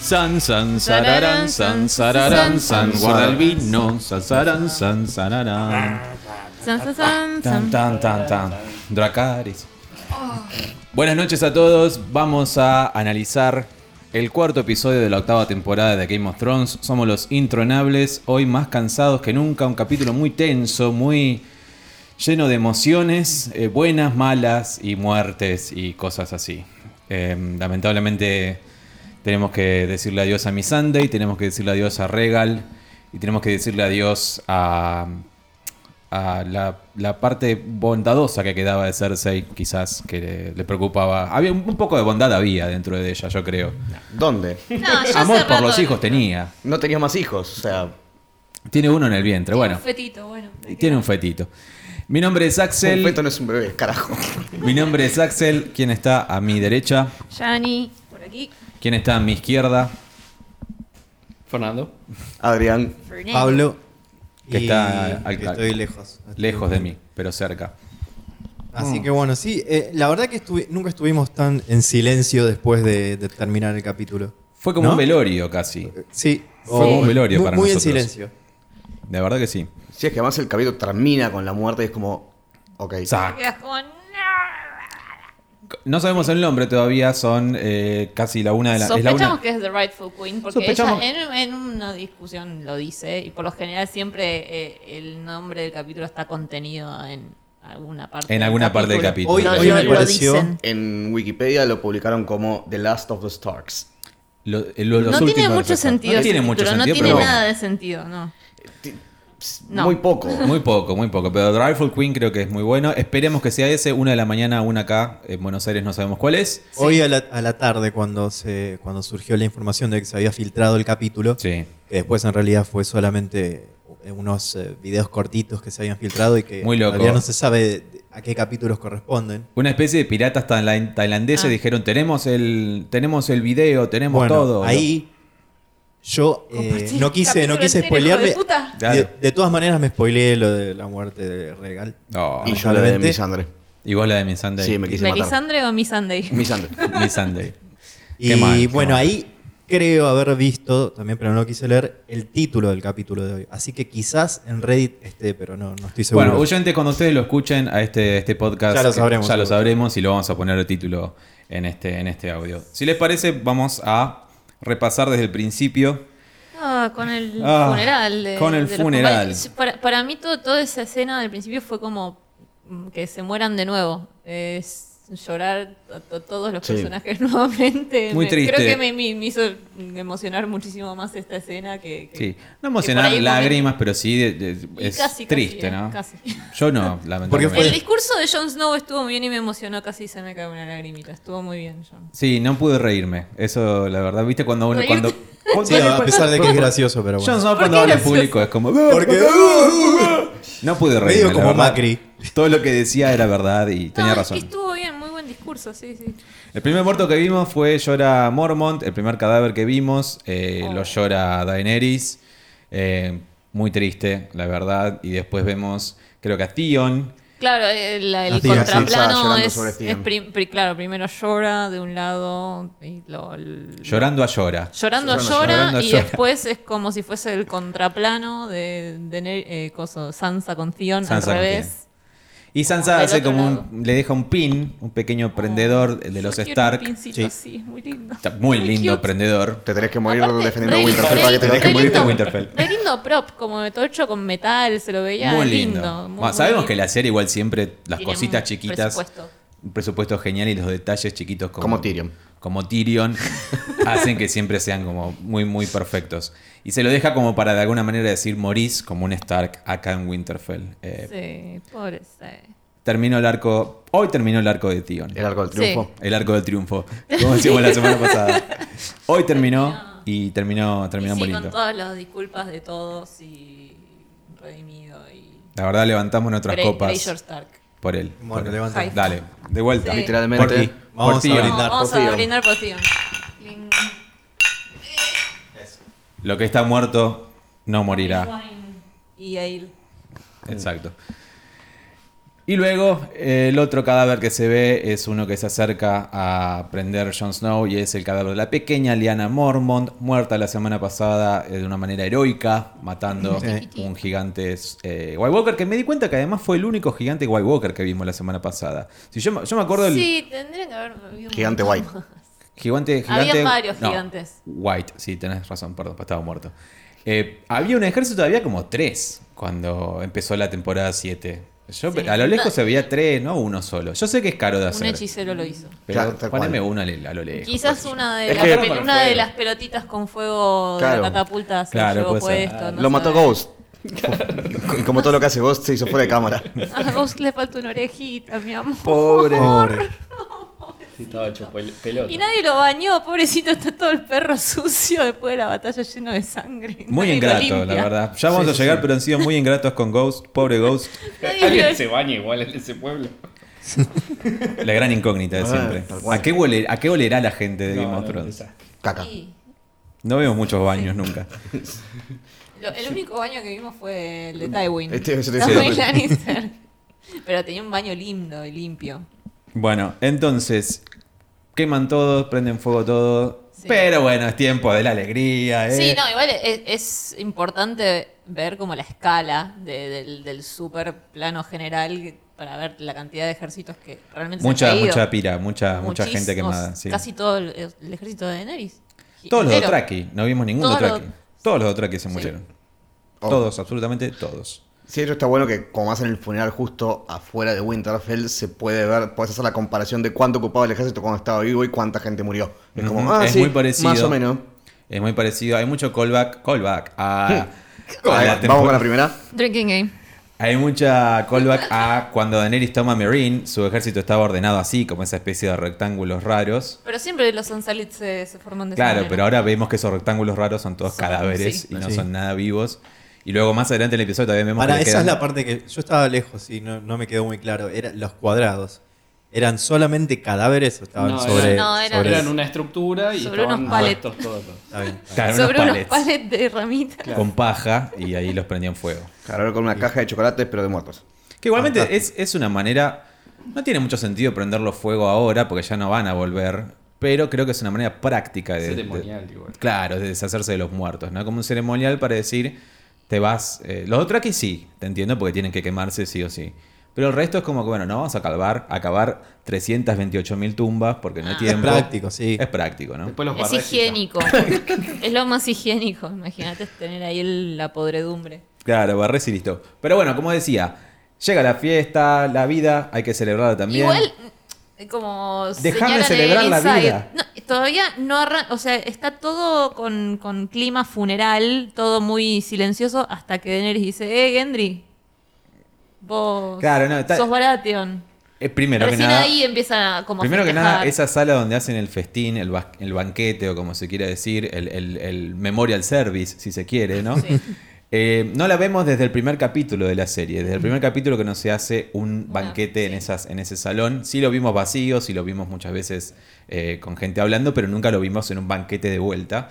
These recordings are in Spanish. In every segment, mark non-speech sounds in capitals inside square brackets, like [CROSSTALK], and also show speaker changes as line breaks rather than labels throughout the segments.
San, san, sararán, san, sararán, san, guarda el vino, san, sarán, san, sararán.
San, san,
Tan,
san, san.
tan, tan, tan. Dracaris. Buenas noches a todos. Vamos a analizar el cuarto episodio de la octava temporada de Game of Thrones. Somos los intronables, hoy más cansados que nunca. Un capítulo muy tenso, muy lleno de emociones, eh, buenas, malas y muertes y cosas así. Eh, lamentablemente tenemos que decirle adiós a Miss Sunday, tenemos que decirle adiós a Regal y tenemos que decirle adiós a, a la, la parte bondadosa que quedaba de Cersei, quizás que le, le preocupaba. Había un, un poco de bondad había dentro de ella, yo creo.
¿Dónde?
No, ya hace
Amor por
rato
los
que-
hijos tenía.
No tenía más hijos, o sea,
Tiene uno en el vientre, bueno.
Un fetito, bueno.
Tiene un fetito. Mi nombre es
un feto
Axel.
no es un bebé, carajo.
Mi nombre es Axel, quien está a mi derecha.
Yani, por aquí.
¿Quién está a mi izquierda?
Fernando.
Adrián,
Fernet.
Pablo.
Que
y
está al-
estoy lejos.
Lejos de mí, pero cerca.
Así que bueno, sí, eh, la verdad que estuvi- nunca estuvimos tan en silencio después de, de terminar el capítulo.
Fue como
¿No?
un velorio casi.
Sí.
Fue como un velorio
muy,
para
Muy en
nosotros.
silencio.
De verdad que sí.
si es que además el capítulo termina con la muerte y es como, ok.
Zac.
Quedas como, "No".
Ah, No sabemos el nombre todavía, son eh, casi la una de la... es la
Sospechamos
una-
que es The Rightful Queen, porque
Sospechamos-
ella en, en una discusión lo dice, y por lo general siempre eh, el nombre del capítulo está contenido en alguna parte
En alguna parte del capítulo.
Hoy,
Lo-
hoy
lo-
me
lo
pareció.
dicen.
En Wikipedia lo publicaron como The Last of the Starks.
Lo- eh, lo- los
no tiene
últimos-
mucho sentido.
No
ese
tiene mucho
título,
sentido,
No tiene
pero bueno.
nada de sentido, no. No. [LAUGHS]
Muy poco.
Muy poco, muy poco. Pero Rifle Queen creo que es muy bueno. Esperemos que sea ese, una de la mañana, una acá. En Buenos Aires no sabemos cuál es.
Hoy a la, a la tarde, cuando, se, cuando surgió la información de que se había filtrado el capítulo,
Sí.
que después en realidad fue solamente unos eh, videos cortitos que se habían filtrado y que
Muy loco.
todavía no se sabe a qué capítulos corresponden.
Una especie de piratas taila- tailandeses
Ah.
dijeron, tenemos el, tenemos el video, tenemos
bueno,
todo.
ahí yo eh,
Compartí
no quise, no
capítulo
quise
entero, hijo de
spoilearme.
puta.
Claro.
De, de todas maneras me spoileé lo de la muerte de Regal.
No.
Y yo la de
Lamentablemente.
Misandre.
Y vos la de Miss Sunday.
Sí, me quise matar.
¿Melisandre o Misandei?
Misandre.
[LAUGHS] Miss Sunday. Qué
Y
mal, qué
bueno,
mal.
ahí creo haber visto, también pero no quise leer, el título del capítulo de hoy. Así que quizás en Reddit esté, pero no, no estoy [LAUGHS] seguro.
Bueno, oyentes, cuando ustedes lo escuchen a este, este podcast,
Ya lo
eh,
sabremos,
ya lo
seguro.
sabremos y lo vamos a poner de título en este, en este audio. Si les parece, vamos a repasar desde el principio.
Ah, con el
Ah,
funeral. de-
con el
de los
funeral.
compañeros. Para, para mí todo, toda esa escena del principio fue como mm, que se mueran de nuevo. Es llorar a to- todos los
Sí.
personajes [LAUGHS] nuevamente.
Muy
Me-
triste.
Creo que me, me- me hizo emocionar muchísimo más esta escena que... Eh, que-
Sí, no
que por
emocionar
ahí un
lágrimas, pero sí de- de-
momento- y
es
casi, casi,
triste,
eh,
¿no?
casi.
Yo no,
Porque
lamentablemente.
fue-
El discurso de Jon Snow estuvo muy bien y me emocionó casi se me cayó una lagrimita. Estuvo muy bien, Jon.
Sí, no pude reírme. Eso, la verdad, viste cuando uno.
[LAUGHS] Reírte.
Cuando,
Sí, a pesar de que es gracioso, pero
Jon
bueno.
Snow
¿Por
cuando
qué
habla en
gracioso?
público es como.
Porque uh,
No pude reírme.
medio
la
como
verdad.
Macri.
Todo lo que decía era verdad y tenía
No,
razón.
Estuvo bien, muy buen discurso, sí, sí.
El primer muerto que vimos fue Llora Mormont, el primer cadáver que vimos, eh,
Oh.
lo llora Daenerys, eh, muy triste, la verdad, y después vemos, creo que a Theon,
Claro, el, el
así,
Así,
estaba
contraplano
llorando
es,
sobre Steven.
es prim- pri- claro, primero llora de un lado, y lo- l-
llorando a Llora.
llorando
Llorando,
llora
llorando,
y
llora.
después es como si fuese el contraplano de, de Ne- eh, coso, Sansa con Theon
Sansa
al
con
revés.
Y Sansa
Del
hace
otro
como un-
lado. Ah,
le deja un pin, un pequeño prendedor de los
Yo quiero
Stark.
un pincito
Sí.
así, es muy lindo.
Está Muy lindo
cute.
prendedor.
Te tenés que morir
Aparte,
defendiendo
re-
Winterfell
re-
para que te tenés
re
que morir.
lindo-
Winterfell.
[LAUGHS] re lindo prop, como de todo hecho con metal, se lo veía
Muy
lindo.
lindo.
muy-
Bueno,
muy
sabemos
lindo.
que la serie igual siempre las
Tiene
cositas
un
chiquitas,
presupuesto.
un presupuesto genial y los detalles chiquitos como,
Como Tyrion.
como
[LAUGHS]
Tyrion, hacen que siempre sean como muy, muy perfectos. Y se lo deja como para de alguna manera decir morís como un Stark acá en Winterfell. Eh,
Sí, pobre. sí.
Terminó el arco, hoy terminó el arco de Tyrion.
El arco del
Sí.
triunfo.
El arco del triunfo, como decíamos la semana pasada. Hoy terminó y terminó, terminó
Y sí,
bonito.
con todas las disculpas de todos y redimido y
La verdad levantamos nuestras
Grey-
copas
Greyjour Stark.
por él.
Bueno,
Por él.
levanta.
Hype.
Dale, de vuelta.
Sí.
Literalmente.
Por ti.
Vamos
Por ti.
a
No,
brindar
vamos
por
a
Theon.
brindar por Theon. Cling.
Lo que está muerto no morirá.
Wine Y Ail.
Exacto. Y luego eh, el otro cadáver que se ve es uno que se acerca a prender Jon Snow y es el cadáver de la pequeña Liana Mormont, muerta la semana pasada eh, de una manera heroica, matando
Sí.
un gigante eh, White Walker, que me di cuenta que además fue el único gigante White Walker que vimos la semana pasada. Si yo, me- yo me acuerdo del
Sí, tendrían que haber habido un
Gigante
montón
guay.
más.
gigante,
Había
gigante
varios
no,
gigantes.
White, sí, tenés razón, perdón, pues estaba muerto. Eh, había un ejército, había como tres cuando empezó la temporada 7. Yo,
Sí.
A lo lejos se veía tres, no uno solo. Yo sé que es caro de
Un
hacer.
hechicero lo hizo.
Pero
Claro, tal
poneme
cual.
una le- a lo lejos.
Quizás
porque-
una de,
Es
las,
que-
pel-
Con
una de
fuego.
las pelotitas con fuego
Claro.
de la catapulta se
Claro,
llevó
puede ser. Ah,
puesto. no
Lo mató
sabe.
Ghost. [LAUGHS] Y como todo lo que hace Ghost se hizo fuera de cámara.
A Ghost le falta una orejita, mi amor.
Pobre.
Pobre.
Sí, estaba hecho pel- pelota.
Y
[LAUGHS]
nadie lo bañó, pobrecito, está todo el perro sucio después de la batalla lleno de sangre.
Muy
Nadie lo
ingrato, la
limpia.
verdad. Ya vamos
Sí,
a
sí,
llegar,
sí.
pero han sido muy ingratos con Ghost. Pobre Ghost.
Nadie
Alguien
lo-
se baña igual en ese pueblo.
La gran incógnita de
Ah,
siempre.
tal cual.
¿A qué, huele- ¿A qué olerá la gente de
No,
Game of
no,
Thrones?
desastre.
Caca.
Sí.
No vemos muchos baños nunca.
Lo- el único baño que vimos fue el de Tywin.
Este, eso te
Está
decía.
muy Lannister. [LAUGHS] Pero tenía un baño lindo y limpio.
Bueno, entonces, queman todos, prenden fuego todo.
Sí.
Pero bueno, es tiempo de la alegría. ¿eh?
Sí, no, igual es, es importante ver como la escala de- del, del super plano general para ver la cantidad de ejércitos que realmente se
Mucha,
han caído.
mucha pira, mucha, mucha gente
Muchísimos,
quemada. sí.
Casi todo el, el ejército de Daenerys.
Todos los
Entero.
Dothraki, no vimos ningún
Todos los-
Dothraki. Todos los Dothraki se
Sí.
murieron.
Oh.
Todos, absolutamente todos.
Sí, eso está bueno que como hacen el funeral justo afuera de Winterfell, se puede ver, puedes hacer la comparación de cuánto ocupaba el ejército cuando estaba vivo y cuánta gente murió. Es como,
Ujú,
ah,
es
sí,
muy parecido.
Más o menos.
Es muy parecido, hay mucho callback. Callback.
[LAUGHS]
A, a
Ahí,
la
Vamos con
temporada-
la primera.
Drinking Game.
Hay mucha callback a cuando Daenerys toma Meereen, su ejército estaba ordenado así, como esa especie de rectángulos raros.
Pero siempre los Unsullied se, se forman de esa
Claro,
manera.
pero ahora vemos que esos rectángulos raros son todos
Son-
cadáveres
sí.
y no
Sí.
son nada vivos. Y luego más adelante en el episodio también vemos
Ahora,
que le
esa es
quedan-
la parte que yo estaba lejos y no, no me quedó muy claro. Era, los cuadrados. ¿Eran solamente cadáveres o estaban
No,
sobre.?
eran-
No, eran-
sobre-
Eran una estructura y
Sobre
estaban
unos palets.
puestos todos. todos.
Está bien, está bien.
Claro,
Sobre
unos
unos
palets
palets de ramitas.
Claro.
con paja y ahí los prendían fuego.
Claro, ahora con una caja de chocolates, pero de muertos.
Que igualmente es,
Fantástico.
es una manera... No tiene mucho sentido prenderlo fuego ahora porque ya no van a volver. Pero creo que es una manera práctica Eh, de...
Ceremonial,
de-
igual.
claro, de deshacerse de los muertos, ¿no? Como un ceremonial para decir, te vas... eh, los otros aquí sí, te entiendo, porque tienen que quemarse sí o sí. Pero el resto es como que, bueno, no vamos a acabar, acabar 328.000 tumbas porque no hay [LAUGHS]
Ah.
tiempo.
Es práctico, sí.
Es práctico, ¿no?
Después los
Es
barrecitos.
higiénico.
[LAUGHS]
es lo más higiénico. Imagínate tener ahí el- la podredumbre.
Claro, barres y listo. Pero bueno, como decía, llega la fiesta, la vida, hay que celebrarla también.
Igual, eh, como.
Dejá de
señalan
celebrar
en
la
Inside,
vida.
no, todavía no arranca. O sea, está todo con, con clima funeral, todo muy silencioso, hasta que Daenerys dice: Eh, Gendry, vos
Claro, no, está-
sos Baratheon.
Eh, primero que
Recién
nada,
ahí empieza a como.
primero que
festejar.
nada, esa sala donde hacen el festín, el, bas- el banquete o como se quiera decir, el, el- el memorial service, si se quiere, ¿no? [LAUGHS] Eh, no la vemos desde el primer capítulo de la serie, desde el primer capítulo que no se hace un banquete en, esas, en ese salón. Sí lo vimos vacío, sí lo vimos muchas veces eh, con gente hablando, pero nunca lo vimos en un banquete de vuelta.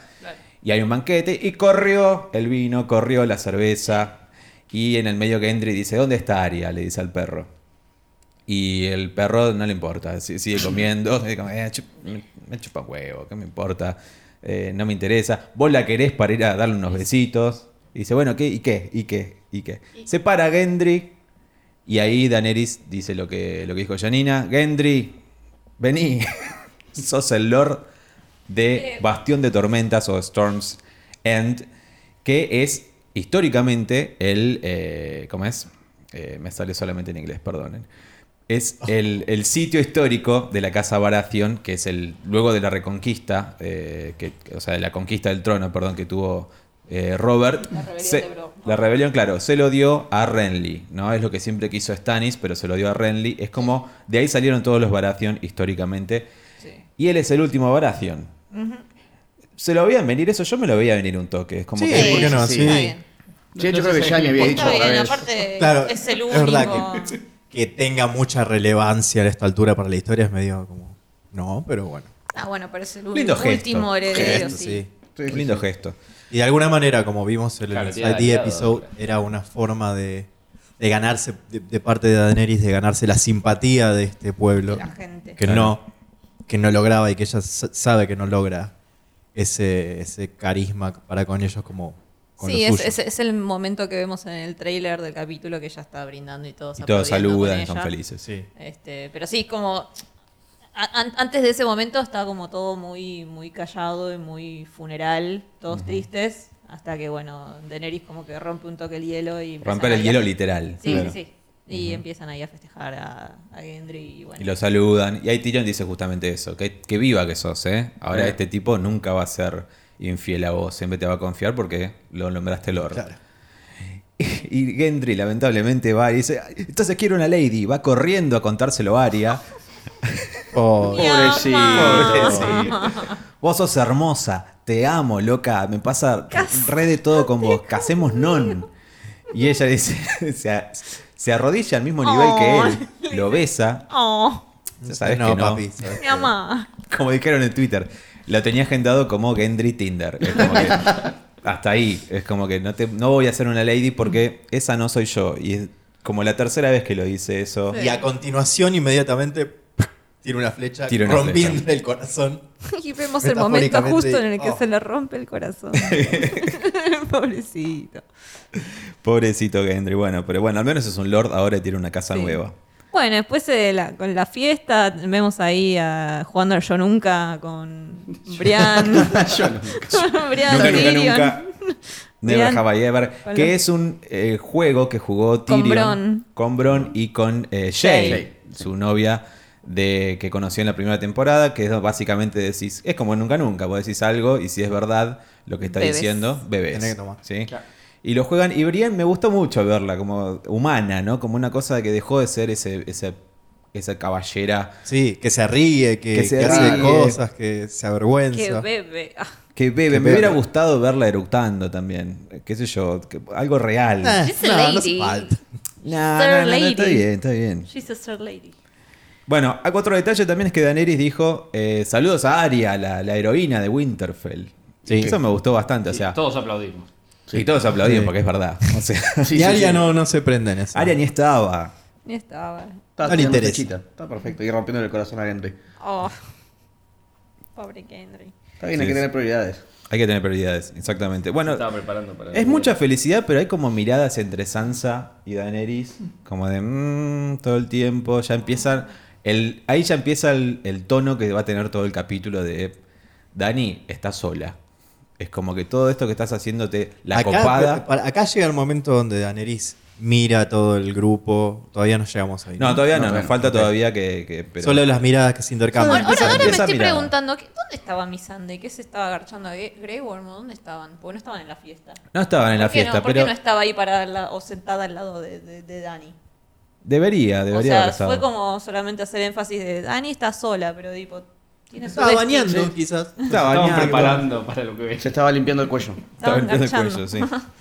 Y hay un banquete y corrió el vino, corrió la cerveza. Y en el medio que Endry dice, ¿dónde está Aria? Le dice al perro. Y el perro no le importa, si- sigue comiendo, [LAUGHS] sigue como, "Eh, chup- me, me chupa un huevo, ¿qué me importa? Eh, no me interesa. Vos la querés para ir a darle unos besitos. Y dice, bueno, ¿qué? ¿Y qué? ¿Y qué? ¿Y qué? Se para Gendry y ahí Daenerys dice lo que, lo que dijo Janina. Gendry, vení. [LAUGHS] Sos el Lord de Bastión de Tormentas o Storm's End, que es históricamente el... eh, ¿Cómo es? Eh, me sale solamente en inglés, perdonen. Es el, el sitio histórico de la Casa Baratheon, que es el luego de la reconquista, eh, que, o sea, de la conquista del trono, perdón, que tuvo eh, Robert.
La rebelión
se-
de Bro.
la rebelión, claro, se lo dio a Renly, ¿no? Es lo que siempre quiso Stannis, pero se lo dio a Renly. Es como, de ahí salieron todos los Baratheon históricamente.
Sí.
Y él es el último Baratheon. Se lo veían venir eso, yo me lo veía venir un toque. Es como
Sí,
que-
¿por qué no?
sí,
Sí.
sí.
Está bien.
Sí, yo
Entonces,
creo que ya
es
ni había
muy
dicho
Está
otra
importante.
bien,
vez.
aparte
Claro,
es el único.
verdad que, que tenga mucha relevancia a esta altura para la historia es medio como. No, pero bueno.
Ah, bueno, pero es el
Lindo
último
gesto.
último heredero.
Esto,
sí.
sí.
Sí, sí,
lindo
sí.
gesto.
Y de alguna manera, como vimos en el
Claro,
Inside
tiene
the
aliados,
Episode,
claro.
era una forma de de ganarse, de, de parte de Daenerys, de ganarse la simpatía de este pueblo.
la gente.
Que no, que no lograba y que ella sa- sabe que no logra ese, ese carisma para con ellos como con
Sí,
los
es,
suyos.
es- es el momento que vemos en el tráiler del capítulo que ella está brindando y todos
Y todos
aplaudiendo con
saludan, son
ella.
felices.
Sí.
Este, pero sí, como a- an- antes de ese momento estaba como todo muy, muy callado y muy funeral, todos tristes, hasta que bueno, Daenerys como que rompe un toque el hielo y empiezan
Romper el
ahí
hielo
a-
literal.
Sí,
Claro.
sí. Y empiezan ahí a festejar a, a Gendry y bueno.
Y lo saludan. Y ahí Tyrion dice justamente eso, que, que viva que sos, ¿eh? Ahora
Claro.
este tipo nunca va a ser infiel a vos, siempre te va a confiar porque lo nombraste Lord. [LAUGHS] Y Gendry lamentablemente va y dice, "Ay, entonces quiero una lady, va corriendo a contárselo a Arya.
Oh,
Mi alma.
Vos sos hermosa, te amo, loca, me pasa re de todo con vos, casemos non. Y ella dice, [LAUGHS] se, a- se arrodilla al mismo nivel que él, lo besa.
Oh,
Ya sabes
no,
que no.
papi. sabes
mi
que-
mamá.
Como dijeron en Twitter, lo tenía agendado como Gendry Tinder. Es como que hasta ahí, es como que no, te, no voy a ser una lady porque esa no soy yo. Y es como la tercera vez que lo dice eso.
Y a continuación, inmediatamente, tira una flecha
Tira una
rompiendo
flecha.
el corazón.
[LAUGHS] Y vemos el momento
Metafóricamente,
justo en el que
oh.
se le rompe
[LAUGHS]
el corazón. [LAUGHS] Pobrecito.
Pobrecito Gendry. Bueno, pero bueno, al menos es un lord ahora y tiene una casa
Sí.
nueva.
Bueno, después eh, la- con la fiesta vemos ahí a jugando al Yo Nunca con
[LAUGHS]
Brian. [LAUGHS]
Nunca,
Brian
nunca,
Tyrion.
nunca. [LAUGHS] Never
Bien.
Have I Ever.
Con
Que
lo-
es un eh, juego que jugó
Con
Tyrion
Bronn.
con Bronn y con eh, Shay,
Shay.
su novia de, que conoció en la primera temporada. Que es básicamente decís, es como en Nunca Nunca. Vos decís algo y si es verdad lo que está
Bebés.
diciendo, bebés.
Tenés que tomar.
¿sí?
Claro.
Y lo juegan. Y Brienne me gustó mucho verla como humana, ¿no? Como una cosa que dejó de ser ese, ese- esa caballera
Sí, que se ríe, que,
Que se
que hace
ríe.
cosas, que se
Qué
avergüenza.
bebé. Ah,
que bebe.
Que
me
bebe.
hubiera gustado verla eructando también. Qué sé yo, que- algo real.
Eh,
She's a
no, no hace
lady.
falta.
No,
Sir
no, no, no, está
Lady.
bien, está bien.
she's a sir lady.
Bueno, a otro detalle también es que Daenerys dijo eh, saludos a Arya, la, la heroína de Winterfell.
Sí.
Eso me gustó bastante, o sea.
todos aplaudimos.
Y todos aplaudían
Sí.
porque es verdad. O sea,
Sí,
[LAUGHS] y
sí,
Aria
sí.
No, no se prende en eso.
Arya ni estaba.
Y estaba.
Está
No le
tirando
interesa.
flechita. Está perfecto. Y rompiendo el corazón a Henry.
Oh. Pobre Kendrick.
Está bien,
Sí,
hay
sí.
que tener prioridades.
Hay que tener prioridades, exactamente.
Se
Bueno,
Estaba preparando para.
es mucha felicidad, pero hay como miradas entre Sansa y Daenerys, como de mmm, todo el tiempo. Ya empiezan. El, ahí ya empieza el, el tono que va a tener todo el capítulo de Dani está sola. Es como que todo esto que estás haciéndote, la
acá,
copada.
para- acá llega el momento donde Daenerys mira a todo el grupo. Todavía no llegamos ahí.
No, todavía no, nos
bueno,
falta
ok.
todavía que. que- pero-
Solo las miradas que se intercambian.
Ahora, ahora- ahora me
empieza a
estoy
mirar.
preguntando, ¿qué- ¿dónde estaba Missandei? ¿Qué se estaba agarchando a Gre- Grey Worm? ¿Dónde estaban? Porque no estaban en la fiesta.
No estaban en la
¿Por qué no?
fiesta,
¿Por qué
pero.
no estaba ahí parada al la- o sentada al lado de, de, de Dani?
Debería, debería
O sea,
haber estado.
fue como solamente hacer énfasis de Dani está sola, pero tipo, tiene su
Estaba
vestido".
bañando, quizás.
Estaba
Estaban
bañando.
preparando para lo que
Se
ves.
estaba limpiando el cuello.
Estaba
Estaban
limpiando el cuello,
garchando.
sí. [LAUGHS]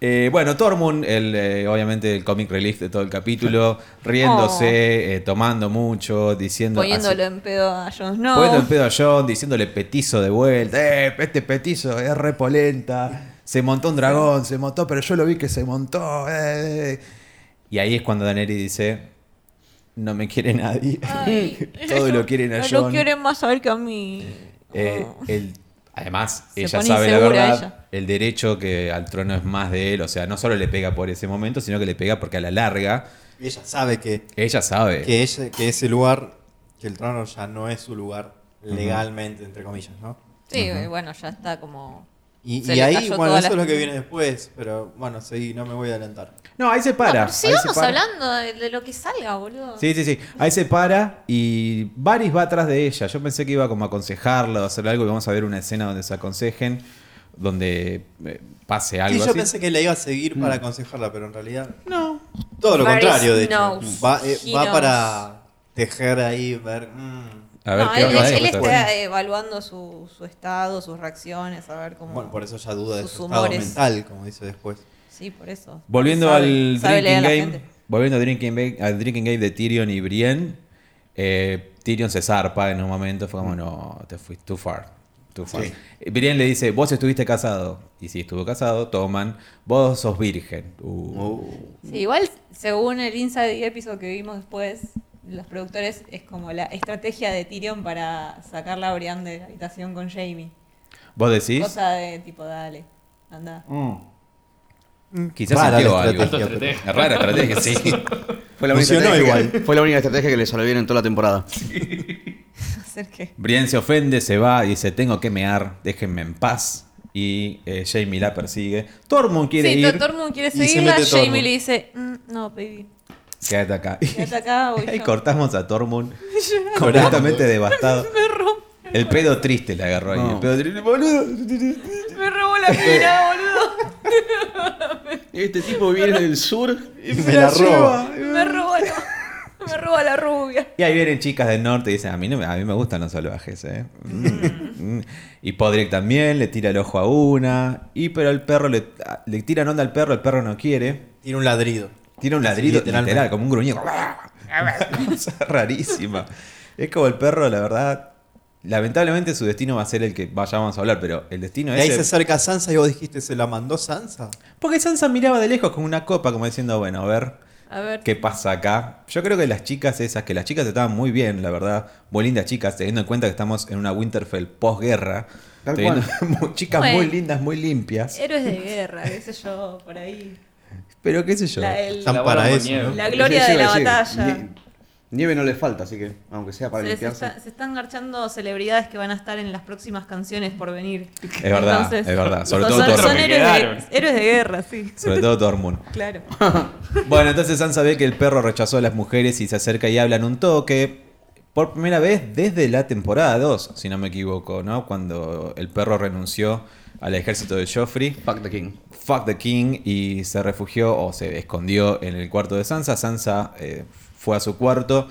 Eh, bueno, Tormund, el, eh, obviamente el comic relief de todo el capítulo, riéndose, eh, tomando mucho, diciendo.
Oh. Poniéndolo
así-
en pedo a Jon
poniendo
Snow.
el pedo a John, diciéndole petizo de vuelta. "Eh, este petizo es repolenta. Se montó un dragón, se montó, pero yo lo vi que se montó. eh". Y ahí es cuando Daenerys dice: No me quiere nadie.
Ay.
[LAUGHS] Todo lo quieren a
[LAUGHS] No
John.
lo quieren más a él que a mí.
Eh,
Oh.
el- además,
Se
ella
pone
sabe la
insegura
verdad,
ella.
el derecho que al trono es más de él, o sea, no solo le pega por ese momento, sino que le pega porque a la larga
Y ella sabe que,
ella sabe.
que, ella- que ese lugar, que el trono ya no es su lugar legalmente, entre comillas, ¿no?
Sí, y bueno, ya está como...
Y,
Se
y
le
ahí,
cayó
bueno,
toda
eso
la-
es lo que viene después, pero bueno, seguí, no me voy a adelantar.
No, ahí se para.
No, Ah, pero
ahí se
sigamos
para.
hablando de, de lo que salga, boludo.
Sí, sí, sí. Ahí se para y Varys va atrás de ella. Yo pensé que iba como a aconsejarla o hacer algo y vamos a ver una escena donde se aconsejen, donde eh, pase algo
Sí, yo
así. Mm.
pensé que la iba a seguir para aconsejarla, pero en realidad
No.
todo lo
Varys
contrario, de hecho.
knows.
Va, eh,
He
va
knows.
para tejer ahí, ver... mm.
A ver
No,
qué
él,
onda eh,
él- él
esto.
está evaluando su, su estado, sus reacciones, a ver cómo...
Bueno, por eso ya duda de
Sus
su estado
humores.
mental, como dice después.
Sí, por eso.
Volviendo
Sabe-
al
sabe
Drinking
leer a la
Game.
gente.
Volviendo al Drinking Game, al drinking game de Tyrion y Brienne. eh, Tyrion se zarpa en un momento. Fue como, no, te fuiste too far. Tufan. Brienne le dice, vos estuviste casado. Y si estuvo casado, toman, vos sos virgen. Uh.
Sí, igual, según el Inside Episode que vimos después, los productores es como la estrategia de Tyrion para sacar la Brian de la habitación con Jamie.
¿Vos decís?
Cosa de tipo, dale, anda. [LAUGHS]
Quizás
Rara
sintió
la
algo.
estrategia,
Alta
pero-
Es Rara estrategia,
[LAUGHS]
sí.
Fue la única
Funcionó
estrategia-
igual.
[LAUGHS] Fue la única estrategia que le sobrevivieron en toda la temporada.
Hacer que.
Brienne se ofende, se va y dice, tengo que mear, déjenme en paz. Y eh, Jamie la persigue. Tormund quiere
Sí,
ir.
Tormund quiere
y se
seguirla,
mete
Jamie
Tormund.
le dice, "Mm, no, baby,
Quédate acá. [LAUGHS]
quédate acá, voy
Y
yo". [LAUGHS]
cortamos a Tormund completamente devastado.
Me, ro-
El pedo triste le agarró ahí.
No.
El pedo triste, boludo.
me robó la mina, boludo.
Este tipo viene del sur.
Me la roba.
Me robó la, me robó la rubia.
Y ahí vienen chicas del norte y dicen, a mí, no, me- a mí me gustan los salvajes, ¿eh? Mm, mm. y Podrick también le tira el ojo a una. Y pero el perro le, le tiran onda al perro, el perro no quiere.
Tiene un ladrido.
Tira un ladrido literal,
literalmente.
como un [LAUGHS] gruñido. Cosa rarísima. Es como el perro, la verdad. Lamentablemente su destino va a ser el que vayamos a hablar, pero el destino
y ahí se
es.
acerca Sansa y vos dijiste, ¿se la mandó Sansa?
Porque Sansa miraba de lejos con una copa, como diciendo, bueno, a ver.
A ver,
¿Qué pasa acá? Yo creo que las chicas esas, que las chicas estaban muy bien, la verdad, muy lindas chicas, teniendo en cuenta que estamos en una Winterfell posguerra.
Tal
teniendo [LAUGHS] mu- chicas muy
Bueno.
lindas, muy limpias.
héroes de guerra, qué sé yo, por ahí.
Pero qué sé yo.
La, el-
Están
La
para
barba
eso.
nieve.
¿no?
La gloria
Sí,
de
sí,
la
sí.
batalla.
Nie- Nieve no le falta, así que, aunque sea para
Se, se
limpiarse.
está- se están garchando celebridades que van a estar en las próximas canciones por venir.
Es verdad, es verdad. Sobre
son-
todo
son,
Tormund.
son héroes, de, héroes de guerra, sí.
Sobre todo Tormund.
Claro.
Bueno, entonces Sansa ve que el perro rechazó a las mujeres y se acerca y hablan un toque. Por primera vez desde la temporada 2, si no me equivoco, ¿no? Cuando el perro renunció al ejército de Joffrey.
Fuck the king.
Fuck the King y se refugió o se escondió en el cuarto de Sansa. Sansa eh, fue a su cuarto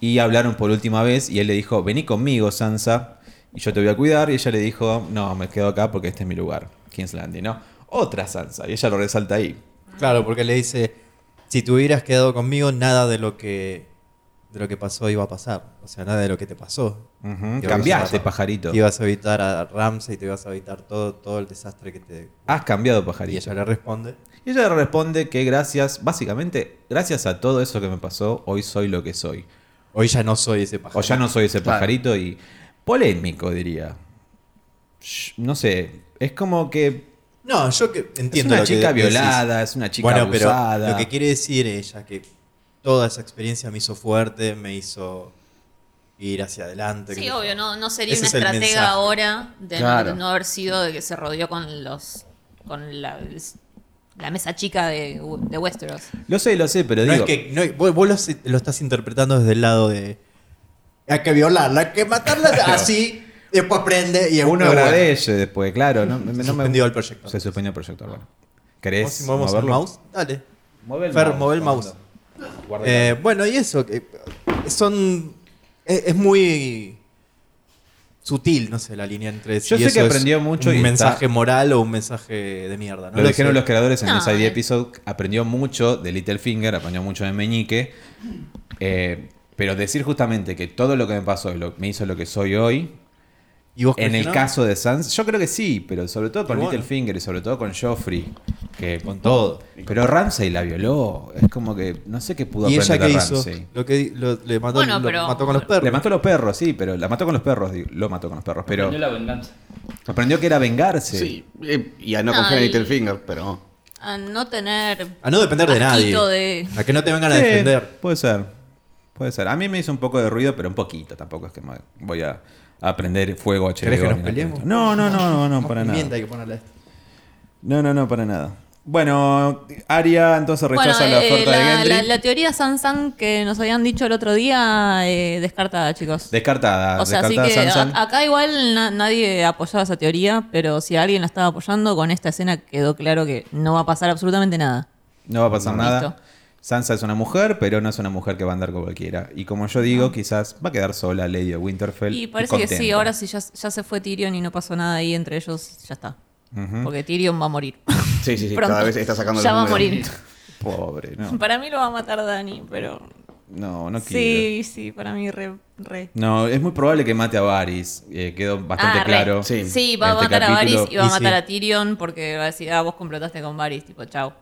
y hablaron por última vez y él le dijo, vení conmigo Sansa y yo te voy a cuidar. Y ella le dijo, no, me quedo acá porque este es mi lugar, King's Landing, ¿no? Otra Sansa y ella lo resalta ahí.
Claro, porque le dice, si te hubieras quedado conmigo, nada de lo que de lo que pasó iba a pasar. O sea, nada de lo que te pasó.
Ujú,
Te
Cambiaste,
ibas a-
pajarito.
Te ibas a evitar a Ramsey, te ibas a evitar todo, todo el desastre que te...
Has cambiado,
Y
pajarito.
ella le responde.
Y ella le responde que gracias, básicamente, gracias a todo eso que me pasó, hoy soy lo que soy.
Hoy ya no soy ese pajarito.
O ya no soy ese
Claro.
pajarito y polémico, diría. Sh- No sé, es como que
No, yo que entiendo.
es una
lo que
chica
decís.
violada, es una chica
bueno, pero
abusada.
lo que quiere decir ella que toda esa experiencia me hizo fuerte, me hizo ir hacia adelante.
[LAUGHS]
qué sé
Sí,
yo.
obvio, no, no sería
Ese
una
es el mensaje.
estratega ahora de, no-
Claro.
de no haber sido de que se rodeó con los con la, la mesa chica de, de Westeros.
Lo sé, lo sé, pero
No
digo,
es que no es- vos, vos lo, se- lo estás interpretando desde el lado de hay que violarla, hay
[LAUGHS]
que matarla así, después prende y
uno
es
agradece después, claro. No, no me-
Se
no me-
suspendió el proyector.
Se suspendió el proyector, bueno.
Vamos,
¿Querés
si movemos el
moverlo?
mouse, dale.
Mueve el
Fer,
mouse,
mueve el
vamos.
mouse.
Guarda el
Eh, bueno, y eso, que son eh, es, es muy sutil, no sé, la línea entre
Yo
si
sé
eso
que
es
aprendió mucho
un
y está-
mensaje moral o un mensaje de mierda. ¿no?
Lo dijeron
sé.
los creadores en
No,
el side
eh.
episode. Aprendió mucho de Littlefinger, aprendió mucho de Meñique. Eh, pero decir justamente que todo lo que me pasó lo- me hizo lo que soy hoy,
¿Y vos crees
en
que
el
no?
caso de Sans, yo creo que sí, pero sobre todo con
Y bueno.
Littlefinger y sobre todo con Joffrey, que con todo. Pero Ramsey la violó. Es como que no sé qué pudo
¿Y ella
aprender
qué
de
hizo?
Ramsay.
Lo que lo- le mató,
Bueno,
lo
pero-
mató con los perros.
Le mató a los perros, sí, pero la mató con los perros, digo, lo mató con los perros, pero
Aprendió la venganza.
aprendió que era vengarse.
Sí. eh, y a no
No,
confiar en
y-
Littlefinger, pero.
A no tener
A no depender de nadie.
asquito de-
A que no te vengan a
Sí,
defender.
Puede ser. Puede ser. A mí me hizo un poco de ruido, pero un poquito. Tampoco es que me voy a, a prender fuego a
¿Querés que
Cheregorio
nos
ni nada por
peleemos?
el estilo. No, no, no, no, no, para
Pimienta
nada.
hay que ponerle a esto.
No, no, no, para nada. Bueno, Aria entonces rechaza la
eh,
oferta de Gendry.
la- la teoría Sansan que nos habían dicho el otro día, eh, descartada, chicos.
Descartada.
o sea, así
descartada
que a-
Sansan.
acá igual na- nadie apoyaba esa teoría, pero si alguien la estaba apoyando, con esta escena quedó claro que no va a pasar absolutamente nada.
No va a pasar
No.
nada.
Listo.
Sansa es una mujer, pero no es una mujer que va a andar con cualquiera. Y como yo digo, quizás va a quedar sola Lady de Winterfell.
Ah. Y parece que sí,
contenta.
ahora sí, ya, ya se fue Tyrion y no pasó nada ahí entre ellos, ya está.
Ujú.
Porque Tyrion va a morir.
Sí, sí, sí.
[LAUGHS] Pronto.
Cada vez está sacando
Ya
los
va a
números.
[LAUGHS] morir.
Pobre, ¿no?
Para mí lo va a matar Dani, pero
No, no quiero.
Sí, sí, para mí re. re.
No, es muy probable que mate a Varys. eh, quedó bastante
Ah, re.
claro.
Sí.
Sí, va a
en este
matar a
capítulo.
Varys y va a
Y sí.
matar a Tyrion porque va a decir, ah, vos complotaste con Varys, tipo, chau.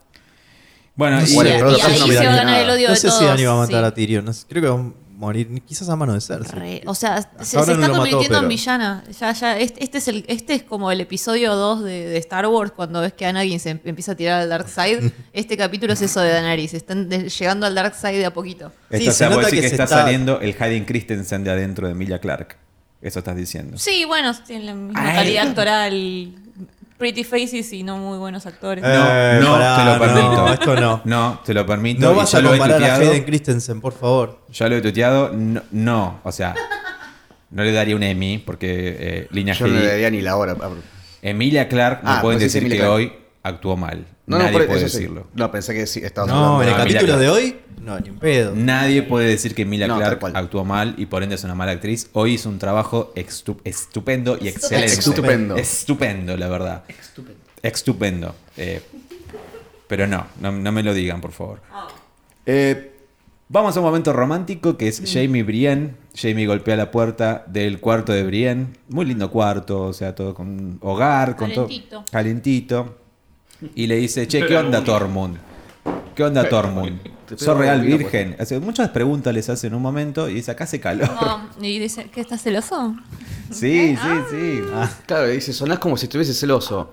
Bueno,
Sí,
y-
Y,
Bueno,
y
pero tampoco
ahí se
no
va
miraría
a ganar el
nada.
odio
no
de
sé
todos.
si Dany va a matar
sí.
a Tyrion. no sé, creo que va a morir quizás a mano de Cersei.
Re- o sea, se- se,
ahora no
está
lo mató,
convirtiendo en
pero-
villana. Ya, ya, este, este es el, este es como el episodio 2 de, de Star Wars, cuando ves que Anakin se em- empieza a tirar al Dark Side. Este capítulo es eso de Daenerys. Están de- llegando al Dark Side de a poquito.
Sí,
Esto, o
se
sea, vos
nota
decís
que
que
se
está,
está-
saliendo el Hayden Christensen de adentro de Emilia Clark. Eso estás diciendo.
Sí, bueno, tienen la misma
Ay.
calidad actoral. Pretty faces y no muy buenos actores.
No,
Eh,
no,
pará,
te lo
no,
permito.
esto no.
No, te lo permito.
No
y
vas
ya
a
lo he
comparar a
tuiteado.
Hayden Christensen, por favor.
Ya lo he tuiteado. No, no, o sea, no le daría un Emmy porque eh, líneas
Yo no
G.
le daría ni la hora. a-
Emilia Clark no
Ah,
pueden
pues sí,
decir
Emilia
que
Clark.
hoy actuó mal.
No,
Nadie
no, por
puede
eso sí.
decirlo.
No, pensé que sí, estabas
No, en el
mira,
capítulo
claro.
de hoy, no, ni un pedo.
Nadie puede decir que Emilia
No, tal
Clark
cual.
actuó mal y por ende es una mala actriz. Hoy hizo un trabajo estu- estupendo y excelente.
Estupendo.
Estupendo, la verdad.
Estupendo.
Estupendo. Eh, pero no, no, no me lo digan, por favor. Eh, vamos a un momento romántico que es Jamie Brienne. Jamie golpea la puerta del cuarto de Brienne. Muy lindo cuarto, o sea, todo con hogar, con
Calentito.
todo. Calentito. Y le dice, che, ¿qué
Pero
onda
uno.
Tormund? ¿Qué onda Tormund?
Te pego
¿Sos real
la vida,
virgen? Hace- muchas preguntas les hace en un momento y dice, acá hace calor.
No, y dice, ¿qué estás celoso?
[LAUGHS] Sí, sí,
Ah,
Ah, sí.
Claro, dice, sonás como si estuviese celoso.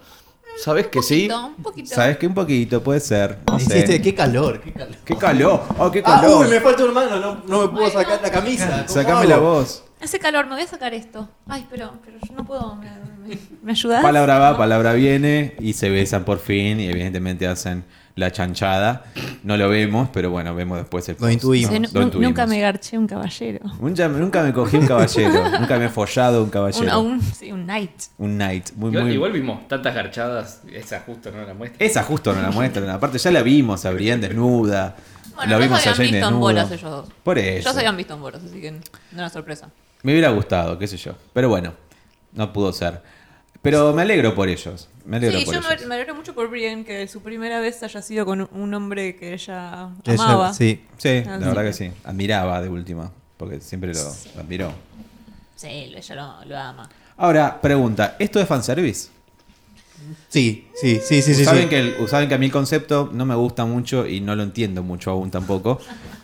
¿Sabes que sí?
No, un poquito.
¿Sabes qué? Un poquito, puede ser. No sé.
Hiciste, qué calor, qué calor.
¡Qué calor! ¡Oh, qué
Ah,
calor!
uy, me falta un mano, no, no me puedo sacar la camisa. ¿cómo
Sacame
hago?
la voz.
Hace calor, me voy a sacar esto. Ay, pero, pero yo no puedo. ¿Me, me- me ayudás?
Palabra va,
No.
palabra viene y se besan por fin y evidentemente hacen la chanchada. No lo vemos, pero bueno, vemos después el...
Lo intuimos.
Sí,
Lo
nu- nu-
intuimos.
Nunca me garché un caballero.
Nunca- nunca me cogí un
[LAUGHS]
caballero, nunca me he follado un
Un,
caballero.
a
Un,
un- sí, un knight.
night. Muy,
Igual,
muy... Eh,
igual vimos tantas garchadas, esa justo no la muestra.
Esa justo no la muestran. Aparte ya la vimos a Brian desnuda.
Bueno,
la
ya
vimos
se
a
habían
Jane
visto en
desnuda.
bolas ellos dos.
Por
Ya
eso.
se habían visto en bolas, así que no era sorpresa.
Me hubiera gustado, qué sé yo. Pero bueno, no pudo ser. Pero me alegro por ellos. Me alegro
Sí,
por
yo
ellos.
me, me alegro mucho por Brienne que su primera vez haya sido con un- un hombre que ella
Que ella-
amaba.
sí.
Sí,
Ah,
la
sí.
verdad que sí. Admiraba de última, porque siempre lo, lo admiró.
Sí, lo- ella lo, lo ama.
Ahora, pregunta, ¿esto es fanservice?
Sí, sí, sí, sí, sí.
saben,
sí.
Que el- saben que a mí el concepto no me gusta mucho y no lo entiendo mucho aún tampoco.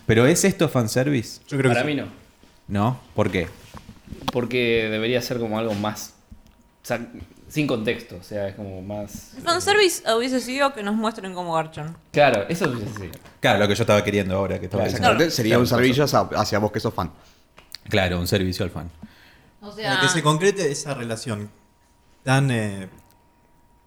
Pero ¿es esto fanservice?
Yo creo
Para
que
mí
sí.
no,
No, ¿por qué?
porque debería ser como algo más sa- sin contexto, o sea, es como más...
El fanservice hubiese sido que nos muestren como Garchon.
Claro, eso sí, sí.
Claro, lo que yo estaba queriendo ahora que estaba diciendo.
Exactamente, sería
Claro,
un servicio hacia, hacia vos que sos fan.
Claro, un servicio al fan.
O sea,
Para que se concrete esa relación tan eh,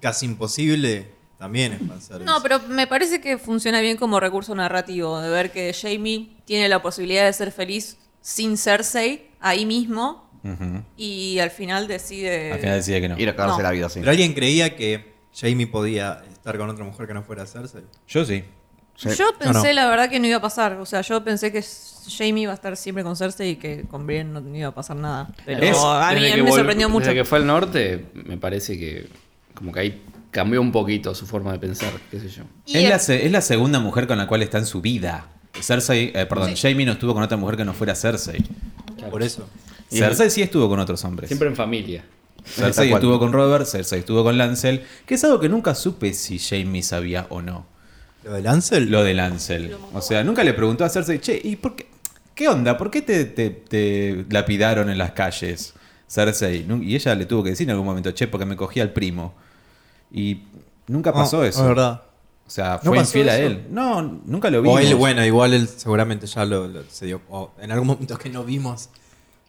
casi imposible, también es fanservice.
No, pero me parece que funciona bien como recurso narrativo, de ver que Jamie tiene la posibilidad de ser feliz sin Cersei ahí mismo
Ujú.
y al final decide...
Al final decía que no.
Ir a cagarse
No.
la vida así.
Pero alguien creía que Jamie podía estar con otra mujer que no fuera Cersei.
Yo sí.
Sí.
Yo pensé,
No, no.
la verdad, que no iba a pasar. O sea, yo pensé que Jamie iba a estar siempre con Cersei y que con Brienne no, no iba a pasar nada. Pero
Es-
a mí,
Desde
a
que
mí me
vol-
sorprendió mucho.
Desde que fue al norte, me parece que como que ahí cambió un poquito su forma de pensar, qué sé yo.
Y
Es
el-
la, se- es la segunda mujer con la cual está en su vida. Cersei, eh, perdón, Jamie no estuvo con otra mujer que no fuera Cersei.
Claro.
Por eso.
Y-
Cersei sí estuvo con otros hombres.
Siempre en familia.
Cersei
Tal cual.
estuvo con Robert, Cersei estuvo con Lancel, que es algo que nunca supe si Jamie sabía o no.
Lo de Lancel.
Lo de Lancel. O sea, nunca le preguntó a Cersei, che, ¿y por qué? ¿Qué onda? ¿Por qué te, te- te lapidaron en las calles, Cersei? Nu- Y ella le tuvo que decir en algún momento, che, porque me cogí al primo. Y nunca
No,
pasó eso.
Es verdad.
O sea,
¿No
fue
pasó
infiel a
eso?
él. No, nunca lo vimos.
O él, bueno, igual él seguramente ya lo, lo- se dio. o en algún momento que no vimos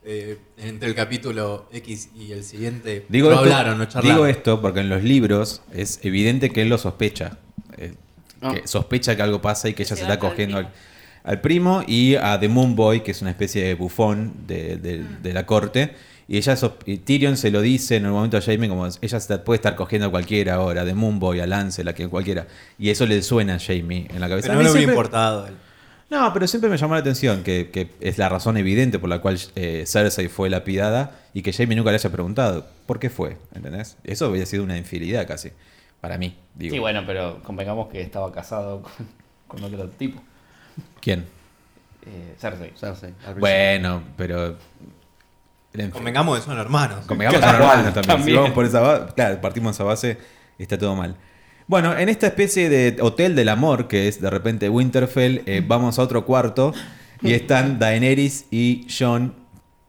eh, entre el capítulo X y el siguiente.
Digo,
no
esto,
hablaron, no charlaron.
digo esto porque en los libros es evidente que él lo sospecha. Eh,
Ah.
que sospecha que algo pasa y que ella
se
se está
banca al
cogiendo al,
primo.
al primo y a The Moon Boy, que es una especie de bufón de, de-
Ah.
de la corte. Y ella sosp- y Tyrion se lo dice en el momento a Jaime como ella se está- puede estar cogiendo a cualquiera ahora, a The Moon Boy, a Lancel, a quien cualquiera. Y eso le suena a Jaime en la cabeza. A
Pero no
mí
le hubiera
siempre-
importado. él.
no, pero siempre me llamó la atención que, que es la razón evidente por la cual eh, Cersei fue lapidada y que Jamie nunca le haya preguntado por qué fue, ¿entendés? Eso había sido una infidelidad casi, para mí, digo.
Sí, bueno, pero convengamos que estaba casado con, con otro tipo.
¿Quién?
eh, Cersei.
Cersei, al principio.
Bueno, pero. en fin.
Convengamos que son hermanos.
Convengamos
Claro,
con hermanos también. Si
también.
vamos por esa base, claro, partimos de esa base, está todo mal. Bueno, en esta especie de hotel del amor, que es de repente Winterfell,
[LAUGHS]
eh, vamos a otro cuarto y están Daenerys y Jon.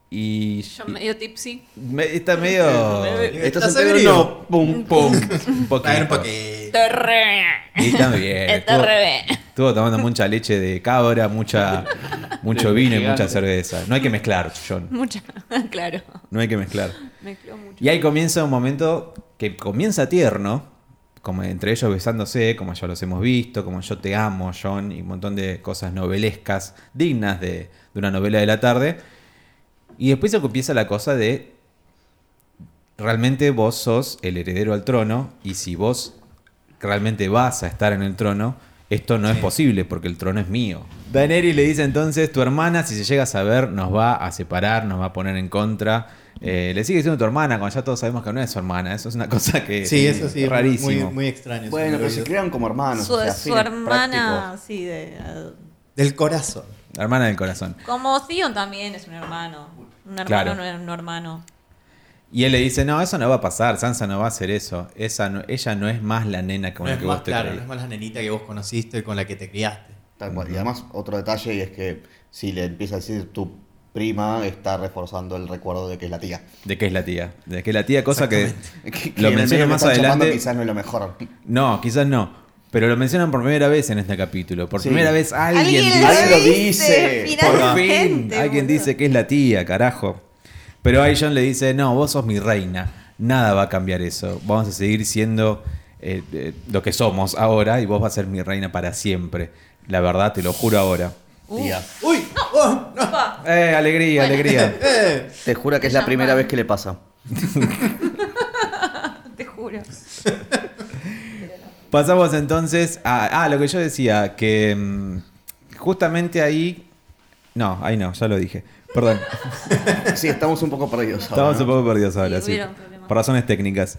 Y.
Yo medio tipsy.
me- está medio.
¿Estás
¿Estás
en pedo?
ebrio?
No, pum, pum.
[LAUGHS] un poquito.
Traer un poquito.
Estoy re.
Y está bien.
Está
Eh, estuvo-
re [LAUGHS] bien.
Estuvo tomando mucha leche de cabra, mucha, mucho
De
vino y
gigante.
mucha cerveza. No hay que mezclar, John.
Mucha. [LAUGHS] Claro.
No hay que mezclar.
Mezcló mucho.
Y ahí comienza un momento que comienza tierno, como entre ellos besándose, como ya los hemos visto, como yo te amo, John, y un montón de cosas novelescas, dignas de, de una novela de la tarde. Y después se empieza la cosa de, realmente vos sos el heredero al trono, y si vos realmente vas a estar en el trono, esto no es posible porque el trono es mío. Daenerys le dice entonces, tu hermana, si se llega a saber, nos va a separar, nos va a poner en contra. Eh, le sigue siendo tu hermana, cuando ya todos sabemos que no es su hermana. Eso es una cosa que
Sí, eso sí,
es
es
rarísimo.
Muy, muy extraño.
Bueno, pero se
olvidó.
crean como hermanos.
Su,
o sea,
su
fines
hermana,
prácticos.
sí, de. ad-
Del corazón.
La hermana del corazón.
Como Theon también es un hermano. Un hermano
Claro.
no es un hermano.
Y él le dice, no, eso no va a pasar, Sansa no va a hacer eso. Esa no- ella no es más la nena con
No
la
es
que
más,
vos te
claro,
creí.
no es más la nenita que vos conociste y con la que te criaste.
Tal cual. Y además, otro detalle y es que si le empieza a decir tu prima, está reforzando el recuerdo de que es la tía. [LAUGHS]
De qué es la tía. De qué es la tía, cosa que...
Que- que
Lo
en el medio
menciona
que
más
están llamando
adelante.
Quizás no es lo mejor.
No, quizás no. Pero lo mencionan por primera vez en este capítulo. Por
Sí.
primera vez alguien,
Alguien
dice...
lo Alguien dice, dice,
Por
finalmente,
fin, alguien
boludo.
dice que es la tía, carajo. Pero ahí John le dice, no, vos sos mi reina, nada va a cambiar eso, vamos a seguir siendo eh, eh, lo que somos ahora y vos vas a ser mi reina para siempre. La verdad, te lo juro ahora.
Uh,
Tía.
¡Uy! ¡Oh! ¡No!
pa.
Eh, alegría, alegría.
¡Eh!
Te juro que es la primera vez que le pasa.
Te juro.
Pasamos entonces a, ah, lo que yo decía, que mm, justamente ahí... No, ahí no, ya lo dije. Perdón.
Sí, estamos un poco perdidos ahora,
Estamos
¿no?
un poco perdidos ahora,
Sí,
sí.
hubieron problemas.
Por razones técnicas.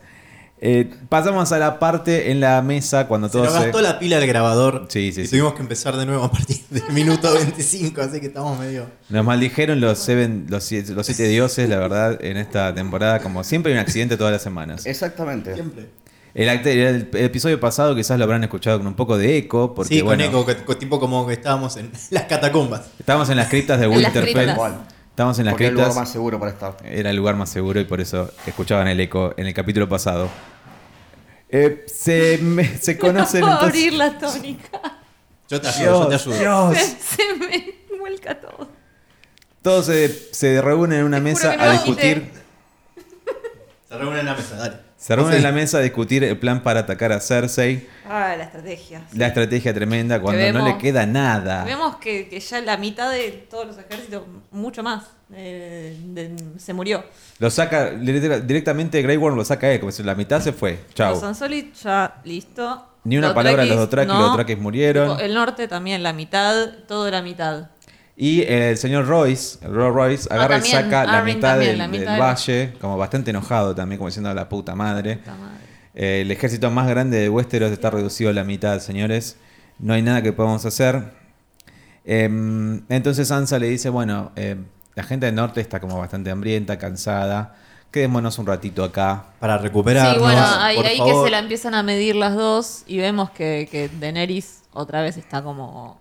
Eh, pasamos a la parte en la mesa cuando
Se nos
todos... se-
gastó la pila del grabador
Sí, sí,
y
sí.
tuvimos que empezar de [LAUGHS] nuevo a partir del minuto 25, así que estamos medio...
Nos maldijeron los, seven, los, siete, los siete dioses, la verdad, en esta temporada. Como siempre hay un accidente todas las semanas.
Exactamente.
Siempre.
El, act- el episodio pasado quizás lo habrán escuchado con un poco de eco, porque
sí,
bueno,
con eco, co- tipo como que estábamos en [LAUGHS] las catacumbas.
estábamos en las criptas de
En las
Winterfell.
criptas.
Estábamos en las
Porque es el lugar
criptas.
más seguro para estar.
Era el lugar más seguro y por eso escuchaban el eco en el capítulo pasado. Eh, se, me- se
[LAUGHS]
conocen
Puedo
entonces-
abrir la tónica.
Yo te ayudo, yo
Dios,
te ayudo.
Dios. [LAUGHS]
Se me vuelca todo.
Todos se, se reúnen en una
Te juro
mesa
que
a
no
discutir.
quité.
Se reúnen en la mesa, dale.
Se reúnen en
Sí.
la mesa a discutir el plan para atacar a Cersei.
Ah, la estrategia. sí.
La estrategia tremenda cuando
Que
no le
vemos-
queda nada.
Vemos que, que ya la mitad de todos los ejércitos, mucho más, eh, de- se murió.
Lo saca dire- directamente Grey Worm lo saca él, como si la mitad se fue.
Los
Chau.
Ansoli ya listo.
Ni una
Los
palabra de los
Dothrakis,
Dothrakis, los Dothrakis murieron.
Tipo, eh, El norte también, la mitad, todo la mitad.
Y eh, el señor Royce, el Rolls Royce,
Ah,
agarra y
también,
saca la
Arryn
mitad,
también,
del,
la mitad
del
del-
valle, como bastante enojado también, como diciendo la puta madre.
Puta madre.
Eh, el ejército más grande de Westeros está reducido a la mitad, señores. No hay nada que podamos hacer. Em, entonces Sansa le dice, bueno, em, la gente del norte está como bastante hambrienta, cansada. Quedémonos un ratito acá.
Para recuperarnos,
Sí, bueno, ahí,
por
ahí que
favor.
se la empiezan a medir las dos y vemos que, que Daenerys otra vez está como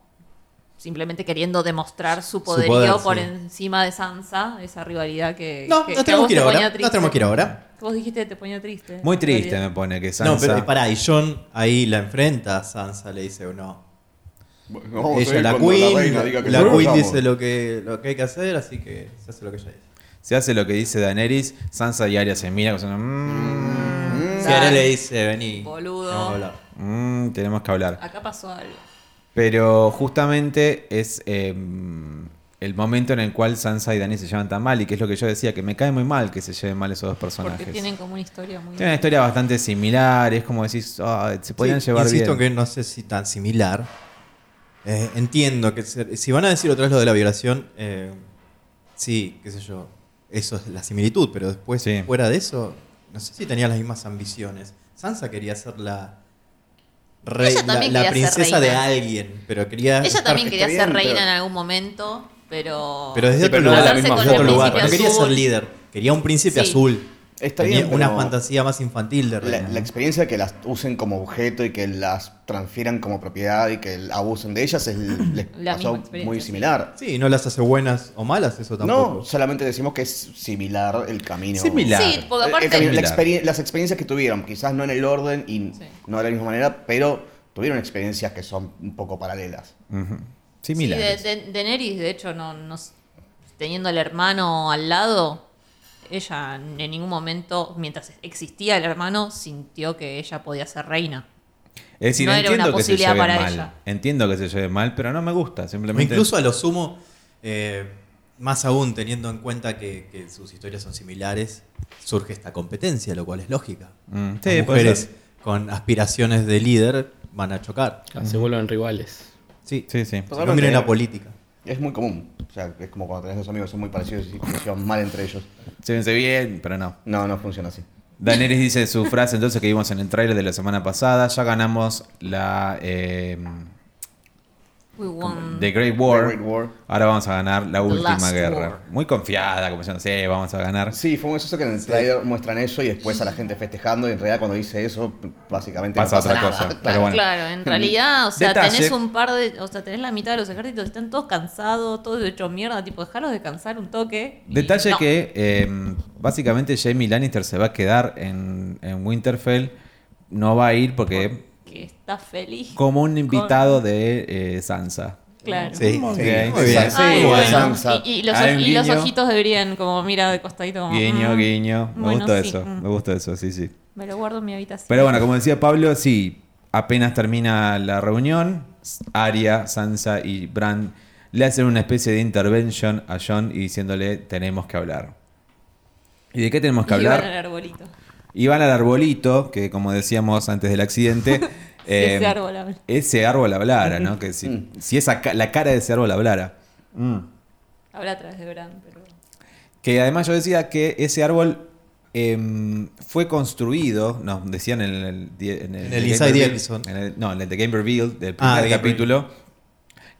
simplemente queriendo demostrar su poderío
poder,
por
sí.
encima de Sansa, esa rivalidad que...
No,
que-
nos
que a
tenemos
vos
que ir
te
ahora,
ponía
nos
triste.
tenemos que ir ahora.
Vos dijiste que te ponía triste.
Muy triste
Rivalidad.
me pone que Sansa...
No, pero eh, pará, y John ahí la enfrenta a Sansa, le dice, no. Ella, la Queen, la Queen dice lo que, lo que hay que hacer, así que se hace lo que ella dice.
Se hace lo que dice Daenerys, Sansa y Arya se miran como diciendo, "Mm,
Si ahora le dice, vení.
Boludo.
vamos a hablar".
mm, tenemos que hablar.
Acá pasó algo.
Pero justamente es eh, el momento en el cual Sansa y Daenerys se llevan tan mal y que es lo que yo decía, que me cae muy mal que se lleven mal esos dos personajes.
Porque tienen como una historia muy...
Tienen una historia bastante similar, es como decís, "Ah, se podían
Sí,
llevar
insisto
bien.
que no sé si tan similar. Eh, entiendo que se- si van a decir otra vez lo de la violación, eh, sí, qué sé yo, eso es la similitud, pero después
Sí.
fuera de eso, no sé si tenía las mismas ambiciones. Sansa quería ser la, rey-
Ella
la,
también
la
quería ser
princesa de
reina.
alguien, pero quería.
Ella también quería ser
bien,
reina
pero-
en algún momento, pero.
Pero desde
Sí,
otro
pero no
lugar,
era la
desde
misma
otro
forma.
lugar.
Príncipe
No quería ser
azul.
líder, quería un príncipe
Sí.
azul.
Está
Tenía
bien,
una
pero-
fantasía más infantil de
La,
reina.
la experiencia que las usen como objeto y que las transfieran como propiedad y que abusen de ellas
[COUGHS]
es, les
La
pasó
misma experiencia,
muy
sí.
similar.
Sí, no las hace buenas o malas, eso tampoco.
No, solamente decimos que es similar el camino.
Similar.
Sí, porque
El- el
aparte.
camino, la
Similar.
experien- las experiencias que tuvieron, quizás no en el orden y
Sí.
no de la misma manera, pero tuvieron experiencias que son un poco paralelas.
Ujú.
Sí,
Similar.
de, de- Daenerys, de hecho, no, no s- teniendo al hermano al lado, ella en ningún momento, mientras existía el hermano, sintió que ella podía ser reina.
Es decir,
No era
entiendo
una
que se
posibilidad
lleve
para
mal.
ella.
Entiendo que se lleve mal, pero no me gusta.
O
Simplemente.
incluso a lo sumo, eh, más aún teniendo en cuenta que, que sus historias son similares, surge esta competencia, lo cual es lógica.
Mm, sí,
Las
puede
mujeres
ser.
con aspiraciones de líder van a chocar.
Ah, Se vuelven rivales.
Sí,
Sí, sí.
Si no miren la política.
Es muy común. O sea, es como cuando tenés dos amigos que son muy parecidos y se llevan mal entre ellos.
Se vence bien, pero no.
No, no funciona así.
Daenerys dice su frase entonces que vimos en el tráiler de la semana pasada. Ya ganamos la eh,
We won.
The Great War.
The Great War.
Ahora vamos a ganar la última
Last
guerra.
War.
Muy confiada, como diciendo, sí, vamos a ganar.
Sí, fue muy eso que en el trailer muestran eso y después a la gente festejando y en realidad cuando dice eso, básicamente
Pasa otra
nada.
cosa. Pero
Claro,
bueno.
claro, en realidad, o sea,
Detalle.
tenés un par de, o sea, tenés la mitad de los ejércitos, están todos cansados, todos hechos mierda, tipo, dejalos descansar un toque. y
Detalle
no.
que eh, básicamente Jamie Lannister se va a quedar en, en Winterfell. No va a ir porque
Que está feliz.
como un invitado de eh, Sansa.
Claro.
Sí,
Muy
sí,
bien.
muy bien.
Sí,
Ay,
Muy
bueno.
bueno.
Sansa.
Y, y los,
Hay un
y los
guiño.
ojitos deberían como mira de costadito como,
Guiño,
mm,
guiño. Me
bueno,
gustó
sí,
eso.
mm.
Me gustó eso, sí, sí.
Me lo guardo en mi habitación.
Pero bueno, como decía Pablo, sí, apenas termina la reunión, Arya, Sansa y Bran le hacen una especie de intervention a John y diciéndole tenemos que hablar. ¿Y de qué tenemos que
Y
hablar?
van al arbolito.
Y van al arbolito, que como decíamos antes del
[LAUGHS]
accidente, eh,
ese árbol habla.
ese árbol hablara, ¿no? Que si, si esa, ca- la cara de ese árbol hablara.
Mm.
Habla a través de Bran, pero.
Que además yo decía que ese árbol em, fue construido, no, decían en el... die- En
En el
The Game
Inside the
Reveal,
Episode.
en el- no, en el The Game Reveal del primer
Ah, The Game
capítulo.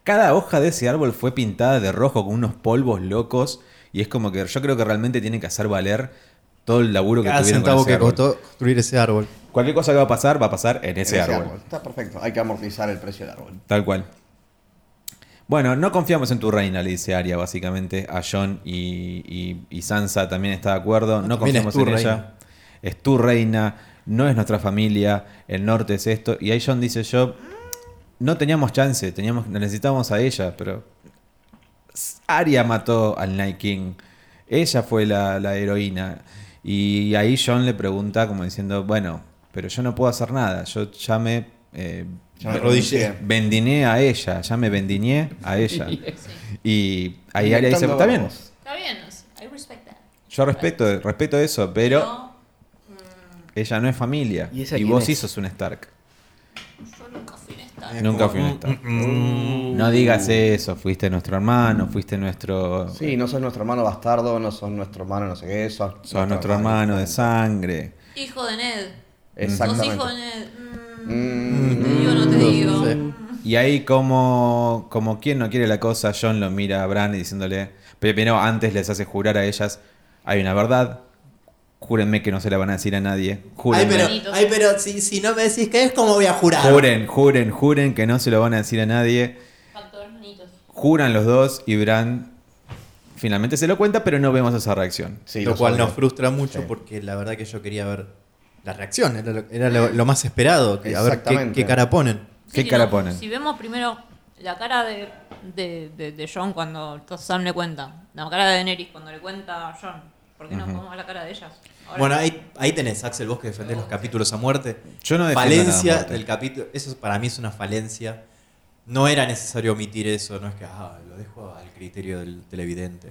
Cada hoja de ese árbol fue pintada de rojo con unos polvos locos y es como que yo creo que realmente tienen que hacer valer todo el laburo que
Cada
tuvieron con
centavo
ese
que
árbol.
costó construir ese árbol.
Cualquier cosa que va a pasar, va a pasar en ese,
Ese
árbol.
árbol. Está perfecto. Hay que amortizar el precio del árbol.
Tal cual. Bueno, no confiamos en tu reina, le dice Aria básicamente a John y, y- y Sansa también está de acuerdo. No,
también
confiamos
es tu
en ella.
reina.
Es tu reina, no es nuestra familia, el norte es esto. Y ahí John dice yo, no teníamos chance, teníamos, necesitábamos a ella, pero Aria mató al Night King. Ella fue la, la heroína. Y ahí John le pregunta como diciendo, bueno, pero yo no puedo hacer nada. Yo ya me... eh,
Ya me
Rodillé.
renuncié.
vendiné a ella, ya me vendiné a ella. Y ahí Aria dice,
Inventando
está bien,
vamos.
Está bien, o sea, I respect that.
yo respeto, respeto eso, pero
No,
ella no es familia.
¿Y
Y,
esa quién
vos
es?
hisos un Stark.
yo nunca fui esta.
Nunca fui un
Mm,
Stark. No digas eso, fuiste nuestro hermano, fuiste nuestro...
Sí, no sos nuestro hermano bastardo, no sos nuestro hermano no sé qué, sos,
Sos nuestro hermano de sangre.
Hijo de Ned. Sos
Exactamente.
hijo de Ned. Mm,
Mm,
Te digo, no te digo.
Sí.
Mm.
Y ahí como, como quien no quiere la cosa, John lo mira a Bran y diciéndole, pero primero antes les hace jurar a ellas, hay una verdad, júrenme que no se la van a decir a nadie,
Ay,
júrenme,
pero,
Bonitos.
ay, pero si, si no me decís que es, ¿cómo voy a jurar?
juren, juren, juren que no se lo van a decir a nadie,
Faltó hermanitos.
juran los dos y Bran finalmente se lo cuenta, pero no vemos esa reacción.
sí,
lo
los
cual
odio.
nos frustra mucho
Sí.
porque la verdad que yo quería ver la reacción, era lo, era lo- lo más esperado, que- a ver qué,
Exactamente.
qué cara ponen.
¿Qué
si
cara
no-
ponen?
Si vemos primero la cara de, de, de- de John cuando Sam le cuenta, la cara de Daenerys cuando le cuenta a John, ¿por qué no ponemos la cara de ellas? Ahora-
Bueno, ahí, ahí tenés, Axel, vos que defendés los capítulos a muerte.
Yo no defiendo
falencia
nada a muerte.
del capítulo, eso es- para mí es una falencia. No era necesario omitir eso, no es que ah, lo dejo al criterio del televidente.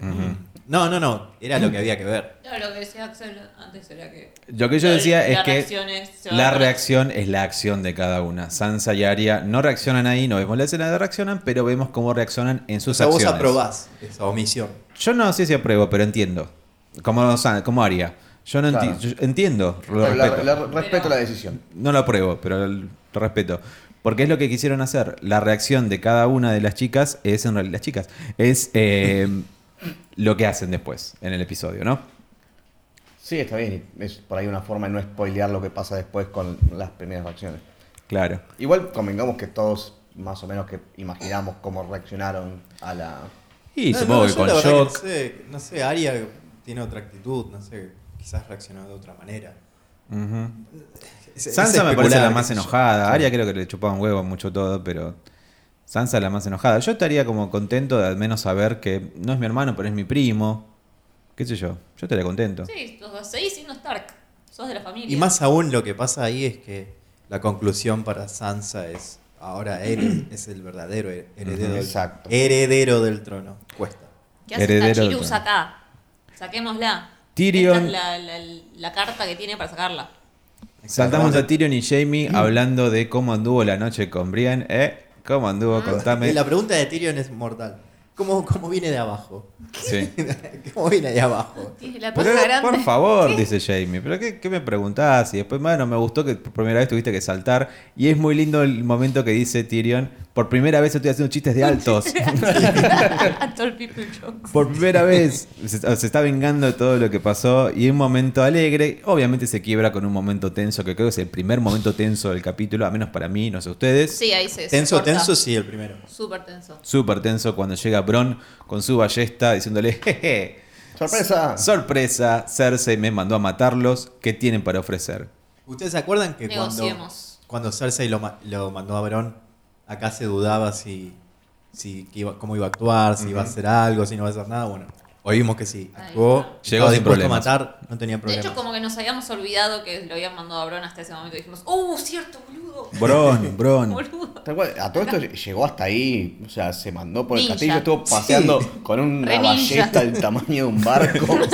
No, no, no, era lo que había que ver.
Claro, lo que decía Axel antes era que.
Lo que yo
La-
decía es
la
que
reacción es- se va
la
a ver.
reacción es la acción de cada una. Sansa y Arya no reaccionan ahí, no vemos la escena de reaccionan, pero vemos cómo reaccionan en
O
sus
sea, vos
acciones.
aprobás esa omisión.
Yo no sé si apruebo, pero entiendo. Como, San- como Aria. Yo no enti-
Claro.
yo entiendo, lo
Pero la-
respeto.
la- respeto la decisión.
No lo apruebo, pero el- lo respeto. Porque es lo que quisieron hacer. La reacción de cada una de las chicas es, en realidad, las chicas, es eh, lo que hacen después en el episodio, ¿no?
Sí, está bien. Es por ahí una forma de no spoilear lo que pasa después con las primeras reacciones.
Claro.
Igual convengamos que todos más o menos que imaginamos cómo reaccionaron a la...
Y
No,
supongo
no,
que
yo
con
la verdad que
shock.
No sé, no sé, Aria tiene otra actitud, no sé, quizás reaccionó de otra manera.
Ujú.
Es- es
Sansa me parece
especular,
la
qué
más
sé yo.
enojada. Aria creo que le chupaba un huevo mucho todo, pero Sansa la más enojada. Yo estaría como contento de al menos saber que no es mi hermano, pero es mi primo. ¿Qué sé yo? Yo estaría contento.
Sí, los dos. Seguís siendo Stark. Sos de la familia.
Y más aún lo que pasa ahí es que la conclusión para Sansa es ahora [CLEARS THROAT] él es el verdadero her- heredero, del-
Exacto.
heredero del trono. Cuesta.
¿Qué hace
Heredero
esta
del
Chirus
trono.
acá? Saquémosla.
Tyrion.
Esta es la, la- la carta que tiene para sacarla.
Saltamos a Tyrion y Jamie hablando de cómo anduvo la noche con Brian. ¿Eh? ¿Cómo
Ah,
anduvo?
Y
Contame.
la pregunta de Tyrion es mortal. ¿Cómo, cómo viene de abajo? [LAUGHS]
[LAUGHS] Sí.
¿Cómo viene de abajo?
Tiene la
Pero,
panza grande.
por
[LAUGHS]
favor, dice Jamie, ¿pero qué, qué me preguntás? Y después, bueno, me gustó que por primera vez tuviste que saltar. Y es muy lindo el momento que dice Tyrion, por primera vez estoy haciendo
[LAUGHS]
chistes de altos.
Tall people jokes.
por primera vez se, ah, se está vengando de todo lo que pasó. Y un momento alegre, obviamente se quiebra con un momento tenso, que creo que es el primer momento tenso del capítulo, a menos para mí, no sé ustedes.
Sí, ahí se. se
Tenso,
corta.
tenso, sí, el primero.
Súper tenso.
Súper tenso cuando llega Bron con su ballesta diciéndole, jeje.
¡Sorpresa!
Sorpresa, Cersei me mandó a matarlos. ¿Qué tienen para ofrecer?
¿Ustedes se acuerdan que cuando,
Negociemos.
cuando Cersei lo, ma- lo mandó a Bron, acá se dudaba si, si que iba- cómo iba a actuar, si iba a hacer algo, si no iba a hacer nada? Bueno, hoy vimos que sí,
Ahí
actuó,
está.
estaba
Llegó sin
dispuesto
problemas.
a matar, no tenía
De
problema.
hecho, como que nos habíamos olvidado que lo habían mandado a Bron hasta ese momento. Dijimos, ¡Uh, cierto, boludo! [LAUGHS]
Bron, Bron.
Boludo.
Tal cual, A todo esto llegó hasta ahí, o sea, se mandó por el
Ninja.
castillo,
[LAUGHS]
estuvo paseando con una
Re ninja.
ballesta del tamaño de
[LAUGHS]
un barco por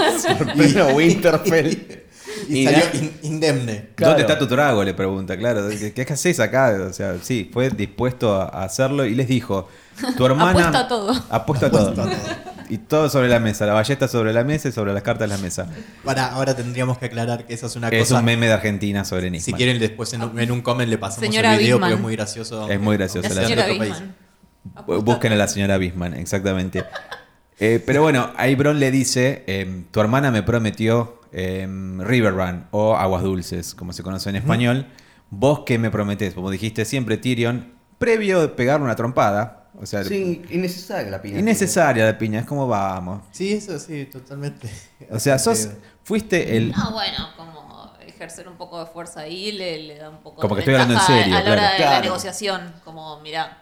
pleno
[LAUGHS]
Winterfell.
y
Y
salió
na-
in- indemne.
Claro.
¿Dónde está tu trago? Le pregunta, claro. ¿Qué, qué haces acá? O sea, sí, fue dispuesto a- a hacerlo y les dijo,
[LAUGHS]
tu hermana...
Apuesta a todo.
Apuesta a todo. Y todo sobre la mesa, la ballesta sobre la mesa y sobre las cartas de la mesa.
Para, ahora tendríamos que aclarar que esa es una
Es
cosa.
un meme de Argentina sobre Nisman.
si quieren, después en un, en un comment le pasamos
Señora
el video
Bisman.
porque es muy gracioso.
Es muy gracioso,
aunque
La
Se
sea de
señora
otro país.
Bisman.
Bu- Busquen a la señora Bisman, exactamente. Eh, pero bueno, ahí Bron le dice, em, tu hermana me prometió em, River Run o Aguas Dulces, como se conoce en español. Vos qué me prometés, como dijiste siempre Tyrion, previo de pegar una trompada, o sea,
Sí, innecesaria la piña.
innecesaria la piña, es como vamos.
Sí, eso sí, totalmente. Eh,
O sea, sos, fuiste el... [LAUGHS]
No, Ah, bueno, como ejercer un poco de fuerza ahí le, le da un poco
Como
de
que estoy hablando en
ventaja
serio,
a la hora
claro.
de la
Claro.
negociación. Como, mira,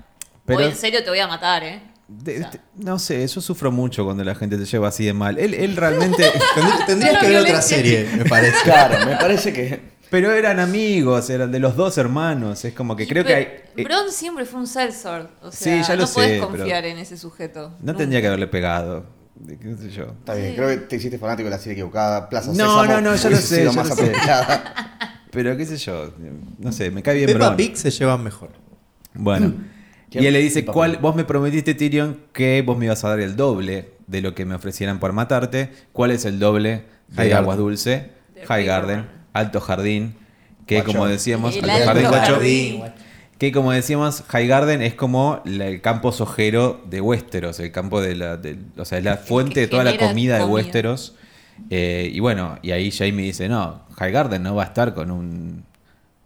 Pero-
voy en serio, te voy a matar, ¿eh?
de-
O sea,
te- no sé, yo sufro mucho cuando la gente te lleva así de mal. Él, él realmente... [LAUGHS]
Tendr- Tendrías
Solo
que ver otra
violencia.
serie, me parece.
Claro, me parece que.
Pero eran amigos, eran de los dos hermanos, es como que
y
creo que
pe-
hay... eh,
Bron siempre fue un sellsword. O
Sí,
sea,
ya lo
no
sé,
puedes confiar en ese sujeto.
No tendría que haberle pegado. de- ¿Qué sé yo?
Está bien,
Sí.
creo que te hiciste fanático de la serie equivocada. Plaza
No,
Sésamo
no, no, ya lo
hubiese
sé,
sido
ya
más
lo sé.
apropiada.
[LAUGHS] Pero qué sé yo. No sé, me cae bien
Peppa
Bron.
Pig se llevan mejor. [CLEARS THROAT]
Bueno. Y él le dice,
Peppa
¿cuál,
Pig.
vos me prometiste, Tyrion, que vos me ibas a dar el doble de lo que me ofrecieran por matarte. ¿Cuál es el doble de
High
Aguas
Garden.
Dulce?
De
High
River.
Garden, Alto Jardín, que
Guacho.
como decíamos,
El
Alto Jardín
Alto
Guacho,
Jardín.
que como decíamos, High Garden es como la- el campo sojero de Westeros, el campo de la, de- o sea, es la fuente de toda la
genera
comida de
comida.
Westeros. Eh, y bueno, y ahí Jamie dice, no, High Garden no va a estar con un,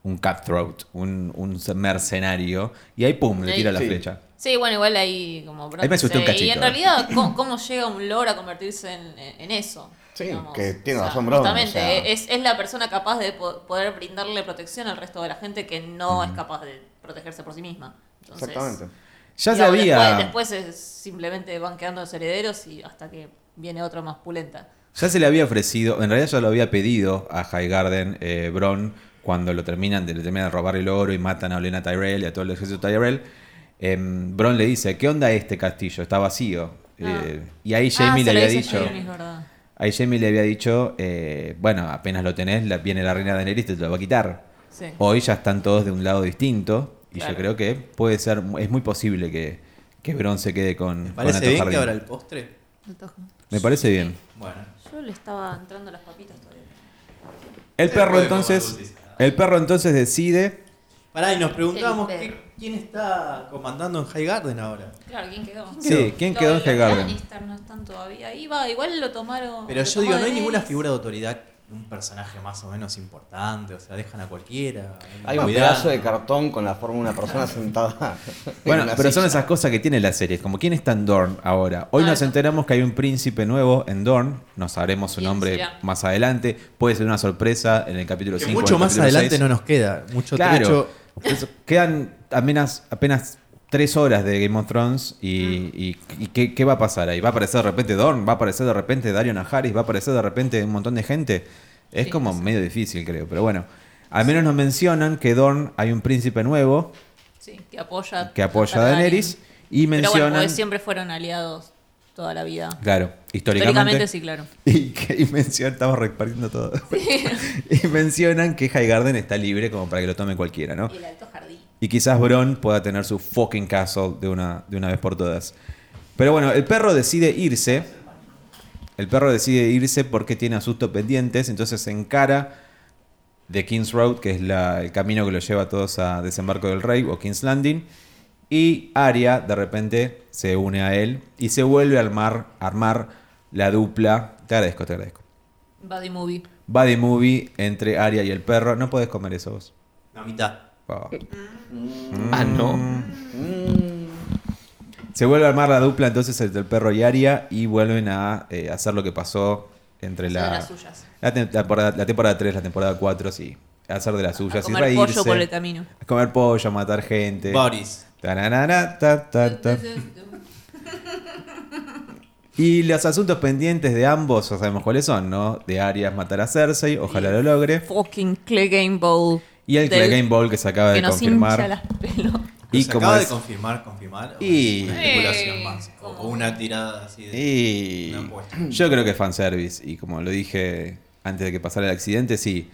un cutthroat, un, un mercenario. Y ahí, pum, le tira la
Sí.
flecha.
Sí, bueno, igual ahí como Bron
Ahí me asusté un
dice,
cachito,
Y en
eh. [CLEARS THROAT]
realidad, ¿cómo, cómo llega un lord a convertirse en, en eso?
Sí, que tiene razón Bron,
Justamente,
o sea.
es, es la persona capaz de po- poder brindarle protección al resto de la gente que no es capaz de protegerse por sí misma. Entonces,
Exactamente.
Ya
y
se
ahora
había,
Después, después es- simplemente van quedando los herederos y hasta que viene otro más pulenta.
ya se le había ofrecido, en realidad ya lo había pedido a High Garden eh, Bron cuando lo terminan, de, le terminan de robar el oro y matan a Olena Tyrell y a todo el ejército Tyrell. Em, Bron le dice, ¿qué onda este castillo? Está vacío. Eh, y ahí Jamie
Ah,
le
se lo
había
dice
dicho.
Tyrion, es verdad.
Ahí Jamie le había dicho, eh, bueno, apenas lo tenés, la- viene la reina Daenerys y te lo va a quitar.
Sí.
Hoy ya están todos de un lado distinto y yo
Claro.
creo que puede ser, es muy posible que, que Bron se quede con, con
Parece
Alto
bien que
Jardín.
ahora el postre.
Me parece bien.
Bueno.
Yo le estaba entrando las papitas todavía.
El perro
Podemos,
entonces,
Dulcis.
el perro entonces decide
Pará, y nos preguntamos
El
qué-
perro.
quién está comandando en High Garden ahora.
Claro, ¿quién quedó?
Sí, ¿quién quedó en
Los
Highgarden?
Lannister no están todavía. Ahí va, igual lo tomaron.
Pero
lo
yo
tomó
digo, no hay
Daenerys.
ninguna figura de autoridad, un personaje más o menos importante, o sea, dejan a cualquiera.
Hay un
cuidado.
pedazo de cartón con la forma de una persona sentada. en
Bueno,
una
pero son
silla.
esas cosas que tiene la serie. Como quién está en Dorn ahora. Hoy
Ah,
nos
no.
enteramos que hay un príncipe nuevo en Dorn. Nos sabremos su
¿Quién
nombre
será?
más adelante. Puede ser una sorpresa en el capítulo
Que
5.
mucho más adelante no nos queda. Mucho
Claro.
trecho.
Eso, Quedan apenas, apenas tres horas de Game of Thrones y, y- y qué, qué va a pasar ahí. ¿Va a aparecer de repente Dorn? ¿Va a aparecer de repente Dario Najaris? ¿Va a aparecer de repente un montón de gente? Es
Sí,
como
sí.
medio difícil, creo. Pero bueno, al menos nos mencionan que Dorn hay un príncipe nuevo
Sí, que apoya.
que apoya a Daenerys y
Pero
mencionan...
bueno, porque siempre fueron aliados toda la vida.
Claro, históricamente.
Históricamente sí, [LAUGHS] claro.
[LAUGHS] Y, que, y mencionan, estamos repartiendo todo. [LAUGHS] y mencionan que Highgarden está libre como para que lo tome cualquiera, ¿no?
Y el alto jardín.
Y quizás Bron pueda tener su fucking castle de una, de una vez por todas. Pero bueno, el perro decide irse. El perro decide irse porque tiene asustos pendientes, entonces se encara de King's Road, que es la- el camino que lo lleva a todos a Desembarco del Rey o King's Landing. Y Arya de repente se une a él y se vuelve a armar, a armar la dupla. Te agradezco, te agradezco.
Buddy Movie.
Buddy movie entre Arya y el perro. No podés comer eso vos.
La mitad.
Oh.
Ah, no.
Mm. Se vuelve a armar la dupla entonces entre el perro y Aria y vuelven a eh, hacer lo que pasó entre
Hacer de
la,
las suyas.
la, tem- la temporada, la temporada 3, la temporada 4, sí. Hacer de las
A
suyas y
comer
reírse.
pollo por el camino.
a comer pollo, a matar gente.
Boris.
Tananana, ta, ta, ta. Y los asuntos pendientes de ambos, ya sabemos cuáles son, ¿no? De Aria es matar a Cersei, ojalá lo logre.
Fucking Clay Game Bowl.
Y el
Del-
Game Ball que se acaba de
que nos hincha
confirmar.
las pelotas.
Y
se
como
acaba
es-
de confirmar, confirmar. o
Y-
es una especulación más. O
como-
o una tirada así de.
Y
Una apuesta.
yo creo que es fanservice. Y como lo dije antes de que pasara el accidente, sí,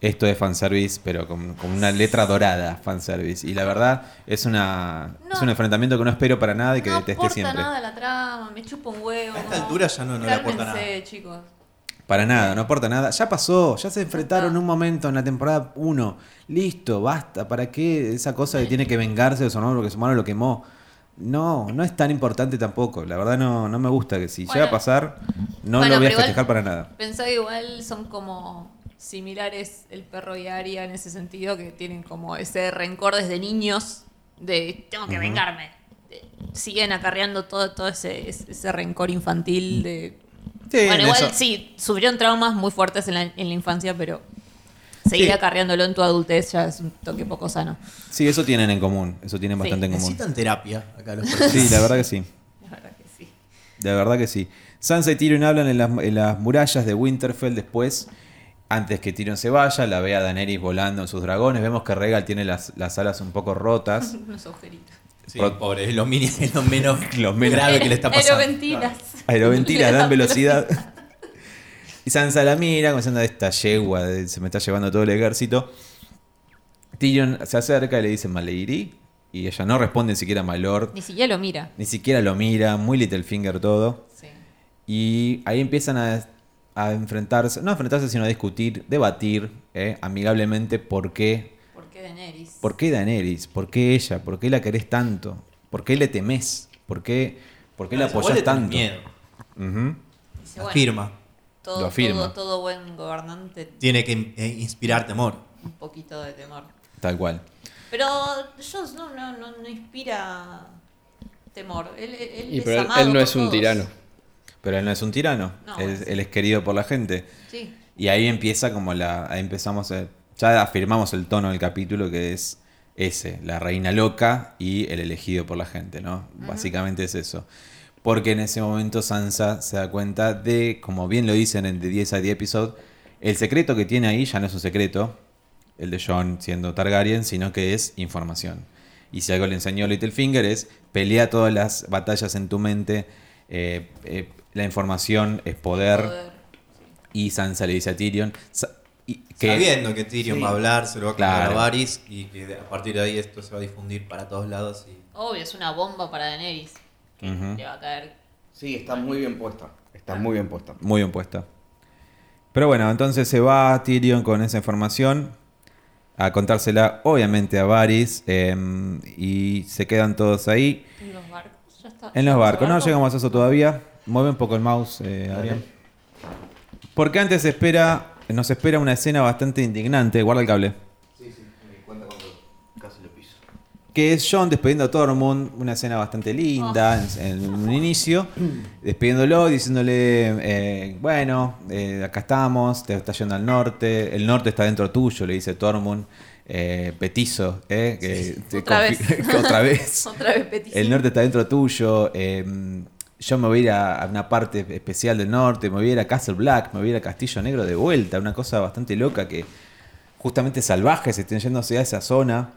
esto es fanservice, pero con, con una letra dorada, fanservice. Y la verdad, es, una,
No.
es un enfrentamiento que no espero para nada y que
no
deteste
aporta
siempre.
nada a la trama, me chupa un huevo.
A esta altura ya no- no le aporta
Cálmense,
nada.
chicos.
Para nada, no aporta nada. Ya pasó, ya se enfrentaron un momento en la temporada 1. Listo, basta. ¿Para qué esa cosa que tiene que vengarse de su hermano porque su hermano lo quemó? No, no es tan importante tampoco. La verdad no, no me gusta que si
Bueno.
llega a pasar, no
Bueno,
lo voy a
pero igual-
festejar para nada.
Pensá que igual son como similares el perro y Aria en ese sentido, que tienen como ese rencor desde niños de tengo que vengarme. De- Siguen acarreando todo, todo ese, ese rencor infantil de...
Sí, en
bueno, igual
eso-
sí, sufrieron traumas muy fuertes en la, en la infancia, pero seguir
Sí.
acarreándolo en tu adultez ya es un toque poco sano.
Sí, eso tienen en común. Eso tienen
Sí.
bastante en común.
Necesitan terapia acá los
Sí, la verdad que sí.
La verdad que sí.
La verdad que sí. Sansa y Tyrion hablan en las, en las murallas de Winterfell después. Antes que Tyrion se vaya, la ve a Daenerys volando en sus dragones. Vemos que Regal tiene las, las alas un poco
[LAUGHS]
rotas.
Unos agujeritos.
Sí, pobre, es lo, mini- [LAUGHS] es lo menos
Lo menos-
grave que le está
[LAUGHS]
pasando.
Aeroventilas.
Aeroventilas dan velocidad. [LAUGHS] Y Sansa la mira, como diciendo, esta yegua, de- se me está llevando todo el ejército. Tyrion se acerca y le dice, Maleiri. Y ella no responde ni siquiera Malord.
Ni siquiera lo mira.
Ni siquiera lo mira, muy Littlefinger todo.
Sí.
Y ahí empiezan a, a enfrentarse, no a enfrentarse, sino a discutir, debatir eh, amigablemente por qué.
¿Por qué Daenerys?
¿Por qué Daenerys? ¿Por qué ella? ¿Por qué la querés tanto? ¿Por qué le temés? ¿Por qué, por qué la
Vos le
apoyás
tenés
tanto?
miedo.
Ujú.
Dice, bueno,
Afirma.
todo,
Lo afirma.
Todo, todo buen gobernante,
Tiene que in- eh, inspirar temor.
un poquito de temor.
Tal cual.
Pero Jones no, no, no, no inspira temor. Él, él- él
Y
es
pero él,
amado
él no
por
es un
todos.
tirano.
Pero él no es un tirano.
No,
él,
bueno, sí.
él es querido por la gente.
Sí.
Y ahí empieza como la. Ahí empezamos. eh, ya afirmamos el tono del capítulo que es ese: la reina loca y el elegido por la gente, ¿no? Básicamente es eso. Porque en ese momento Sansa se da cuenta de, como bien lo dicen en The 10 a 10 Episode, el secreto que tiene ahí ya no es un secreto, el de John siendo Targaryen, sino que es información. Y si algo le enseñó Littlefinger es pelea todas las batallas en tu mente, eh, eh, la información es poder.
Poder.
Y Sansa le dice a Tyrion sa- y que
Sabiendo que Tyrion va a hablar, se lo va a contar
Claro.
a Varys y que de- a partir de ahí esto se va a difundir para todos lados. Y...
Obvio, es una bomba para Daenerys. Que
Ujú.
le va a caer.
Sí, está muy bien puesta. Está muy bien puesta.
muy bien puesta. Pero bueno, entonces se va Tyrion con esa información. a contársela obviamente a Varys eh, y se quedan todos ahí
En los barcos. Ya está.
en los barcos. No llegamos a eso todavía. Mueve un poco el mouse, eh, Adrián. Porque antes se espera, nos espera una escena bastante indignante. Guarda el cable. Que es John despediendo a Tormund, una escena bastante linda en, en un inicio, despidiéndolo, diciéndole, eh, bueno, eh, acá estamos, te estás yendo al norte, el norte está dentro tuyo, le dice Tormund, eh, petizo, eh, [LAUGHS] que te
Otra
confi- otra
[LAUGHS]
vez.
Otra vez petición.
El norte está dentro tuyo. eh, yo me voy a ir a, a una parte especial del norte, me voy a ir a Castle Black, me voy a ir a Castillo Negro de vuelta. Una cosa bastante loca que justamente salvajes estén yéndose a esa zona.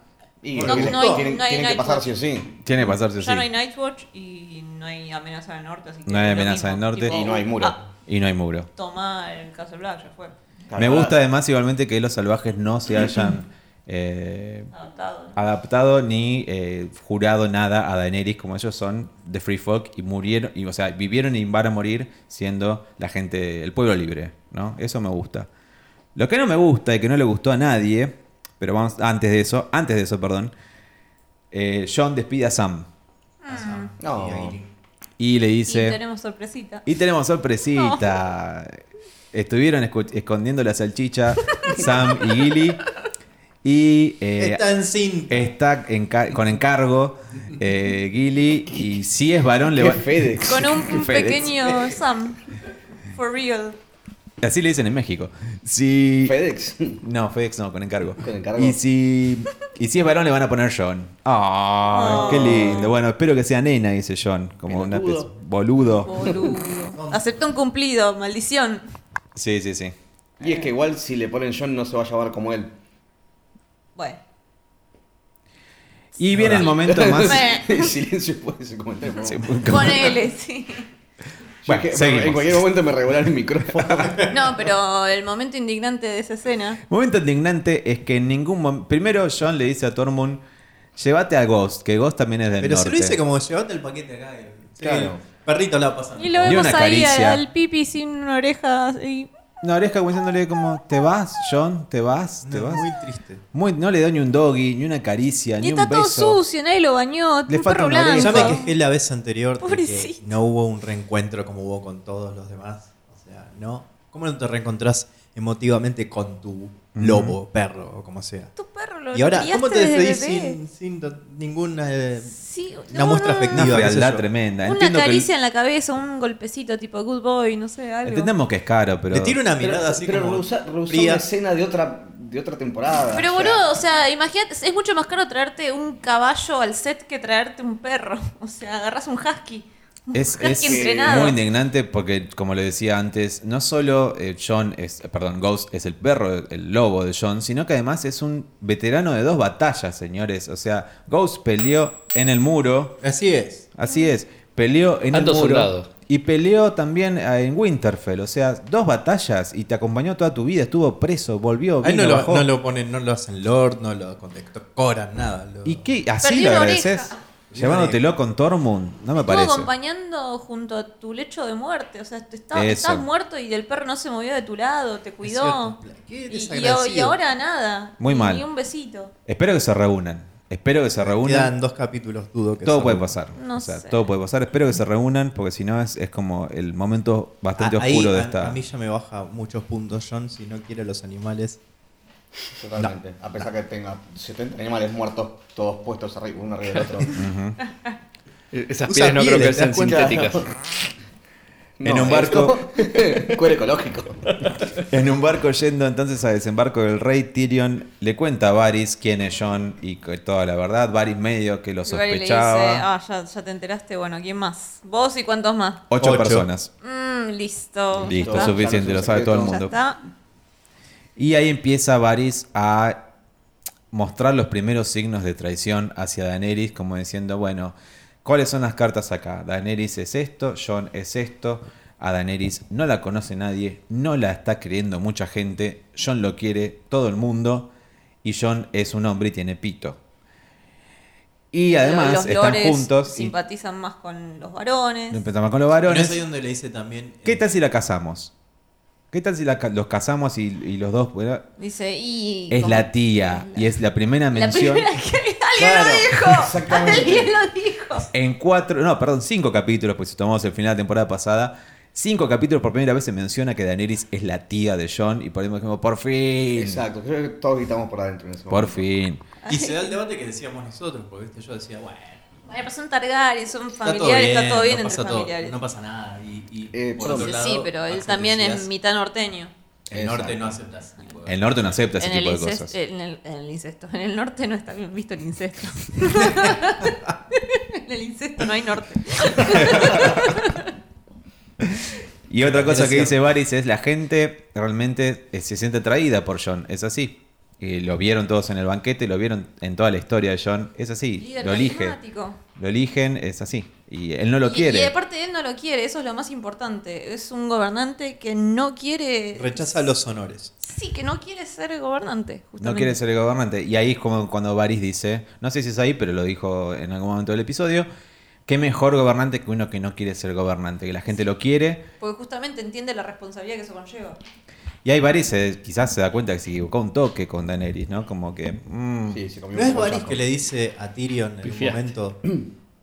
Y
No,
tienen,
no hay-
tienen-
no
tienen
hay
que
Nightwatch.
pasar sí o sí.
Tiene que pasarse
Ya no hay
así.
Nightwatch y no hay amenaza del norte, así que
No hay
es lo
amenaza
mismo.
del norte.
Tipo,
Y no hay muro.
ah,
Y no hay muro.
toma el Castle Black, ya fue.
Me gusta además igualmente que los salvajes no se [CLEARS THROAT] hayan eh,
Adaptado.
adaptado ni eh, jurado nada a Daenerys como ellos son de Free Folk y murieron, y, o sea, vivieron y van a morir siendo la gente, el pueblo libre, ¿no? Eso me gusta. Lo que no me gusta y que no le gustó a nadie, pero vamos, antes de eso, antes de eso, perdón, eh, John despide a Sam
Ah.
No.
y le
Y
dice... [LAUGHS]
tenemos sorpresita.
Y tenemos
[LAUGHS]
sorpresita. Estuvieron escu- escondiendo la salchicha Sam y Gilly. Y eh,
Está en cinta.
está enca- con encargo eh, Gilly. Y si es varón, le
Qué
va.
FedEx.
Con un, un
Fedex.
pequeño Sam. For real.
Así le dicen en México. Si.
FedEx.
No, FedEx no, con encargo.
Con encargo.
Y si, y si es varón, le van a poner John. ¡Ah! ¡Qué lindo! Bueno, espero que sea nena, dice John. Como una
Pelotudo.
especie- Boludo.
Boludo. Aceptó un cumplido, maldición.
Sí, sí, sí.
Y es que igual si le ponen John no se va a llevar como él.
[LAUGHS]
Bueno.
Y viene el momento
[LAUGHS]
más.
[LAUGHS]
Meh.
Silencio puede ser comentario. por favor.
Ponele, sí.
Yo
Bueno,
es que
seguimos.
En cualquier momento me regular el micrófono.
No, pero el momento indignante de esa escena.
Momento indignante es que en ningún momento. Primero, John le dice a Tormund: Llévate a Ghost, que Ghost también es del
Pero se
norte.
lo dice como llevate el paquete acá. y- Sí,
Claro.
Perrito la pasan.
Y lo
Ni
vemos
una
ahí
caricia.
al pipi sin una oreja. Y...
No, oreja como diciéndole como: ¿Te vas, John? ¿Te vas? ¿Te
No,
vas?
Muy triste.
Muy- no le doy ni un doggy, ni una caricia,
Y
ni
está
un
todo
beso.
sucio, nadie lo bañó.
Le
un
falta
perro
una
blanco.
oreja.
Ya me quejé la vez anterior de que
Ah, Pobrecito.
no hubo un reencuentro como hubo con todos los demás. O sea, no. ¿Cómo no te reencontrás emotivamente con tu lobo, perro o como sea?
Tu perro lo
Y ahora,
criaste
¿cómo te
desde
despedís
bebé.
sin, sin do- ninguna... eh,
Sí,
Una muestra
Una
afectiva, qué sé
fealdad
yo.
tremenda.
Una
Entiendo que el-
caricia en la cabeza, un golpecito tipo good boy, no sé, algo.
Entendemos que es caro, pero.
Le tiro una mirada
Pero,
así
pero
como...
rehusar- rehusar
fría.
una escena de otra, de otra temporada.
Pero
O sea,
boludo, o sea, imagínate, es mucho más caro traerte un caballo al set que traerte un perro. [LAUGHS] O sea, agarras un husky.
[LAUGHS]
Un
Es,
husky
es
entrenado.
muy indignante porque, como le decía antes, no solo eh, John es, perdón, Ghost es el perro, el lobo de John, sino que además es un veterano de dos batallas, señores. O sea, Ghost peleó en el muro,
Así es.
así es, peleó en
Alto
el muro
soldado.
y peleó también eh, en Winterfell. O sea, dos batallas y te acompañó toda tu vida, estuvo preso, volvió,
Ahí
vino,
no lo,
bajó.
no lo ponen, no lo hacen Lord, no lo condecoran, nada. lo-
¿Y qué? ¿Así
Perdió
lo
una
agradeces?
oreja.
Llevándotelo con Tormund, no me
Estuvo
parece.
acompañando junto a tu lecho de muerte. O sea, te está-
Eso.
estás muerto y el perro no se movió de tu lado, te cuidó.
cierto. Qué
Y- Y,
desagradecido.
y ahora nada.
Muy
Ni-
mal.
Ni un besito.
Espero que se reúnan. Espero que se reúnan.
Quedan dos capítulos, dudo que
Todo
se
puede
reúnan.
pasar.
No
o sea,
sé.
todo puede pasar. Espero que se reúnan porque si no es, es como el momento bastante
Ah, ahí
oscuro de
a-
esta.
A mí ya me baja muchos puntos, John, si no quiere a los animales.
Totalmente. A pesar que tenga 70 animales muertos, todos puestos arriba, uno arriba del otro.
e-, Esas
Usa
pieles no creo que
pieles, ¿te das
sean
cuenta?
sintéticas.
[LAUGHS] En un barco.
[LAUGHS] eso- Cuero ecológico.
En un barco yendo entonces a desembarco del rey, Tyrion le cuenta a Varys quién es John y que toda la verdad. Varys medio que lo
Y Barry le dice,
sospechaba.
ah, ya, ya te enteraste, bueno, ¿quién más? ¿Vos y cuántos más?
Ocho,
Ocho.
personas.
Mm, listo.
Listo,
ya está.
suficiente, lo sabe todo el
Ya
Ah. Ya
mundo.
está.
Y ahí empieza Varys a mostrar los primeros signos de traición hacia Daenerys, como diciendo, bueno, ¿cuáles son las cartas acá? Daenerys es esto, Jon es esto, a Daenerys no la conoce nadie, no la está creyendo mucha gente, Jon lo quiere todo el mundo, y Jon es un hombre y tiene pito. Y además
los
están
lores
juntos y
Simpatizan más con los varones.
empezamos con los
Pero es
varones.
ahí donde le dice también.
¿Qué
eh,
tal si la casamos? ¿Qué ¿Qué tal si la ca- los casamos y, y los dos? fuera?
Dice, y.
Es
como-
la tía y es la primera
La
mención.
primera [LAUGHS] que. ¡Alguien
Claro,
lo dijo!
exactamente.
¡Alguien lo dijo!
En cuatro, no, perdón, cinco capítulos, pues si tomamos el final de la temporada pasada, cinco capítulos por primera vez se menciona que Daenerys es la tía de John y por ahí dijimos, por fin,
Exacto, creo que todos gritamos por adentro en ese
por
momento.
fin.
Y se da el debate que decíamos nosotros, porque ¿viste? yo decía, bueno,
Bueno, pero son Targaryen, son
está todo
familiares,
bien,
está todo bien,
no,
entre
pasa todo,
familiares.
no pasa nada. Y, y
Eh,
por
sí,
otro
Sí,
lado,
sí, pero él
Axel
también
decías,
es mitad norteño.
El norte
Exacto.
no acepta ese tipo de
El norte no acepta ese
En el,
tipo de
incesto,
cosas.
en, el, en el incesto. En el norte no está bien visto
[LAUGHS]
el incesto. en el incesto no hay norte.
Y otra cosa
Era
que
cierto.
dice Varys es la gente realmente eh, se siente atraída por John, es así. Y lo vieron todos en el banquete, lo vieron en toda la historia de John, es así,
Líder
lo elige.
carismático.
Lo eligen, es así. Y él no lo
Y-
quiere.
Y, aparte él no lo quiere, eso es lo más importante. Es un gobernante que no quiere.
Rechaza los honores.
Sí, que no quiere ser gobernante. Justamente.
No quiere ser el gobernante. Y ahí es como cuando Varys dice, no sé si es ahí, pero lo dijo en algún momento del episodio, qué mejor gobernante que uno que no quiere ser gobernante, que la gente lo quiere.
Porque justamente entiende la responsabilidad que eso conlleva.
Y ahí Varys eh, quizás se da cuenta que se equivocó un toque con Daenerys, ¿no? Como que... mm,
Sí, se comió
¿No
un
es
poco de
Varys
ajo.
que le dice a Tyrion en un
Pifiaste.
momento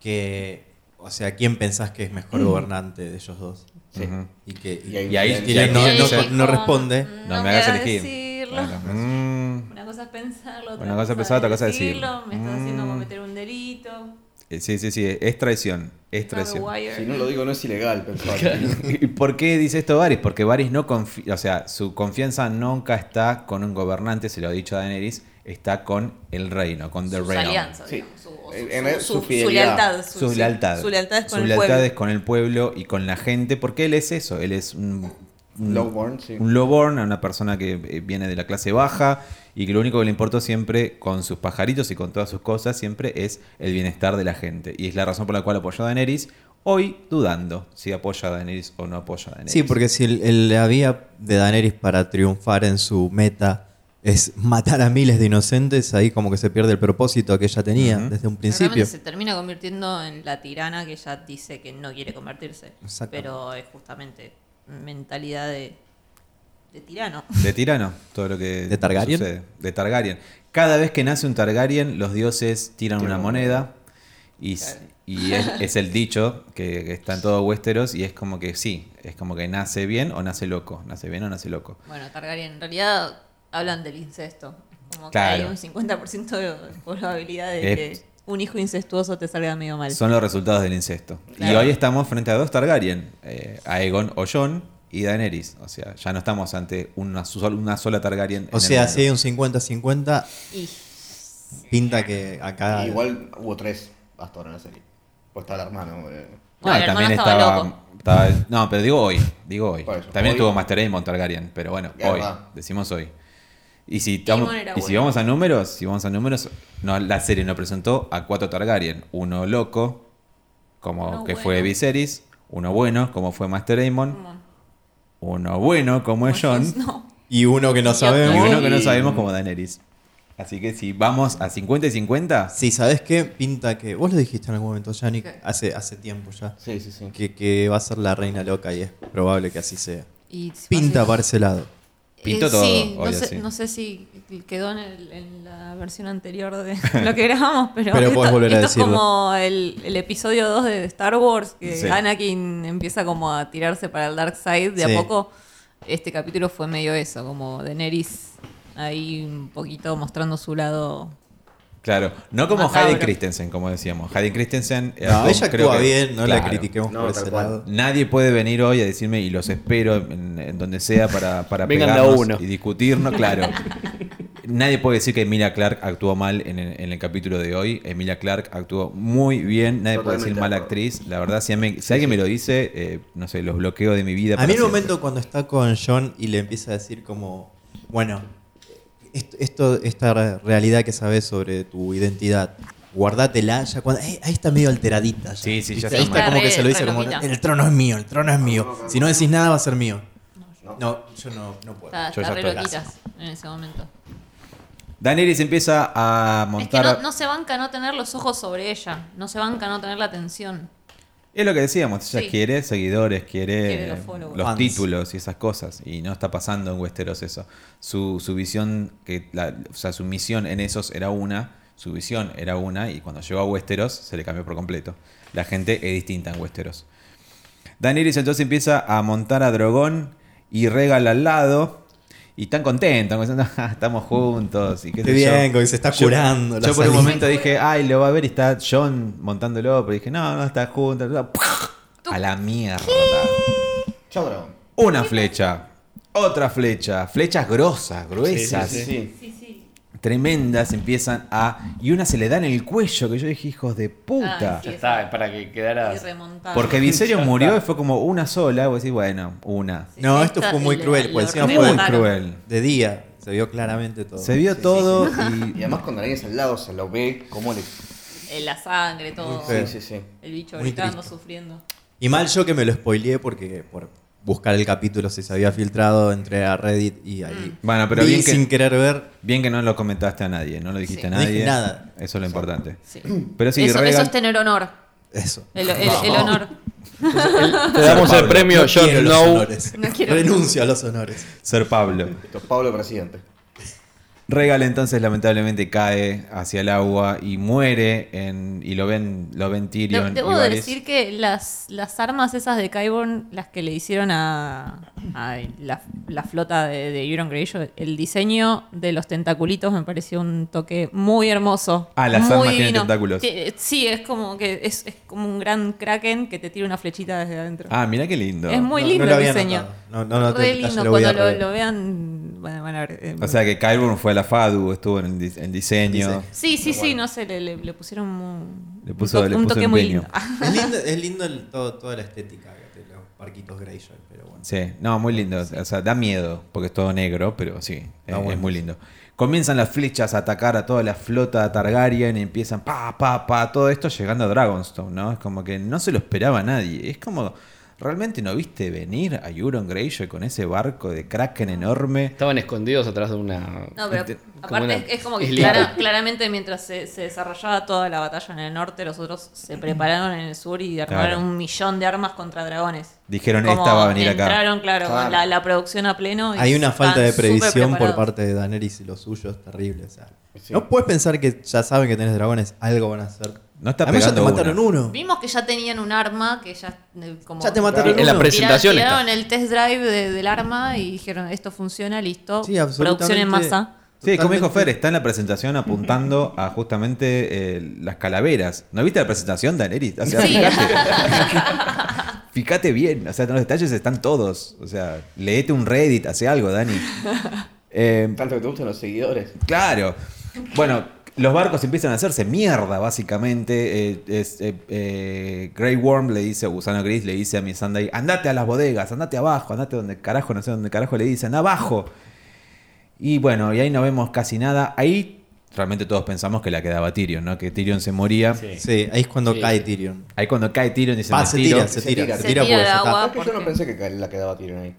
que, o sea, quién pensás que es mejor gobernante de ellos dos?
Sí.
ujú.
Y que
Y ahí-
y ahí
y ahí-
Tyrion no,
y ahí
no-
dice-
no responde.
Mm.
No me hagas
hagas
elegir.
decirlo.
Claro. Mm,
Una cosa es pensarlo, otra
Una cosa es pensar, otra cosa es decirlo.
Me está haciendo
Mm.
cometer un delito.
eh, Sí, sí, sí, es traición, es traición.
Wire.
Si no lo digo, no es ilegal, pensaba.
[LAUGHS] ¿Y por qué dice esto Varys? Porque Varys no confía, o sea, su confianza nunca está con un gobernante, se lo ha dicho a Daenerys, está con el reino, con The
sus
Realm.
alianzas,
Sí.
digamos, su,
En-
su-
en
su-
el- su
su- su
fidelidad.
lealtad.
su lealtad.
Su lealtad es con
Su
el
lealtad
pueblo.
es con el pueblo y con la gente, porque él es eso, él es un, un
Lowborn, sí.
un lowborn, una persona que eh, viene de la clase baja y que lo único que le importó siempre con sus pajaritos y con todas sus cosas siempre es el bienestar de la gente. Y es la razón por la cual apoyó a Daenerys, hoy dudando si apoya a Daenerys o no apoya a Daenerys.
Sí, porque si el- el- la vía de Daenerys para triunfar en su meta es matar a miles de inocentes, ahí como que se pierde el propósito que ella tenía
Ujú.
desde un
Realmente
principio.
se termina convirtiendo en la tirana que ella dice que no quiere convertirse.
Exacto.
Pero es justamente mentalidad de, de tirano.
De tirano, todo lo que
¿De Targaryen?
sucede. De Targaryen. Cada vez que nace un Targaryen, los dioses tiran una moneda. Y, s- y es, es el dicho que, que está en todo Westeros. Y es como que sí, es como que nace bien o nace loco. Nace bien o nace loco.
Bueno, Targaryen, en realidad hablan del incesto. Como que
Claro.
hay un 50% de probabilidad de
Eh.
que un hijo incestuoso te salga medio mal.
Son los resultados del incesto. Y
Claro.
hoy estamos frente a dos Targaryen: eh, Aegon o Jon y Daenerys. O sea, ya no estamos ante una, su- una sola Targaryen. en
O
el
sea,
mundo.
si hay un 50-50,
Y
pinta que acá...
Igual hubo tres hasta ahora en la serie. Pues estaba el hermano. eh.
No,
Bueno, el
también
hermano estaba
estaba,
loco.
estaba- No, pero digo hoy. Digo hoy.
Por eso,
también
hoy.
estuvo Master Aemon Targaryen, pero bueno,
Es
hoy.
verdad.
Decimos hoy. Y si, estamos-
Aemon era
y si
bueno.
vamos a números, si vamos a números, no, la serie nos presentó a cuatro Targaryen. Uno loco, como
Uno
que
bueno.
fue Viserys. Uno bueno, como fue Master Aemon.
como-
Uno bueno, como es
como
Jon.
Jon Snow.
Y uno que no
Y
Y
sabemos...
uno que no
Y-
sabemos, como Daenerys. Así que si vamos a 50 y 50,
Sí, ¿sabes qué? Pinta que... Vos lo dijiste en algún momento, Yannick,
¿Qué?
hace, hace tiempo ya.
Sí, sí, sí.
Que, que va a ser la reina loca y es probable que así sea.
Y parece-
Pinta para ese lado.
Pintó
Eh, Sí,
todo,
no
obvio,
sé,
sí.
no sé si quedó en, el- en la versión anterior de [LAUGHS] lo que grabamos, pero,
Pero podés volver a
esto es
decirlo.
como el, el episodio 2 de Star Wars, que
Sí.
Anakin empieza como a tirarse para el Dark Side de
Sí.
a poco. Este capítulo fue medio eso, como Daenerys ahí un poquito mostrando su lado.
claro. No como
Macabro.
Hayden Christensen, como decíamos. Hayden Christensen. eh,
No, ella
creo
actúa
que-
bien, no la
Claro.
critiquemos
No,
por
tal
ese
cual.
lado.
Nadie puede venir hoy a decirme, y los espero en, en donde sea para, para
Vengan de a
pegarnos
uno.
y discutirnos,
[LAUGHS]
claro. Nadie puede decir que Emilia Clark actuó mal en, el- en el capítulo de hoy. Emilia Clark actuó muy bien. Nadie puede
Totalmente
decir
de
mala
acuerdo.
actriz. La verdad, si, a mí- si alguien me lo dice, eh, no sé, los bloqueo de mi vida.
A
para
mí en un
siempre.
momento cuando está con John y le empieza a decir como, bueno, esto, esto- esta re- realidad que sabes sobre tu identidad, guardátela ya cuando... eh, ahí está medio alteradita. ya,
Sí, sí, ya está
¿viste? Ahí está
mal.
como que se lo dice
Re-
como,
relojita.
el trono es mío, el trono es mío. Si no decís nada va a ser mío.
No.
No, yo no, no puedo.
Está,
Yo ya
está re
estoy.
loquitas en ese momento.
Daenerys empieza a
Es que
montar.
no, no se banca no tener los ojos sobre ella, no se banca no tener la atención.
Es lo que decíamos, ella
Sí.
quiere seguidores, quiere,
Quiere los
eh, los,
followers.
Fans.
títulos y esas cosas. Y no está pasando en Westeros eso. Su, su visión, que la- o sea, su misión en esos era una, su visión era una, y cuando llegó a Westeros se le cambió por completo. La gente es distinta en Westeros. Daenerys entonces empieza a montar a Dragón y regala al lado. Y están contentos, como diciendo, [LAUGHS] "Ah, estamos juntos. Y qué
Qué
sé yo.
bien, como que se está
Yo-
curando. la
Yo por un
salud.
momento dije, ay, lo va a ver y está John montándolo, pero dije, no, no, está junto. bla, bla". A la mierda.
Chao, dragón.
Una flecha, otra flecha, flechas grosas, gruesas,
Sí, sí.
Sí, sí.
tremendas, empiezan a... Y una se le da en el cuello, que yo dije, hijos de puta.
Ah,
Ya está, para que quedara.
Y remontar.
Porque
Ya
Viserys
está.
murió y fue como una sola, vos decís, bueno, una.
No, esto
Esta-
fue muy
lo-
cruel,
lo
pues encima
Muy
fue
remataron.
cruel.
de día. Se vio claramente todo.
Se vio todo
Y
y...
además cuando alguien es al lado se lo ve como le...
Eh, La sangre, todo.
Sí.
Sí, sí, sí.
El bicho
Muy
gritando,
triste.
sufriendo.
Y mal yo que me lo spoileé porque por buscar el capítulo si se había filtrado, entré a Reddit y ahí.
Mm. Bueno, pero
vi
bien que-
sin querer ver.
Bien que no lo comentaste a nadie, no lo dijiste
Sí.
a
No dije
nadie.
nada.
Eso es lo importante.
Sí.
Pero sí,
eso,
Regan-
eso es tener honor.
Eso.
El, el- el honor.
[LAUGHS]
Te damos el
Pablo.
premio
No
John
quiero los
Snow.
honores.
No quiero-
Renuncio a los honores.
Ser Pablo.
Pablo presidente.
Regal entonces lamentablemente cae hacia el agua y muere en, y lo ven lo ven
De-
Tyrion y
debo
Varys.
decir que las, las armas esas de Kyborn, las que le hicieron a, a la, la flota de, de Euron Greyjoy, el diseño de los tentaculitos me pareció un toque muy hermoso.
Ah, las
muy
armas tienen
divino.
tentáculos.
Ti- eh, Sí, es como que es, es como un gran kraken que te tira una flechita desde adentro.
Ah, mira qué lindo.
Es muy
No- no
lindo
lo
el
había
diseño.
notado. No, no, no,
Re
te- ya
lindo,
lo voy a
cuando lo,
rever.
lo vean, bueno, van a ver. eh,
O sea que Kyburn fue a la FADU, estuvo en el di- en diseño.
Diseño.
sí, sí, sí, no sé, le, le- le pusieron un,
Le puso-
un to-
le
un
puso
toque muy
empeño.
lindo. [LAUGHS] Ah,
Es lindo, es lindo el- todo- toda la estética de los parquitos Greyjoy, pero bueno.
Sí, no, muy lindo. O sea, da miedo porque es todo negro, pero sí, es,
Ah, bueno.
es muy lindo. Comienzan las flechas a atacar a toda la flota Targaryen y empiezan pa, pa, pa, todo esto llegando a Dragonstone, ¿no? Es como que no se lo esperaba nadie. Es como, ¿realmente no viste venir a Euron Greyjoy con ese barco de Kraken enorme?
Estaban escondidos atrás de una.
No, pero
Este,
aparte
como una
es- es como que
islita.
clara- claramente mientras se, se desarrollaba toda la batalla en el norte, los otros se prepararon en el sur y armaron
Claro.
un millón de armas contra dragones.
Dijeron,
Como
esta va a venir acá.
Entraron, claro, con
Claro.
la, la producción a pleno. y
Hay una falta de
están súper
previsión por
preparados.
parte de Daenerys y los suyos terrible. o sea.
Sí.
No puedes pensar que ya saben que tenés dragones, algo van a hacer.
No está
Además, ya te
pegando
mataron
una.
uno.
Vimos que ya tenían un arma que ya. eh, Como,
Ya te mataron
En
uno.
la presi-
Tira-
Presentación está.
Tiraron el test drive de- del arma y dijeron: Esto funciona, listo.
Sí, absolutamente.
Producción en masa.
Sí, como dijo
Totalmente.
Fer, está en la presentación apuntando a justamente eh, las calaveras. ¿No viste la presentación, Daenerys? O sea,
Sí.
fíjate. Fíjate bien, o sea, los detalles están todos. O sea, leete un Reddit, hace algo, Dani. Eh,
Tanto que te gustan los seguidores.
claro. Bueno, los barcos empiezan a hacerse mierda, básicamente. Eh, es, eh, eh, Grey Worm le dice, o Gusano Gris le dice a Miss Sunday, andate a las bodegas, andate abajo, andate donde carajo, no sé dónde carajo le dicen, abajo. Y bueno, y ahí no vemos casi nada. Ahí realmente todos pensamos que la quedaba Tyrion, ¿no? Que Tyrion se moría.
Sí, ahí es cuando
Sí.
cae Tyrion.
Ahí cuando cae Tyrion dice,
Va,
este. "Me
se
tiro".
tira, se
se
tira,
tira.
se
Se
tira
tira
porque
al
ya está.
agua.
¿Sabes que yo no
porque-
pensé que ca- la quedaba Tyrion ahí?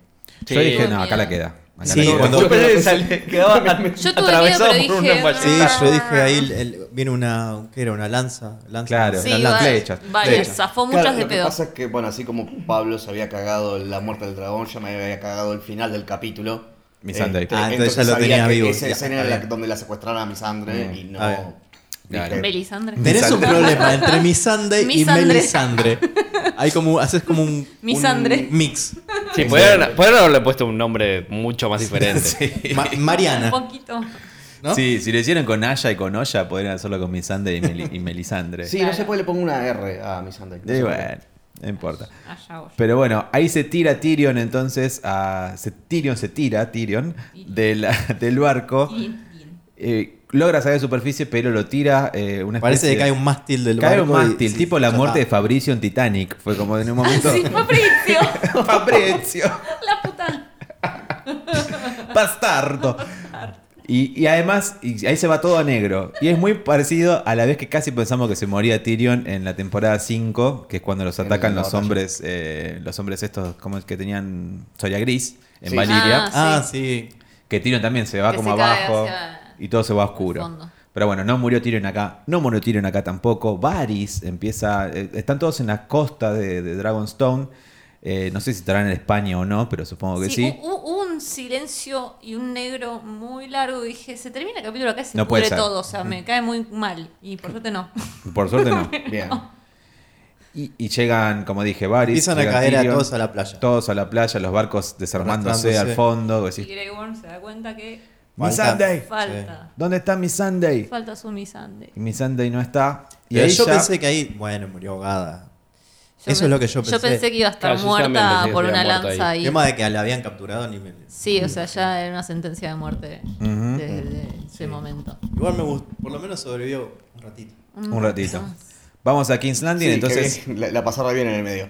Yo dije, no,
Miedo.
acá la queda. Acá
Sí,
la queda".
cuando- [LAUGHS]
Yo pensé
[LAUGHS]
que quedaba
Yo tuve
atravesado
miedo, pero
por
dije,
una
Sí,
falsedad.
yo dije ahí el- el- viene una, ¿qué era? Una lanza. lanza
Claro.
Sí.
Eran las
va-
flechas,
varias,
flechas.
zafó
Claro,
muchas de
lo que
pedo.
pasa es que, bueno, así como Pablo se había cagado la muerte del dragón, yo me había cagado el final del capítulo.
Missandei.
Este,
Ah, entonces ya lo
sabía
tenía
que
vivo.
Esa
Ya,
escena era
está
la-
bien. Mm,
donde la secuestraron a Misandre y no.
está bien.
Claro.
dije,
Melisandre.
Tenés un problema entre Misande y
Misandre.
Melisandre. Hay como, haces como un,
Misandre.
[LAUGHS]
un mix.
Sí, podrían, podrían haberle puesto un nombre mucho más diferente.
Ma-
Un
Mariana,
poquito.
¿no?
Sí, si lo hicieron con Aya y con Oya, podrían hacerlo con Missandei y, Meli- y Melisandre.
Sí, no sé por qué le pongo una R a Misandre.
Y bueno, no importa.
Allá voy.
Pero bueno, ahí se tira Tyrion entonces a. se- Tyrion se tira, Tyrion, de la- [LAUGHS] del barco.
Bien, bien.
Eh, logra salir de superficie, pero lo tira eh, una especie
[LAUGHS] Parece que
de-
cae un mástil del
Cae un
barco y-
mástil,
sí,
tipo la
ya
muerte de
está.
Fabricio en Titanic. Fue como en un momento.
Sí, fue Fabricio.
[LAUGHS] Fabricio,
La puta.
bastardo. Y, y además, y ahí se va todo a negro. Y es muy parecido a la vez que casi pensamos que se moría Tyrion en la temporada 5, que es cuando los
En
atacan
la
los
batalla.
hombres, eh, los hombres estos, como el que tenían Soya Gris en
Sí.
Valyria.
Ah,
Ah, sí.
Que Tyrion también se va
Que
como
se cae
abajo
hacia
y todo se va
el
oscuro.
fondo.
Pero bueno, no murió Tyrion acá, no murió Tyrion acá tampoco. Varys empieza. eh, están todos en la costa de, de Dragonstone. Eh, no sé si estarán en España o no, pero supongo que sí.
hu- hu- Hubo un silencio y un negro muy largo. y Dije, se termina el capítulo acá y se
No puede
pudre
ser. Mm.
todo. O sea, me cae muy mal. Y por
[LAUGHS]
suerte no.
Por suerte
[LAUGHS]
no.
Bien.
Y, y llegan, como dije, Varys.
Empiezan a
llegan
caer a todos a la playa.
Todos a la playa, los barcos desarmándose al
Arrastrándose.
fondo. vos
Y
decís,
Grey Worm se da cuenta que
Mi Sunday.
falta.
¿Dónde está mi Sunday?
Falta su misande.
Y mi Sunday no está. Y
Pero
ahí
yo
ya-
pensé que ahí, bueno, murió ahogada.
Yo
Eso
pe-
es lo que yo pensé.
Yo pensé que iba a estar
Claro, yo también pensé
muerta
que
por
se había
una
muerto
lanza
El
ahí.
tema de que la habían capturado ni me-
Sí, o sea, ya era una sentencia de muerte
Mm. Ujú.
desde ese momento.
Igual me gustó, por lo menos sobrevivió un ratito.
Un ratito. Vamos a King's Landing,
Sí,
entonces
que bien, la, la pasará bien en el medio.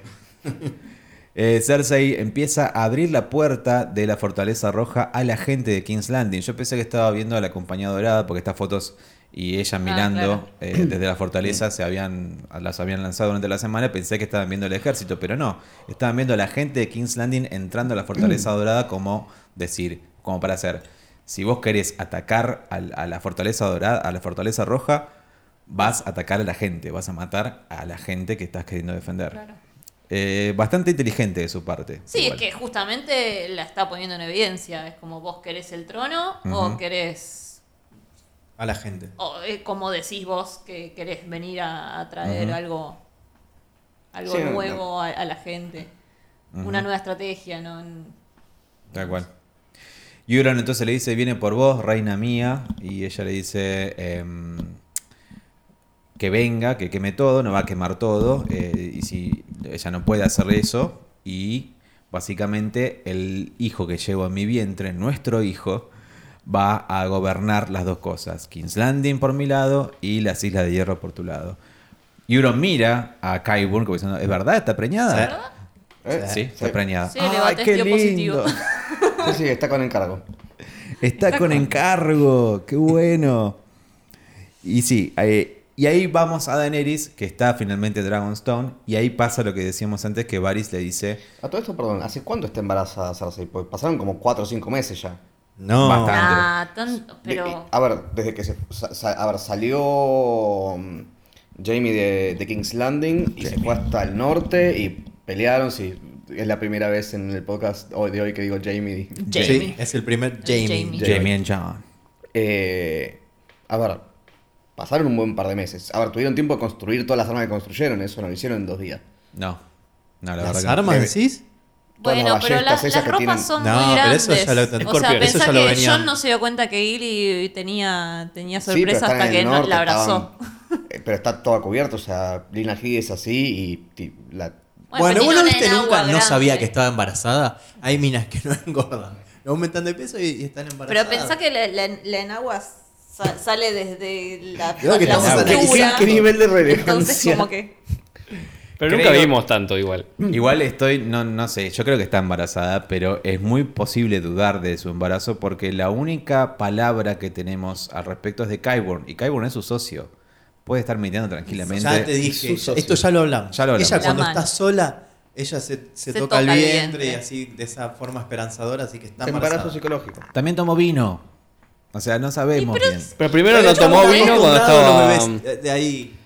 eh, Cersei empieza a abrir la puerta de la Fortaleza Roja a la gente de King's Landing. Yo pensé que estaba viendo a la compañía dorada porque estas fotos y ella mirando eh, desde la fortaleza se habían, las habían lanzado durante la semana. Pensé que estaban viendo el ejército, pero no. Estaban viendo a la gente de King's Landing entrando a la Fortaleza Dorada como decir, como para hacer. Si vos querés atacar al- a la Fortaleza Dorada, a la Fortaleza Roja, vas a atacar a la gente, vas a matar a la gente que estás queriendo defender. Eh, bastante inteligente de su parte.
Sí,
igual.
es que justamente la está poniendo en evidencia. Es como vos querés el trono
Ujú.
o querés.
A la gente.
O eh, como decís vos que querés venir a, a traer
Ujú.
algo. Algo
Sí, no,
nuevo A, a la gente. Una nueva estrategia, ¿no?
Tal cual. Euron entonces le dice, viene por vos, reina mía. Y ella le dice em, que venga, que queme todo, no va a quemar todo. eh, y si ella no puede hacer eso. Y básicamente el hijo que llevo en mi vientre, nuestro hijo, va a gobernar las dos cosas. King's Landing por mi lado y las Islas de Hierro por tu lado. Euron mira a Qyburn como diciendo, ¿es verdad? ¿Está
Ah.
preñada?
¿Eh?
Sí, está preñada.
Sí, le batestió positivo. [LAUGHS]
Sí, sí, está con encargo.
Está con encargo, qué bueno. Y sí, eh, y ahí vamos a Daenerys, que está finalmente en Dragonstone, y ahí pasa lo que decíamos antes, que Varys le dice,
A todo esto, perdón, ¿hace cuánto está embarazada Cersei? Pues pasaron como 4 o 5 meses ya.
No.
Bastante.
Ah, tanto.
De- eh,
Pero.
a ver, desde que se, sa- sa- a ver, salió mm, Jamie de, de King's Landing y se fue hasta el norte y pelearon. Sí, es la primera vez en el podcast hoy de hoy que digo Jamie.
Jamie.
Sí, es el primer Jamie.
Jamie.
Jamie and John.
Eh, a ver, pasaron un buen par de meses. A ver, tuvieron tiempo de construir todas las armas que construyeron, eso no lo hicieron en dos días.
No, no, la verdad
¿Las
que
armas
no.
decís?
Todas
Bueno,
las
pero la-
ballestas esas
las
que
ropas
tienen-
son
No,
muy
pero
grandes.
eso ya lo ten-
o sea,
Scorpio,
pensá
eso ya
que
lo venían.
John no se dio cuenta que Gilly tenía, tenía
Sí, pero
sorpresa
están
hasta
en
que
el
no-
norte,
la abrazó.
estaban- eh, pero está todo cubierto, o sea, Lina Headey es así y ti- la,
Bueno,
pero
vos no
tiene
viste
un
nunca,
agua
no
grande.
sabía que estaba embarazada. Hay minas que no [LAUGHS] engordan. No aumentan de peso y, y están
Pero
embarazadas.
pensá que la, la, la enagua sa- sale desde la,
Creo que
la
estamos
cintura.
analizando.
¿Qué nivel de
Entonces,
relevancia?
como que.
Pero
Creo-
nunca vimos tanto igual.
Igual estoy, no, no sé, yo creo que está embarazada, pero es muy posible dudar de su embarazo porque la única palabra que tenemos al respecto es de Qyburn, y Qyburn es su socio. Puede estar mintiendo tranquilamente.
Ya te dije,
su socio.
esto ya lo hablamos.
Ya lo hablamos.
Ella
La
cuando
mano.
está sola, ella se, se
Se
toca, el
toca el
vientre,
vientre.
y así de esa forma esperanzadora, así que está
Embarazo
embarazada.
psicológico.
También tomó vino. O sea, no sabemos bien.
Pero primero no
Pero
tomó
estamos
vino cuando
acostumbrados
um,
estaba. um,
los bebés eh, De ahí,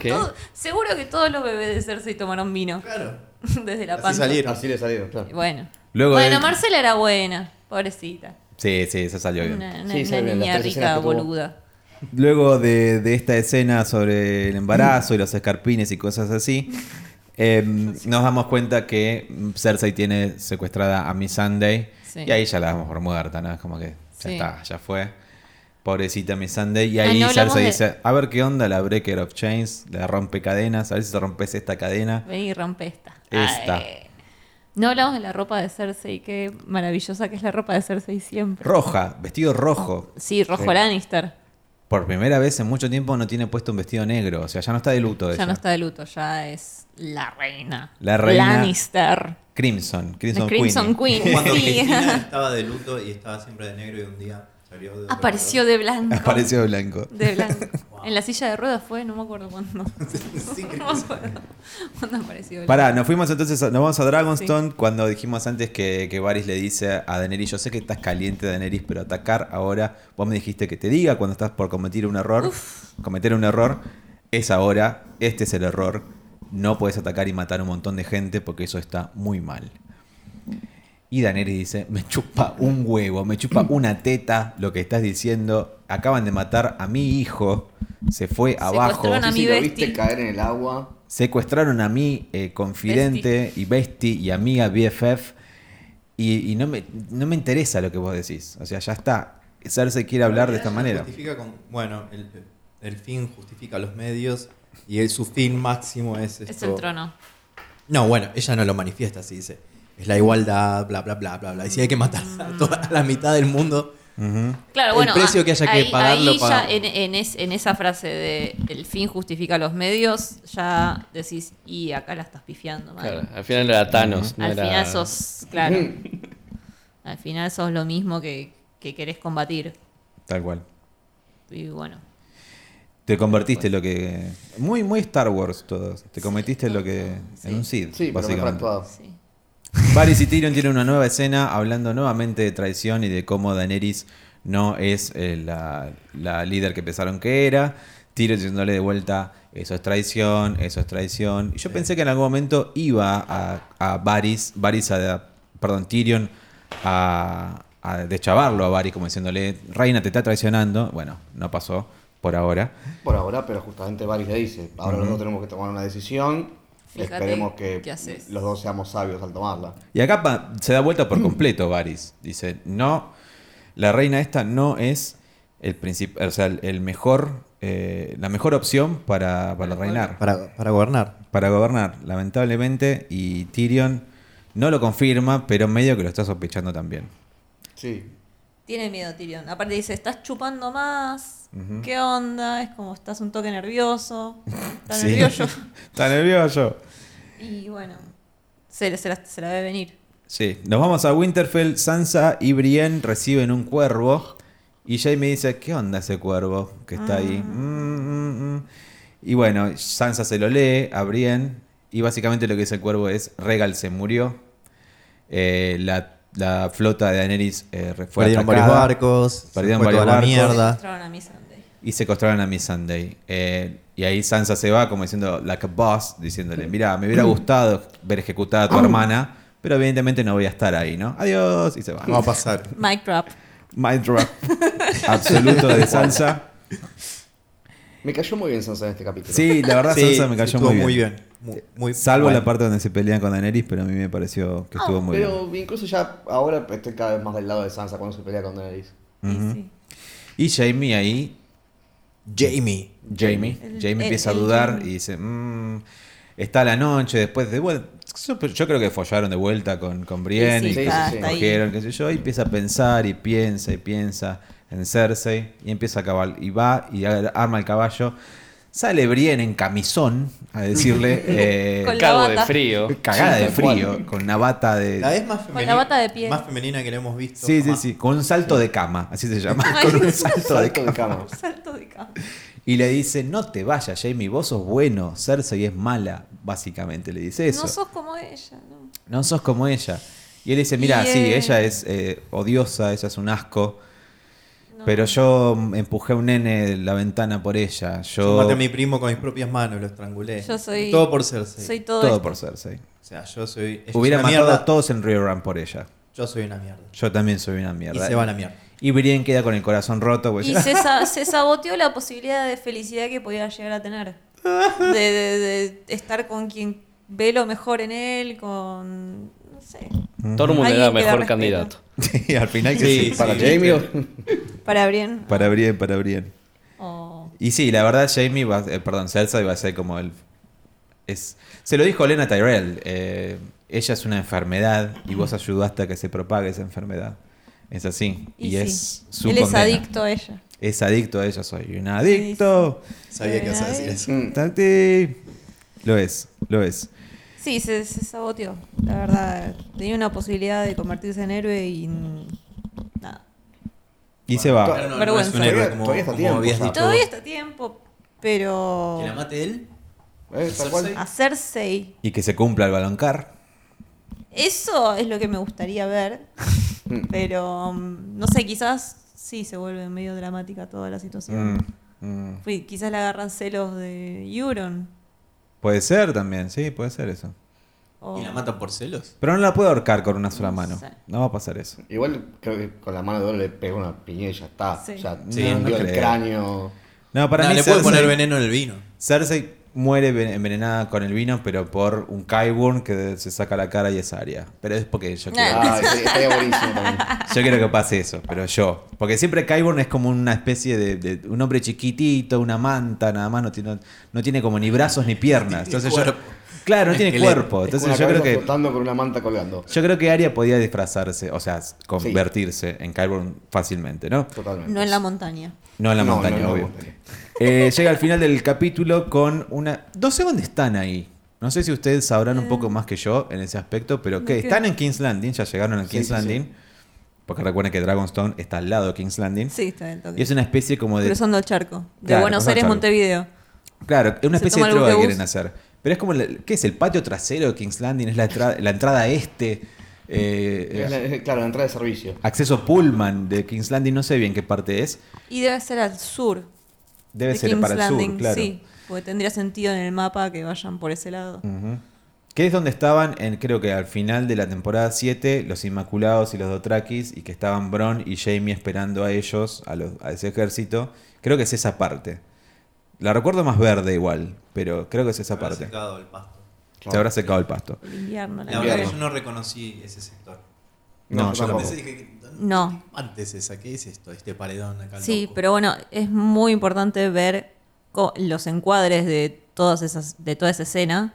¿Qué?
Todo- seguro que todos los bebés de Cersei tomaron vino [LAUGHS]
claro.
desde la
Así
panza.
salieron.
Así le salieron, claro.
Bueno.
Luego
bueno,
de-
Marcela era buena, pobrecita.
Sí, sí, eso salió bien.
Una, una-
Sí,
una
salió bien,
niña
las tres escenas
rica,
que tuvo.
boluda.
Luego de, de esta escena sobre el embarazo y los escarpines y cosas así, em, nos damos cuenta que Cersei tiene secuestrada a Miss Sunday.
Sí.
Y ahí ya la damos por muerta, ¿no? Es como que ya
Sí.
está, ya fue. Pobrecita Miss Sunday. Y
Ah,
ahí
no hablamos
Cersei
de-
dice, a ver qué onda la Breaker of Chains, la rompe cadenas, a ver si te rompes esta cadena.
Vení y rompe esta.
Esta.
Ay. No hablamos de la ropa de Cersei, qué maravillosa que es la ropa de Cersei siempre.
Roja, vestido rojo.
sí, rojo Lannister.
Por primera vez en mucho tiempo no tiene puesto un vestido negro. O sea, ya no está de luto.
Ya
ella.
no está de luto, ya es la reina.
La reina.
Lannister.
Crimson,
La
Crimson,
Crimson
Queen.
Queen.
[LAUGHS] Cuando
sí. [LAUGHS]
Cristina estaba de luto y estaba siempre de negro y un día se Salió de-
[LAUGHS] Apareció de blanco.
[LAUGHS] Apareció de blanco.
De blanco.
[LAUGHS]
En la silla de ruedas fue, no me acuerdo cuándo.
[LAUGHS]
No me acuerdo cuándo apareció. de
Pará,
blanco.
nos fuimos entonces, a- nos vamos a Dragonstone cuando dijimos antes que, que Varys le dice a Daenerys, yo sé que estás caliente Daenerys, pero atacar ahora, vos me dijiste que te diga cuando estás por cometer un error, cometer un error, es ahora, este es el error, no puedes atacar y matar a un montón de gente porque eso está muy mal. Y Daenerys dice, me chupa un huevo, me
[CLEARS THROAT]
chupa una teta lo que estás diciendo, acaban de matar a mi hijo, se fue abajo
Secuestraron a
Sí,
mi
lo
bestie.
viste caer en el agua.
secuestraron a mi eh, confidente y bestie y amiga BFF y, y no, me, no me interesa lo que vos decís. O sea, ya está. Cersei quiere hablar de esta manera.
Justifica con- bueno, el, el fin justifica los medios y el, su fin máximo es esto.
Es el trono.
No, bueno, ella no lo manifiesta, así dice. Es la igualdad, bla, bla, bla, bla, bla. Y si hay que matar
Mm.
a toda la mitad del mundo,
Ujú.
Claro,
El
bueno,
precio que haya que pagarlo,
ahí ya
pagamos.
en, en es- en esa frase de el fin justifica los medios, ya decís, y acá la estás pifiando, madre.
Claro, al final era Thanos. no
Al
era-
final sos, claro. al final sos lo mismo que, que querés combatir.
Tal cual.
Y bueno.
Te convertiste lo que. Muy, muy Star Wars todos. Te cometiste lo que. En un Cid,
Sí, pero mejor
básicamente.
actuado.
Sí.
Varys y Tyrion tienen una nueva escena hablando nuevamente de traición y de cómo Daenerys no es eh, la, la líder que pensaron que era. Tyrion diciéndole de vuelta, eso es traición, eso es traición. Y yo pensé que en algún momento iba a, a Varys, Varys a, perdón, Tyrion a, a deschavarlo a Varys como diciéndole, Reina te está traicionando. Bueno, no pasó por ahora.
Por ahora, pero justamente Varys le dice, ahora los dos tenemos que tomar una decisión.
Fíjate
Esperemos que
qué haces.
los dos seamos sabios al tomarla.
Y acá pa- se da vuelta por completo Varys. Dice, no, la reina esta no es el, princip- o sea, el- el mejor, eh, la mejor opción para, para reinar, para,
para, para gobernar.
gobernar, lamentablemente. Y Tyrion no lo confirma, pero medio que lo está sospechando también.
Sí.
Tiene miedo Tyrion. Aparte dice, estás chupando más. ¿Qué onda? Es como estás un
[LAUGHS]
toque nervioso. Estás
Sí.
nervioso.
[LAUGHS] Está nervioso.
Y bueno, se, se la, se la ve venir.
Sí, nos vamos a Winterfell. Sansa y Brienne reciben un cuervo. Y Jaime dice: ¿Qué onda ese cuervo que está ahí? Mm, mm, mm. Y bueno, Sansa se lo lee a Brienne. Y básicamente lo que dice el cuervo es: Regal se murió. Eh, la, la flota de Daenerys eh, re- fue
Perdieron
atacada
varios barcos.
Perdieron
se fue
varios
toda
barcos.
la mierda.
Secuestraron a mi Sunday.
y secuestraron a Miss Sunday. Eh, y ahí Sansa se va como diciendo, like a boss, diciéndole, mira, me hubiera gustado ver ejecutada a tu hermana, pero evidentemente no voy a estar ahí, ¿no? Adiós, y se Ah, va.
No va a pasar.
Mic drop.
Mind
[LAUGHS]
drop absoluto de Sansa.
Me cayó muy bien Sansa en este capítulo.
Sí, la verdad
Sí,
Sansa me
sí,
cayó
estuvo
muy bien.
Muy, muy-
Salvo
bueno.
la parte donde se pelean con Daenerys, pero a mí me pareció que
Ah,
estuvo muy bien.
pero incluso ya ahora estoy cada vez más del lado de Sansa cuando se pelea con Daenerys.
Y sí.
Y Jamie ahí,
Jamie.
Jamie,
El-
Jamie
el-
empieza a
el
dudar
Jamie.
y dice, "Mm, está la noche, después de vuelta, yo creo que follaron de vuelta con, con Brienne
Sí,
y
sí,
que
está-
se
está
ahí.
cogieron, qué sé yo, y empieza a pensar y piensa y piensa en Cersei y empieza a cabalgar y va y a- arma el caballo. Sale Brienne en camisón a
[LAUGHS]
decirle eh,
Con la
Cago de
[LAUGHS]
bata.
frío.
cagada
Sí,
de
tal cual.
frío, con una bata
La
de...
vez más femenina.
la bata de piel.
Más femenina que le hemos visto.
Sí, sí,
jamás.
sí, con un salto de cama, así se llama, con un salto de
Salto
cama.
de cama.
[LAUGHS] Salto de cama.
Y le dice, no te vayas, Jamie, vos sos bueno, Cersei es mala, básicamente, le dice eso.
No sos como ella, ¿no?
No sos como ella. Y él dice, mira,
Y,
sí,
eh,
ella es eh, odiosa, ella es un asco, pero yo mm, empujé a un nene de la ventana por ella,
Yo
yo...
maté a mi primo con mis propias manos, lo estrangulé.
Yo soy-
Todo por Cersei.
Soy todo,
todo
esto.
por Cersei.
O sea, yo soy. es
Hubiera
una
matado
mierda,
a todos en Rio Run por ella.
Yo soy una mierda.
Yo también soy una mierda.
Y se va a la mierda.
Y Brienne queda con el corazón roto. pues porque
Y
dice, [LAUGHS]
se, sa- se saboteó la posibilidad de felicidad que podía llegar
[LAUGHS]
a tener. De, de- de estar con quien ve lo mejor en él, con... No sé. Alguien
Tormund era
que la
mejor
respeta.
candidato.
Sí, al final que sí,
Para
sí.
Jamie o-
Para Brienne.
Para Brienne, para Brienne.
o-
Y sí, la verdad, Jamie, va, eh, perdón, Cersei va a ser como el. Es, se lo dijo Lena Tyrell. eh, ella es una enfermedad y vos ayudaste a que se propague esa enfermedad. Es así. Y,
y
es
sí.
su
Él es
condena.
adicto a ella.
Es adicto a ella, soy un adicto.
Sabía que ibas a decir
[LAUGHS]
eso.
Mm.
Tati. Lo es, lo es.
Sí, se, se saboteó, la verdad. Tenía una posibilidad de convertirse en héroe y... n- Nada.
Y se va.
Claro, no, no
Vergüenza.
es un héroe,
Todavía-
como-
todavía está
como
tiempo,
habías
o sea.
dicho.
Todavía está a tiempo, pero.
¿Que la mate él?
Eh, tal cual.
A Cersei.
Y que se cumpla el baloncar.
Eso es lo que me gustaría ver. pero. mm, No sé, quizás sí se vuelve medio dramática toda la
Mm,
situación. Fui- quizás le agarran celos de Euron.
Puede ser también, sí, puede ser eso.
o-
¿Y la matan por celos?
Pero no la puede ahorcar con una sola
No
mano.
sé.
No va a pasar eso.
Igual creo que con la mano de oro le pegó una piña y ya está.
Sí.
Ya
Sí, no
hundió el
creo.
[LAUGHS]
cráneo.
No, para
No,
mí
le puede
Cersei-
poner veneno en el vino.
Cersei muere ven- envenenada con el vino, pero por un Kyburn que se saca la cara y es Arya. Pero es porque yo quiero,
Ah, estaría- estaría buenísimo también.
yo quiero que pase eso, pero yo. Porque siempre Kyburn es como una especie de, de un hombre chiquitito, una manta, nada más, no tiene, no tiene como ni brazos ni piernas.
tiene
Entonces yo-
cuerpo.
claro, no
Es
tiene
que le-
cuerpo.
Es como
Entonces
una
yo creo
cabeza
que
flotando con una manta colgando.
yo creo que Arya podía disfrazarse, o sea, convertirse en Kyburn fácilmente, ¿no?
Totalmente.
No en la montaña.
No en la
No,
montaña,
no en la
obvio.
montaña.
Eh, llega al final del capítulo con una. No sé dónde están ahí. No sé si ustedes sabrán un
Eh.
poco más que yo en ese aspecto, pero que
qué?
están en King's Landing, ya llegaron a King's
sí,
Landing. Porque recuerden que Dragonstone está al lado de King's Landing.
Sí, está bien, toque.
Y es una especie como de.
Cruzando el charco. De
Claro, cruzando
Buenos
el
Aires,
charco.
Montevideo.
Claro, es una
se
especie
toma
de
el
trova que
bus.
quieren hacer. Pero es como. La, ¿Qué es? El patio trasero de King's Landing, es la, entra- la entrada este. eh,
Es la- es- claro, la entrada de servicio.
acceso Pullman de King's Landing, no sé bien qué parte es.
Y debe ser al sur.
Debe
de
ser
King's
para el
Landing,
sur, claro.
Sí, porque tendría sentido en el mapa que vayan por ese lado.
Ujú. Que es donde estaban, en, creo que al final de la temporada 7, los Inmaculados y los Dothrakis, y que estaban Bron y Jamie esperando a ellos, a, los- a ese ejército. Creo que es esa parte. La recuerdo más verde igual, pero creo que es esa parte.
Secado el pasto.
Se habrá secado el pasto.
El invierno, la
La verdad que
verdad.
yo no reconocí ese sector.
No, yo
Yo
tampoco.
pensé, dije, ¿dónde-
No.
Antes esa, ¿qué es esto? Este paredón acá.
Sí,
loco?
pero bueno, es muy importante ver co- los encuadres de todas esas, de toda esa escena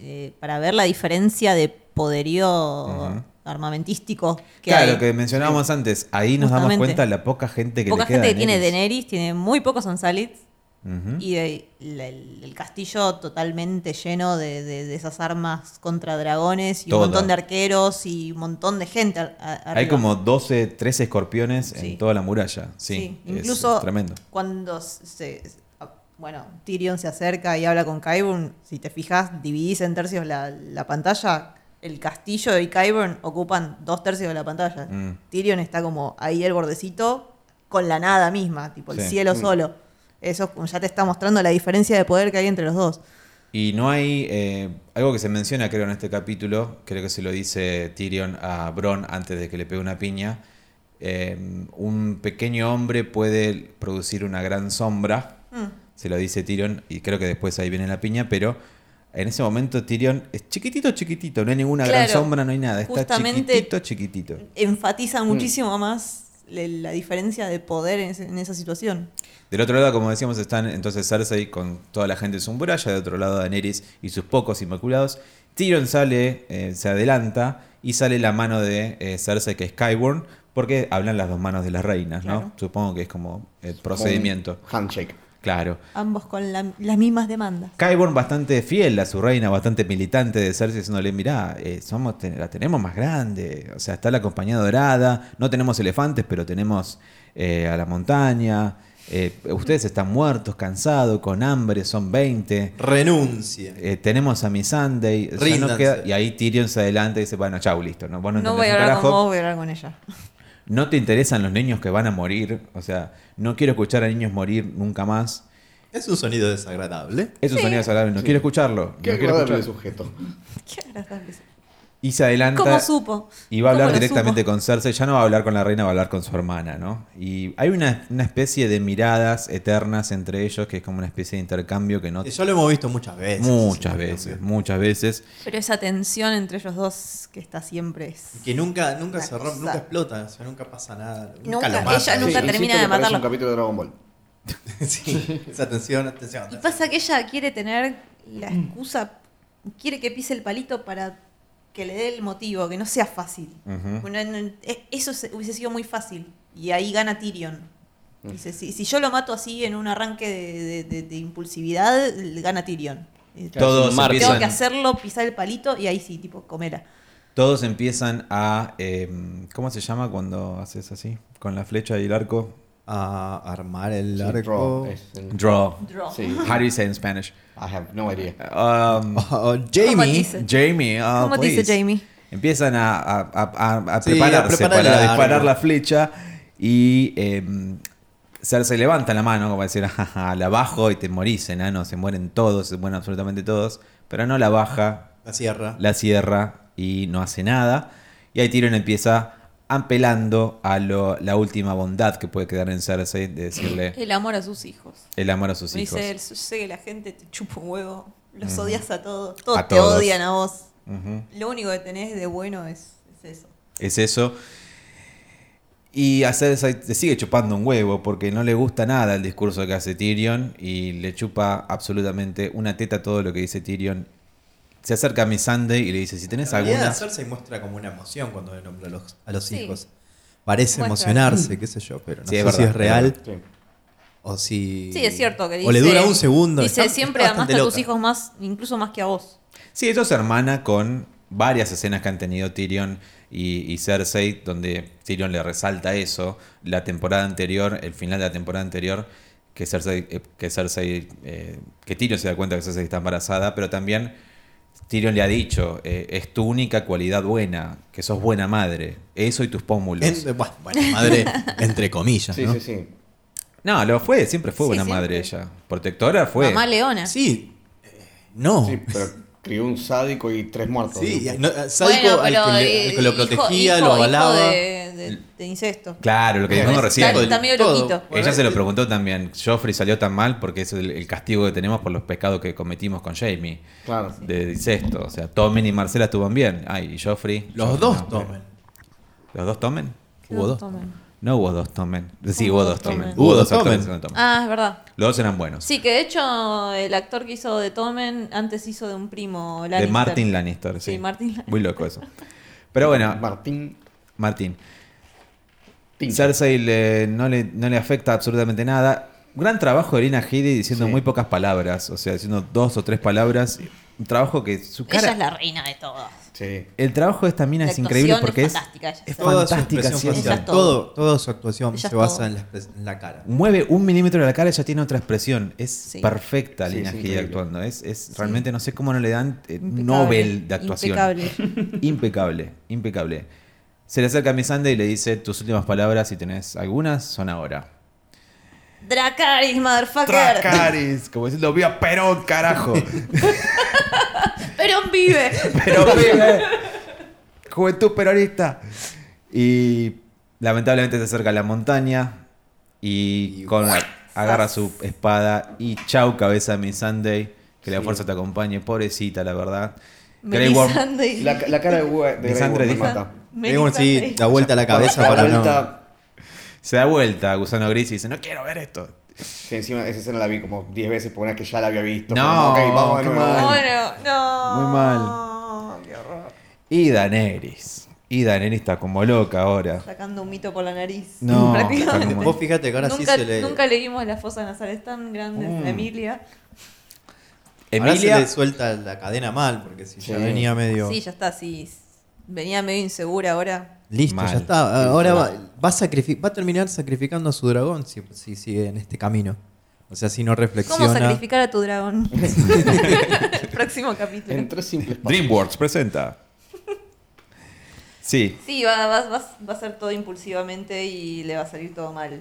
eh, para ver la diferencia de poderío armamentístico que
Claro,
hay.
que mencionábamos antes, ahí nos damos
Justamente.
cuenta la poca gente que
Poca
le queda
gente que
a
tiene
Daenerys.
Daenerys, tiene muy pocos Ansalits
Ujú.
y de- la- el, el castillo totalmente lleno de, de- de esas armas contra dragones y
Todo.
un montón de arqueros y un montón de gente. a- a-
Hay
arriba.
como 12, 13 escorpiones
Sí.
en toda la muralla. Sí,
Sí,
es
incluso
tremendo.
cuando se, ah, bueno, Tyrion se acerca y habla con Qyburn, si te fijas, dividís en tercios la, la pantalla, el castillo y Qyburn ocupan dos tercios de la pantalla.
Mm.
Tyrion está como ahí el bordecito con la nada misma, tipo el
Sí. Mm.
cielo solo. Eso es como ya te está mostrando la diferencia de poder que hay entre los dos.
Y no hay eh, algo que se menciona, creo, en este capítulo, creo que se lo dice Tyrion a Bron antes de que le pegue una piña. eh, un pequeño hombre puede producir una gran sombra,
Mm.
se lo dice Tyrion, y creo que después ahí viene la piña, pero en ese momento Tyrion es chiquitito, chiquitito, no hay ninguna gran
Claro,
sombra, no hay nada, está
justamente-
chiquitito, chiquitito.
Enfatiza
Mm.
muchísimo más le- la diferencia de poder en, ese- en esa situación.
Del otro lado, como decíamos, están entonces Cersei con toda la gente de su muralla, de otro lado Daenerys y sus pocos inmaculados. Tyrion sale, eh, se adelanta y sale la mano de eh, Cersei, que es Qyburn, porque hablan las dos manos de las reinas, ¿no?
Claro.
Supongo que es como el procedimiento.
Un handshake.
Claro.
Ambos con la- las mismas demandas.
Qyburn bastante fiel a su reina, bastante militante de Cersei, diciéndole, mirá, eh, somos, te- la tenemos más grande, o sea, está la compañía dorada, no tenemos elefantes, pero tenemos eh, a la montaña, eh, ustedes están muertos, cansados, con hambre, son 20,
Renuncia.
eh, tenemos a mi Sunday, o sea, no
Ríndanse.
queda- y ahí Tyrion se adelanta y dice, bueno, chau, listo, no, vos no,
No
entendés
voy a
un
hablar con
carajo".
vos, voy a hablar con ella.
no te interesan los niños que van a morir, o sea, no quiero escuchar a niños morir nunca más.
Es un sonido desagradable.
Es un sonido desagradable, no quiero escucharlo. no
Qué
quiero
agradable
escucharlo.
sujeto.
[LAUGHS] Qué agradable.
Y se adelanta.
¿Cómo supo?
Y va a
¿Cómo
hablar
lo
directamente
supo?
con Cersei, ya no va a hablar con la reina, va a hablar con su hermana, ¿no? Y hay una, una especie de miradas eternas entre ellos, que es como una especie de intercambio que no...
Eh, Ya lo hemos visto muchas veces.
Muchas veces, muchas veces.
Pero esa tensión entre ellos dos que está siempre es.
Que nunca, nunca
Una
se rompe,
cosa.
nunca explota, o sea, nunca pasa nada. Nunca,
Nunca,
lo mata.
ella nunca
insisto
termina
que
de
parece
matarlo.
un capítulo de Dragon Ball.
[LAUGHS] sí, esa atención, atención.
Y pasa que ella quiere tener la excusa, quiere que pise el palito para que le dé el motivo, que no sea fácil.
Ujú.
Bueno, no- e- eso se- hubiese sido muy fácil. Y ahí gana Tyrion. Dice, si, si yo lo mato así en un arranque de, de- de- de impulsividad, gana Tyrion. Y
Todos
un mártir.
Tengo que
empiezan,
hacerlo, pisar el palito y ahí sí, tipo, comela.
Todos empiezan a. eh, ¿Cómo se llama cuando haces así? Con la flecha y el arco.
A armar el
Sí,
draw,
arco.
es el-
Draw.
Draw.
Sí.
How do you say in Spanish?
I have no idea.
[LAUGHS]
[LAUGHS]
Um,
¿Cómo dice?
Jamie. ah,
¿Cómo dice
please.
Jamie?
Empiezan a, a, a- a- a
Sí,
prepararse
a preparar el
para
arco.
disparar la flecha y eh, Cersei levanta la mano como para decir, [LAUGHS] "Ajaja, la bajo y te morís, enano, se mueren todos, se mueren absolutamente todos, pero no la baja,
La sierra.
la cierra y no hace nada. Y ahí Tyrion empieza apelando a lo- la última bondad que puede quedar en Cersei de decirle
El amor a sus hijos.
el amor a sus
Me
hijos.
dice, "El- sé que la gente te chupa un huevo, los odias a todos, todos
A
te
todos.
odian a vos.
Ujú.
Lo único que tenés de bueno es, es eso.
Es eso. Y a Cersei le sigue chupando un huevo porque no le gusta nada el discurso que hace Tyrion y le chupa absolutamente una teta todo lo que dice Tyrion. Se acerca a Missandei y le dice, si tenés alguna...
se muestra como una emoción cuando le nombra a los, a los
Sí.
hijos. Parece
Muestra.
emocionarse, qué sé yo, pero no
Sí,
sé
es
si
verdad,
es real
es
Sí.
o si.
Sí, es cierto que dice.
O le dura un segundo.
Dice,
Está-
siempre
está
amaste
bastante
a tus
loca.
hijos más, incluso más que a vos.
Sí, eso se hermana con varias escenas que han tenido Tyrion y, y Cersei, donde Tyrion le resalta eso. La temporada anterior, el final de la temporada anterior, que Cersei, eh, que Cersei, eh, que Tyrion se da cuenta que Cersei está embarazada, pero también Tyrion le ha dicho, eh, es tu única cualidad buena, que sos buena madre, eso y tus pómulos.
En- bueno, bueno, madre,
[LAUGHS]
entre comillas.
Sí,
¿no?
sí, sí.
No, lo fue, siempre fue
Sí,
buena
siempre.
madre ella. Protectora fue.
Mamá Leona.
Sí, eh,
Oh.
no.
Sí, pero crió un sádico y tres muertos.
Sí,
¿no?
no, eh, Sadko al, que le-
eh,
al que lo protegía, lo avalaba.
de, de- de incesto.
Claro, lo que
Bueno,
dijimos
es-
recién.
Está- está medio
todo.
loquito.
Ella se lo preguntó también. Joffrey salió tan mal porque es el, el castigo que tenemos por los pecados que cometimos con Jamie.
Claro.
De incesto. O sea, Tommen y Marcela estuvieron bien. Ay, y Joffrey.
Los
Joffrey
dos
no, pero-
tomen.
¿Los dos Tommen?
Hubo dos.
Tomen.
No hubo dos Tommen. Sí, hubo dos Tommen.
Tommen.
Hubo dos
actores
Tommen.
que no tomen.
Ah, es verdad.
Los dos eran buenos.
Sí, que de hecho el actor que hizo de Tomen antes hizo de un primo Lannister.
De Martin Lannister, sí.
Sí, Martin Lannister.
Muy loco eso. Pero bueno,
Martín.
Martín.
Pincho.
Cersei le- no, le, no le afecta absolutamente nada. Gran trabajo de Irina Headey diciendo
Sí.
muy pocas palabras, o sea, diciendo dos o tres palabras. Un trabajo que su cara.
Ella es la reina de todos.
Sí.
El trabajo de esta mina
La
es increíble
actuación
porque es,
es fantástica, ella
es
está.
Toda su
fantástica.
expresión
sí,
Ella
facial,
es todo.
todo, toda su actuación
Ella es
se basa
todo.
en, la, expres- en la cara.
Mueve un milímetro de la cara y ya tiene otra expresión. Es
Sí.
perfecta
Sí,
Lina
es
Headey
increíble.
actuando. Es, es realmente, no sé cómo no le dan eh,
Impecable.
Nobel de actuación.
Impecable.
[LAUGHS] impecable, impecable. Se le acerca a Missandei y le dice tus últimas palabras, si tenés algunas, son ahora.
Dracaris, motherfucker.
Tracaris, [LAUGHS] como diciendo, viva Perón, carajo.
Perón
[LAUGHS]
vive.
Pero [LAUGHS] vive. eh. Juventud peronista. Y lamentablemente se acerca a la montaña y con agarra su espada y chau cabeza a Miss Sunday. Que la
Sí.
fuerza te acompañe, pobrecita, la verdad. Grey Worm-
Melisandre.
La, la cara de, Gu- de Grey
Lisandre
Worm me
dijo-
mata.
Digo, sí,
Melisandre.
da vuelta a la cabeza
La
para
vuelta,
no.
se da vuelta Gusano Gris y dice, no quiero ver esto.
que encima esa escena la vi como 10 veces porque una vez que ya la había visto.
No,
Pero, ok, vamos de
qué
nuevo.
mal.
Bueno, no.
Muy mal. Y Daenerys. Y Daenerys está como loca ahora.
Sacando un mito por la nariz.
No,
[LAUGHS] prácticamente.
está como-
Vos fíjate que ahora
nunca,
sí se le.
nunca leímos las fosas nasales tan grandes de Emilia.
ahora se
Emilia,
le suelta la cadena mal, porque si ya
Sí.
venía medio.
Sí, ya está, sí. Venía medio insegura ahora.
Listo,
Mal.
ya está. Ahora va, va a sacrifi- va a terminar sacrificando a su dragón si, si sigue en este camino. O sea, si no reflexiona.
¿Cómo sacrificar a tu [LAUGHS] dragón? El próximo capítulo.
En tres simples pasos.
DreamWorks presenta. Sí,
Sí, va, va, va- va a ser todo impulsivamente y le va a salir todo mal.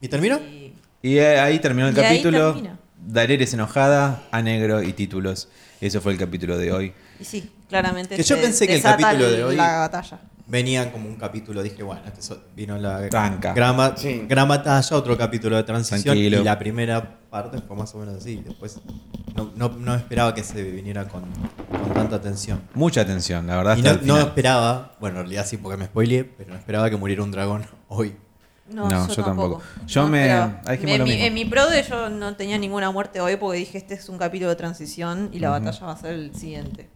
¿Y terminó?
Y-
Y eh, ahí terminó el
Y ahí
capítulo.
termina.
Daenerys enojada, a negro y títulos. Eso fue el capítulo de hoy.
Y sí, claramente.
Que yo
se
pensé que el
desata
capítulo
el-
de hoy-
La batalla.
Venía como un capítulo, dije, bueno, este so- vino la
Tranca.
gran, ma-
Sí.
gran batalla, otro capítulo de transición.
Tranquilo.
Y la primera parte fue más o menos así. Después no, no- no esperaba que se viniera con, con tanta tensión.
Mucha atención, la verdad.
Y
hasta
no,
el
no
final.
esperaba, bueno, en realidad sí porque me spoileé, pero no esperaba que muriera un dragón [LAUGHS] hoy.
No,
No,
yo,
yo tampoco.
tampoco.
Yo me-
esperaba.
ahí dijimos
en,
lo
mi,
mismo.
en mi prode yo no tenía ninguna muerte hoy porque dije este es un capítulo de transición y la batalla va a ser el siguiente.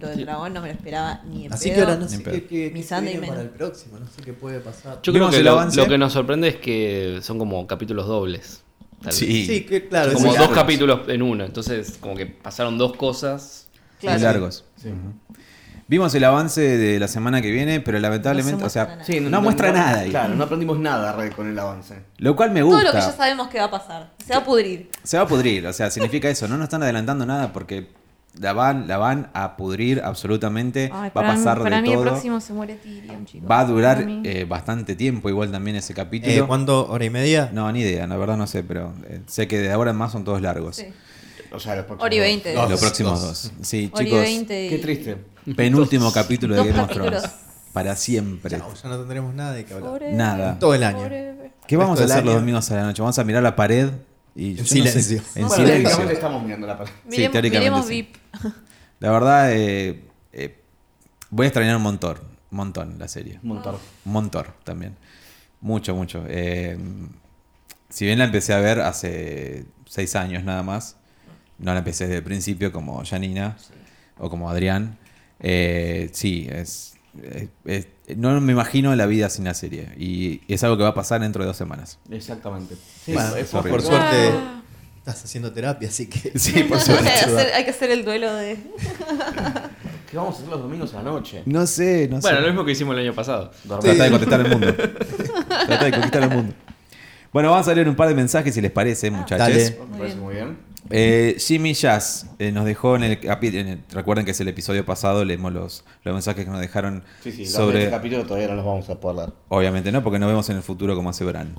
Lo del dragón no me lo esperaba ni en
Así
pedo.
que ahora no
Ni
sé
pedo.
qué, qué-
Ni
qué
Sunday
viene para
menos.
el próximo, no sé qué puede pasar.
Yo creo
Vimos
que
el
lo,
avance.
lo que nos sorprende es que son como capítulos dobles. tal
Sí.
vez.
sí, que, claro,
Como
es-
dos capítulos en uno. Entonces, como que pasaron dos cosas.
Muy largos. Ujú. Vimos el avance de la semana que viene, pero lamentablemente, o sea,
Sí,
no, muestra nada. ahí.
Claro, no aprendimos nada re, con el avance.
Lo cual me
Todo
gusta.
lo que ya sabemos que va a pasar. Se va a pudrir.
Se va a pudrir, o sea, significa eso. No nos están adelantando nada porque la van, la van a pudrir absolutamente. va a pasar
para
de
mí
todo.
el próximo se muere Tyrion, chicos.
Va a durar
Para mí.
eh, bastante tiempo igual también ese capítulo.
Eh, ¿Cuánto? ¿Hora y media?
No, ni idea, la verdad no sé, pero eh, sé que de ahora en más son todos largos.
Sí.
O sea, los próximos
Ori
dos.
20.
Los
Dos,
próximos dos.
dos.
Sí,
Ori
chicos.
20 y-
Qué triste.
Penúltimo capítulo de
Dos
Game of Thrones.
capítulos.
Para siempre.
Chao, ya no tendremos nada de qué hablar.
Forever,
Nada.
Todo el año.
forever.
¿Qué
Resto
vamos a
del
hacer los
año.
domingos a la noche? Vamos a mirar la pared y yo no sé-
silencio.
en
Bueno, técnicamente
silencio.
estamos mirando la pared.
Miremos,
teóricamente
miremos
sí.
VIP.
La verdad, eh, eh, voy a extrañar un montón. Un montón la serie.
Un montón.
Ah.
Un montón también. Mucho, mucho. Eh, si bien la empecé a ver hace seis años nada más, no la empecé desde el principio como Janina o como Adrián. Eh, sí, es, es- es- No me imagino la vida sin la serie. Y es algo que va a pasar dentro de dos semanas.
Exactamente. Sí,
Bueno,
es
horrible.
por
post-
suerte estás haciendo terapia, así que.
[LAUGHS] Sí, por
Hay que hacer- hay que hacer el duelo de.
¿Qué vamos a hacer los domingos a la noche?
No sé, no
Bueno,
sé.
lo mismo que hicimos el año pasado.
Dormir.
Trata de contestar al
[LAUGHS]
mundo. Trata de conquistar al mundo. Bueno, vamos a leer un par de mensajes si les
Ah.
parece, muchachos.
Dale.
Me parece muy bien.
Eh, Jimmy Jazz eh, nos dejó en el capítulo. Recuerden que es el episodio pasado, leemos los, los mensajes que nos dejaron
Sí, sí, los de
sobre.
este capítulo todavía no los vamos a poder dar.
Obviamente no, porque no vemos en el futuro cómo hace Bran.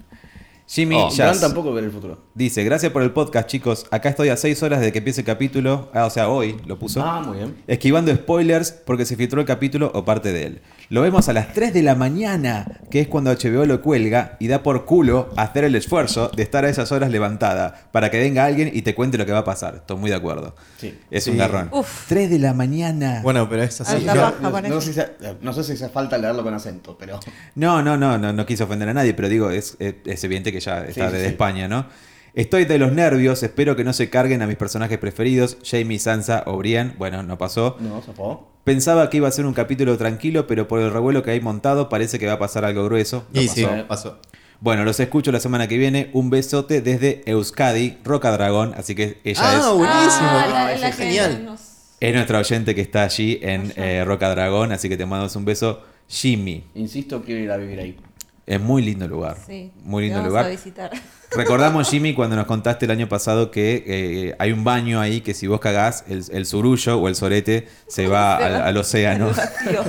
Jimmy
Oh,
Jazz
Bran tampoco ver el futuro.
dice: Gracias por el podcast, chicos. Acá estoy a 6 horas desde que empiece el capítulo. Ah, o sea, hoy lo puso.
Ah, muy bien.
Esquivando spoilers porque se filtró el capítulo o parte de él. Lo vemos a las 3 de la mañana, que es cuando HBO lo cuelga y da por culo hacer el esfuerzo de estar a esas horas levantada para que venga alguien y te cuente lo que va a pasar. Estoy muy de acuerdo.
Sí.
Es
Sí.
un garrón. 3 de la mañana.
[LAUGHS] Bueno, pero es así.
Alta
Yo-
Ah, baja.
No,
parece.
no sé si hace- no sé si hace falta leerlo con acento, pero. [LAUGHS]
No, no, no, no, no quise ofender a nadie, pero digo, es, es- es evidente que ya está
Sí, sí,
desde
sí.
España, ¿no? Estoy de los nervios, espero que no se carguen a mis personajes preferidos, Jamie, Sansa o Brian. Bueno, no pasó.
No, zapó.
Pensaba que iba a ser un capítulo tranquilo, pero por el revuelo que hay montado parece que va a pasar algo grueso. No
Y
pasó.
sí, pasó.
Bueno, los escucho la semana que viene. Un besote desde Euskadi, Roca Dragón. Así que ella
Ah,
es,
buenísimo.
Ah, la-
es
la que
genial.
nos-
es nuestra oyente que está allí en eh, Roca Dragón. Así que te mandamos un beso, Jimmy.
Insisto, quiero ir a vivir ahí.
Es muy lindo lugar.
Sí.
Muy
Te
lindo
vamos
lugar.
a visitar. [LAUGHS]
Recordamos, Jimmy, cuando nos contaste el año pasado que eh, hay un baño ahí que si vos cagás, el, el surullo o el sorete se va
[LAUGHS]
al, al océano.
Tío.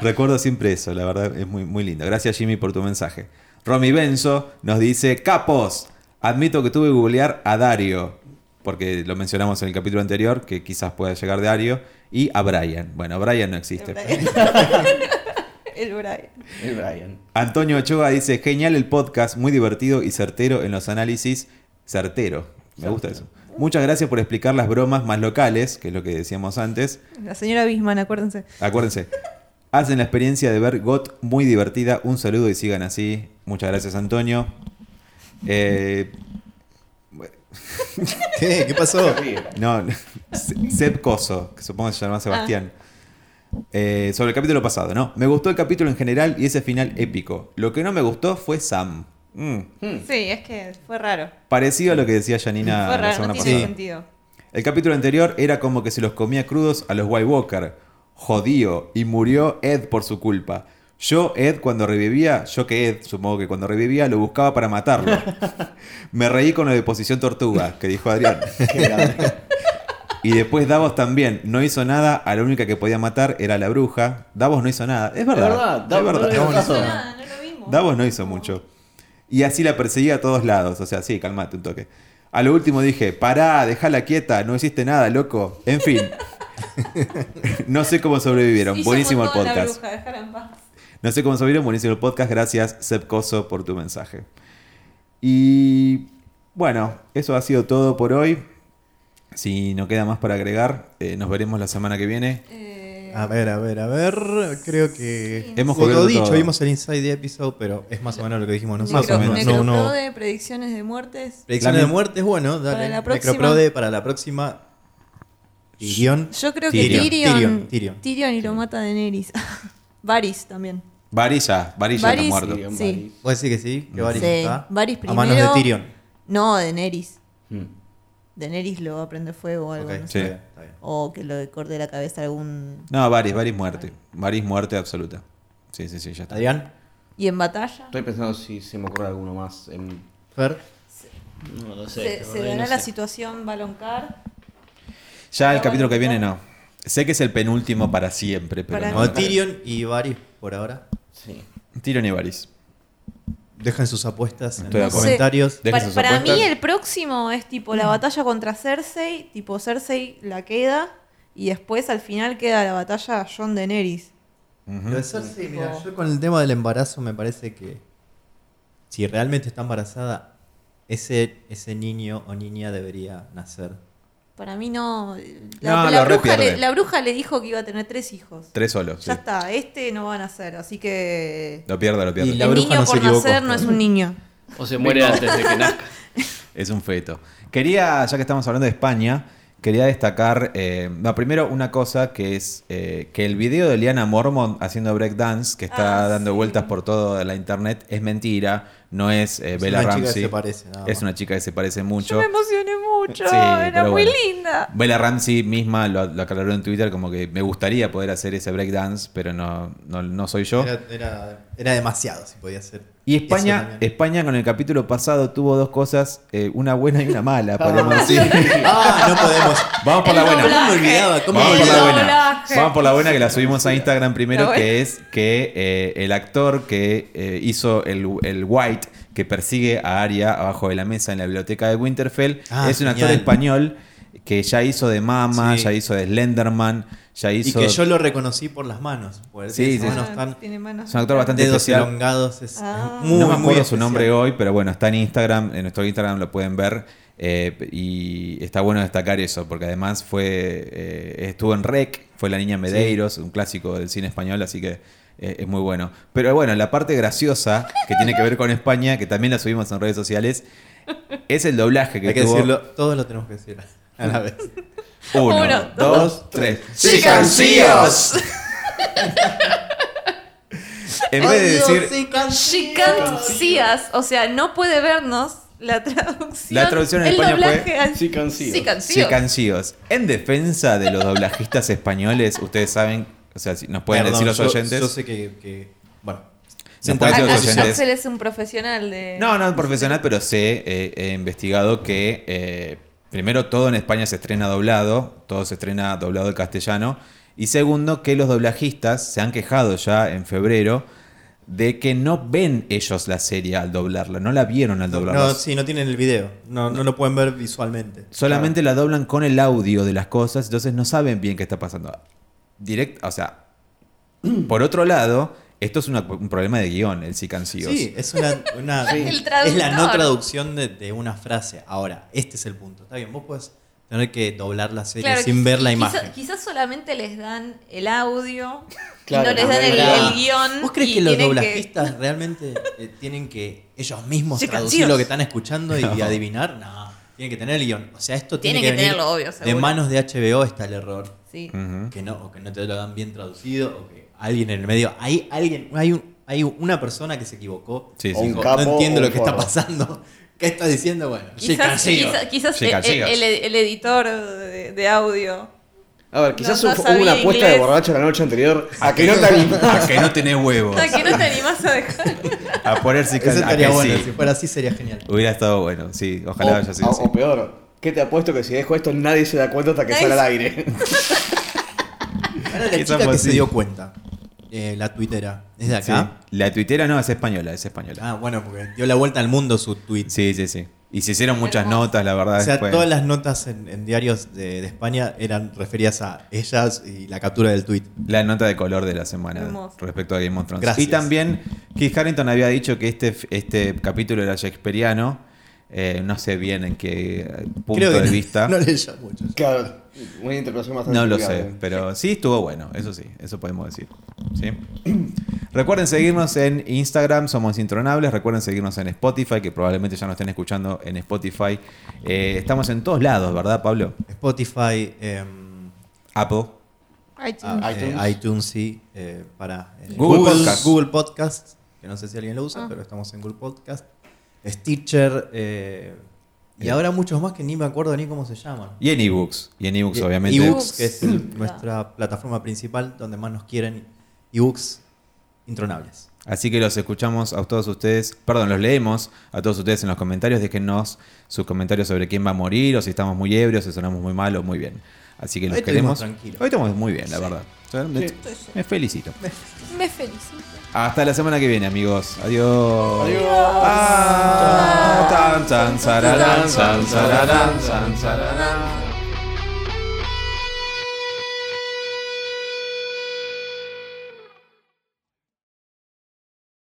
Recuerdo siempre eso, la verdad es muy, muy lindo. Gracias, Jimmy, por tu mensaje. Romy Benzo nos dice: Capos, admito que tuve que googlear a Dario, porque lo mencionamos en el capítulo anterior, que quizás pueda llegar Dario, y a Brian. Bueno, Brian no existe. [LAUGHS]
El Brian.
El Brian.
Antonio Ochoa dice, genial el podcast, muy divertido y certero en los análisis. Certero, me gusta eso. Muchas gracias por explicar las bromas más locales, que es lo que decíamos antes.
La señora Bisman, acuérdense.
Acuérdense, hacen la experiencia de ver GOT muy divertida. Un saludo y sigan así. Muchas gracias, Antonio. Eh,
¿Qué? ¿Qué pasó?
Sí,
No, [LAUGHS] no. Se- Seb Coso, que supongo que se llama Sebastián. Eh, sobre el capítulo pasado, ¿no? Me gustó el capítulo en general y ese final épico. Lo que no me gustó fue Sam. Mm.
Sí, es que fue raro.
Parecido a lo que decía Janina
fue
Ah, la
raro,
semana
no tiene
pasada.
sentido.
El capítulo anterior era como que se los comía crudos a los White Walker. Jodido. Y murió Ed por su culpa. Yo, Ed, cuando revivía, yo que Ed, supongo que cuando revivía, lo buscaba para matarlo.
[LAUGHS]
Me reí con lo de posición tortuga, que dijo Adrián.
qué grande.
Y después Davos también. No hizo nada, a la única que podía matar era la bruja. Davos no hizo nada. Es verdad.
Es verdad,
es
Davos no
verdad.
le hizo
Davos no hizo
nada.
nada.
Ah, no lo vimos.
Davos no hizo mucho. Y así la perseguía a todos lados. O sea, sí, calmate un toque. A lo último dije, pará, dejala quieta, no hiciste nada, loco. En fin. [LAUGHS] no sé cómo sobrevivieron.
Hizo
Buenísimo el
montón la
podcast.
bruja, déjala en paz.
No sé cómo sobrevivieron, buenísimo el podcast. Gracias, Seb Coso, por tu mensaje. Y bueno, eso ha sido todo por hoy. Si no queda más para agregar, eh, nos veremos la semana que viene.
Eh,
A ver, a ver, a ver. Creo que.
Hemos
Como
cubierto
dicho,
todo.
vimos el Inside Episode, pero es más o menos lo que dijimos nosotros.
o menos.
No, no.
Necroprode, predicciones de muertes.
Predicciones
La
de
mi-
muerte es bueno, dale.
Para la próxima.
Necroprode para la próxima. Tyrion.
Yo creo que
Tyrion,
Tyrion.
Tyrion,
Tyrion,
Tyrion.
y lo mata Daenerys. [LAUGHS] Varys también.
Varilla, Varilla está
Varys-
muerto.
Bien,
Sí.
Varys.
¿Puedes decir que sí? Que Varys
Sí,
está.
Varys
A manos de
primero.
Tyrion.
No, Daenerys.
Mm.
Daenerys lo prende fuego o algo.
Ok,
no
sí,
sé.
está bien.
O que lo corte la cabeza a algún.
No, Varys, Varys muerte. Varys muerte absoluta. Sí, sí, sí, ya está.
¿Adrián?
¿Y en batalla?
Estoy pensando si se me ocurre alguno más. em,
Fer.
No lo
¿Se,
sé. la
se
verdad que
dará
no
la
sé.
situación Baloncar?
Ya el capítulo que viene no. Sé que es el penúltimo para siempre, pero
Para
no.
O Tyrion y Varys por ahora.
sí.
Tyrion y Varys.
Dejan sus apuestas en
Estoy de
los
acuerdo.
comentarios.
Dejen
Para,
sus
para mí
apuestas. Mm.
el próximo es tipo la batalla contra Cersei, tipo Cersei la queda y después al final queda la batalla John Daenerys.
Lo de Cersei, mira, yo con el tema del embarazo me parece que si realmente está embarazada, ese, ese niño o niña debería nacer.
Para mí no.
No,
La, la
lo
bruja
repierde.
le, la bruja le dijo que iba a tener tres hijos.
Tres solos. sí.
Ya está, este no van a ser, así que
Lo pierde, lo pierde.
Y la
el
bruja
niño
no se
por
equivocó.
nacer no es un niño.
O se muere antes de que nazca.
Es un feto. Quería, ya que estamos hablando de España, quería destacar, eh, no, primero una cosa que es eh, que el video de Liana Mormont haciendo breakdance, que está
Ah,
dando
sí.
vueltas por toda la internet, es mentira, no es eh,
Es
Bella
una chica que
Ramsey.
se parece, nada
es
más.
una chica que se parece mucho.
Yo me emocioné mucho,
Sí,
era
pero
muy
bueno.
linda.
Bella Ramsey misma lo, lo aclaró en Twitter como que me gustaría poder hacer ese breakdance, pero no, no, no soy yo.
Era, era- era demasiado si podía ser.
Y
Eso
España,
también.
España con el capítulo pasado tuvo dos cosas, eh, una buena y una mala,
[LAUGHS]
podemos decir.
Ah, no podemos.
Vamos por la buena.
¿Cómo me olvidaba? ¿Cómo me
Vamos por la
olvidaba?
buena.
doblaje.
Vamos por la buena que la subimos a Instagram primero,
La buena.
que es que eh, el actor que eh, hizo el, el White, que persigue a Aria abajo de la mesa en la biblioteca de Winterfell,
Ah,
es un actor
genial.
español que ya hizo de Mama,
Sí.
ya hizo de Slenderman, ya
Y
hizo...
que yo lo reconocí por las manos. Porque
Sí,
esas
sí,
manos
Ah,
están
tiene manos.
es un actor bastante
dedos
especial.
elongados. Es, es
Ah.
muy,
no me
muy
acuerdo su
especial.
nombre hoy, pero bueno, está en Instagram, en nuestro Instagram lo pueden ver. eh, y está bueno destacar eso, porque además fue eh, estuvo en Rec, fue La Niña en Medeiros, un clásico del cine español, así que eh, es muy bueno. Pero bueno, la parte graciosa que tiene que ver con España, que también la subimos en redes sociales, es el doblaje que
Hay que
tuvo.
decirlo, todos lo tenemos que decir a la vez.
Uno,
Uno,
dos,
dos,
tres.
¡Chicancillos!
En vez de
Odio
decir
She can't see us. O sea, no puede vernos la traducción.
La traducción en
el
España fue
[LAUGHS]
doblaje al-
She can't see
She
us.
can't see us.
Chicancillos. En defensa de los doblajistas españoles, ustedes saben, o sea, si nos pueden
Perdón,
decir los
yo-
oyentes.
Yo sé que. que- bueno.
Nos
Sentar-
pueden decir los
Ah,
oyentes.
Axel es un profesional de...
No, no, profesional, pero sé, eh, he investigado que eh, primero todo en España se estrena doblado, todo se estrena doblado al castellano, y segundo que los doblajistas se han quejado ya en febrero de que no ven ellos la serie al doblarla, no la vieron al doblarla.
No, sí, no tienen el video. No, no lo pueden ver visualmente.
Solamente la doblan con el audio de las cosas, entonces no saben bien qué está pasando. Direct, o sea, por otro lado, esto es una- un problema de guión, el sí cancillos.
Sí, es una,
[LAUGHS]
una-
Sí.
El
es la no
traductor.
traducción de, de una frase. Ahora, este es el punto. Está bien, vos puedes tener que doblar la serie
Claro,
sin
quiz-
ver la
quiz-
imagen.
Quizás solamente les dan el audio.
Claro,
no les dan el,
claro.
el guión.
¿Vos crees
y
que los
tienen
doblajistas
[LAUGHS]
realmente eh, tienen que ellos mismos
Chicas,
traducir
chicos.
lo que
[LAUGHS]
están escuchando y, adivinar? No, tienen que tener el guión. O sea, esto tiene
Tienen
que,
que
venir
tenerlo, obvio,
de
seguro.
manos de HBO está el error.
Sí.
Ujú.
que no, o que no te lo dan bien traducido, o que alguien en el medio, hay alguien, hay un, hay una persona que se equivocó.
Sí,
Dijo,
sí,
Un
sí.
capo
no entiendo
o
lo
un
que está
forro".
pasando. ¿Qué está diciendo? Bueno,
Quizás,
sí, cansino.
quizás, quizás
Sí,
el,
cansino.
el- el editor de, de audio.
A ver, quizás
No, no
hubo hubo
sabía
una apuesta
inglés.
de borracho la noche anterior a que no te animás.
A que no tenés huevos.
Ah, que no te animás [LAUGHS] a dejar.
A ponerse
Eso
can- a
estaría
que
bueno,
sí.
si fuera así sería genial.
Hubiera estado bueno, sí.
O,
Ojalá haya sido
o-
así.
o peor, ¿qué te apuesto que si dejo esto nadie se da cuenta hasta que
Nadie
sale al aire? [LAUGHS]
Ahora la
Esa
chica
fue
que
así.
se dio cuenta, eh, la tuitera, ¿es de
Sí.
acá?
La tuitera no, es española, es española.
Ah, bueno, porque dio la vuelta al mundo su tweet.
Sí, sí, sí. Y se hicieron muchas
Hermoso.
notas, la verdad.
O sea,
después.
todas las notas en, en diarios de, de España eran referidas a ellas y la captura del tweet.
La nota de color de la semana
Hermoso.
respecto a Game of Thrones.
Gracias.
Y también Keith Harrington había dicho que este, este capítulo era shakespeariano. Eh, no sé bien en qué punto
Creo que
de
no-
vista.
[LAUGHS] no
No,
leía mucho.
Claro, una interpretación bastante eh.
lo
cuidada.
eh.
sé, pero sí estuvo bueno, eso sí, eso podemos decir. ¿sí? [CLEARS THROAT] Recuerden seguirnos en Instagram, somos intronables. Recuerden seguirnos en Spotify, que probablemente ya nos estén escuchando en Spotify. Eh, estamos en todos lados, ¿verdad, Pablo?
Spotify, em,
Apple.
Ah, eh,
iTunes.
iTunes, sí, eh, para eh,
Google Podcast.
Google Podcast, que no sé si alguien lo usa, pero estamos en Google Podcast, Stitcher, eh, Y ahora muchos más que ni me acuerdo ni cómo se llaman.
Y en ebooks. Y en ebooks,
Y-
obviamente.
ebooks, que es el- nuestra plataforma principal donde más nos quieren. Ebooks intronables.
Así que los escuchamos a todos ustedes, perdón, los leemos a todos ustedes en los comentarios. Déjennos sus comentarios sobre quién va a morir o si estamos muy ebrios, si sonamos muy mal o muy bien. Así que los
Hoy
queremos.
estuvimos tranquilos.
Hoy estamos muy bien, la verdad. O sea, me,
Sí.
me felicito.
Me felicito.
Hasta la semana que viene, amigos. Adiós.
Adiós.
Ah, tan, tan, sararán, san, sararán, san, sararán.
Sararán.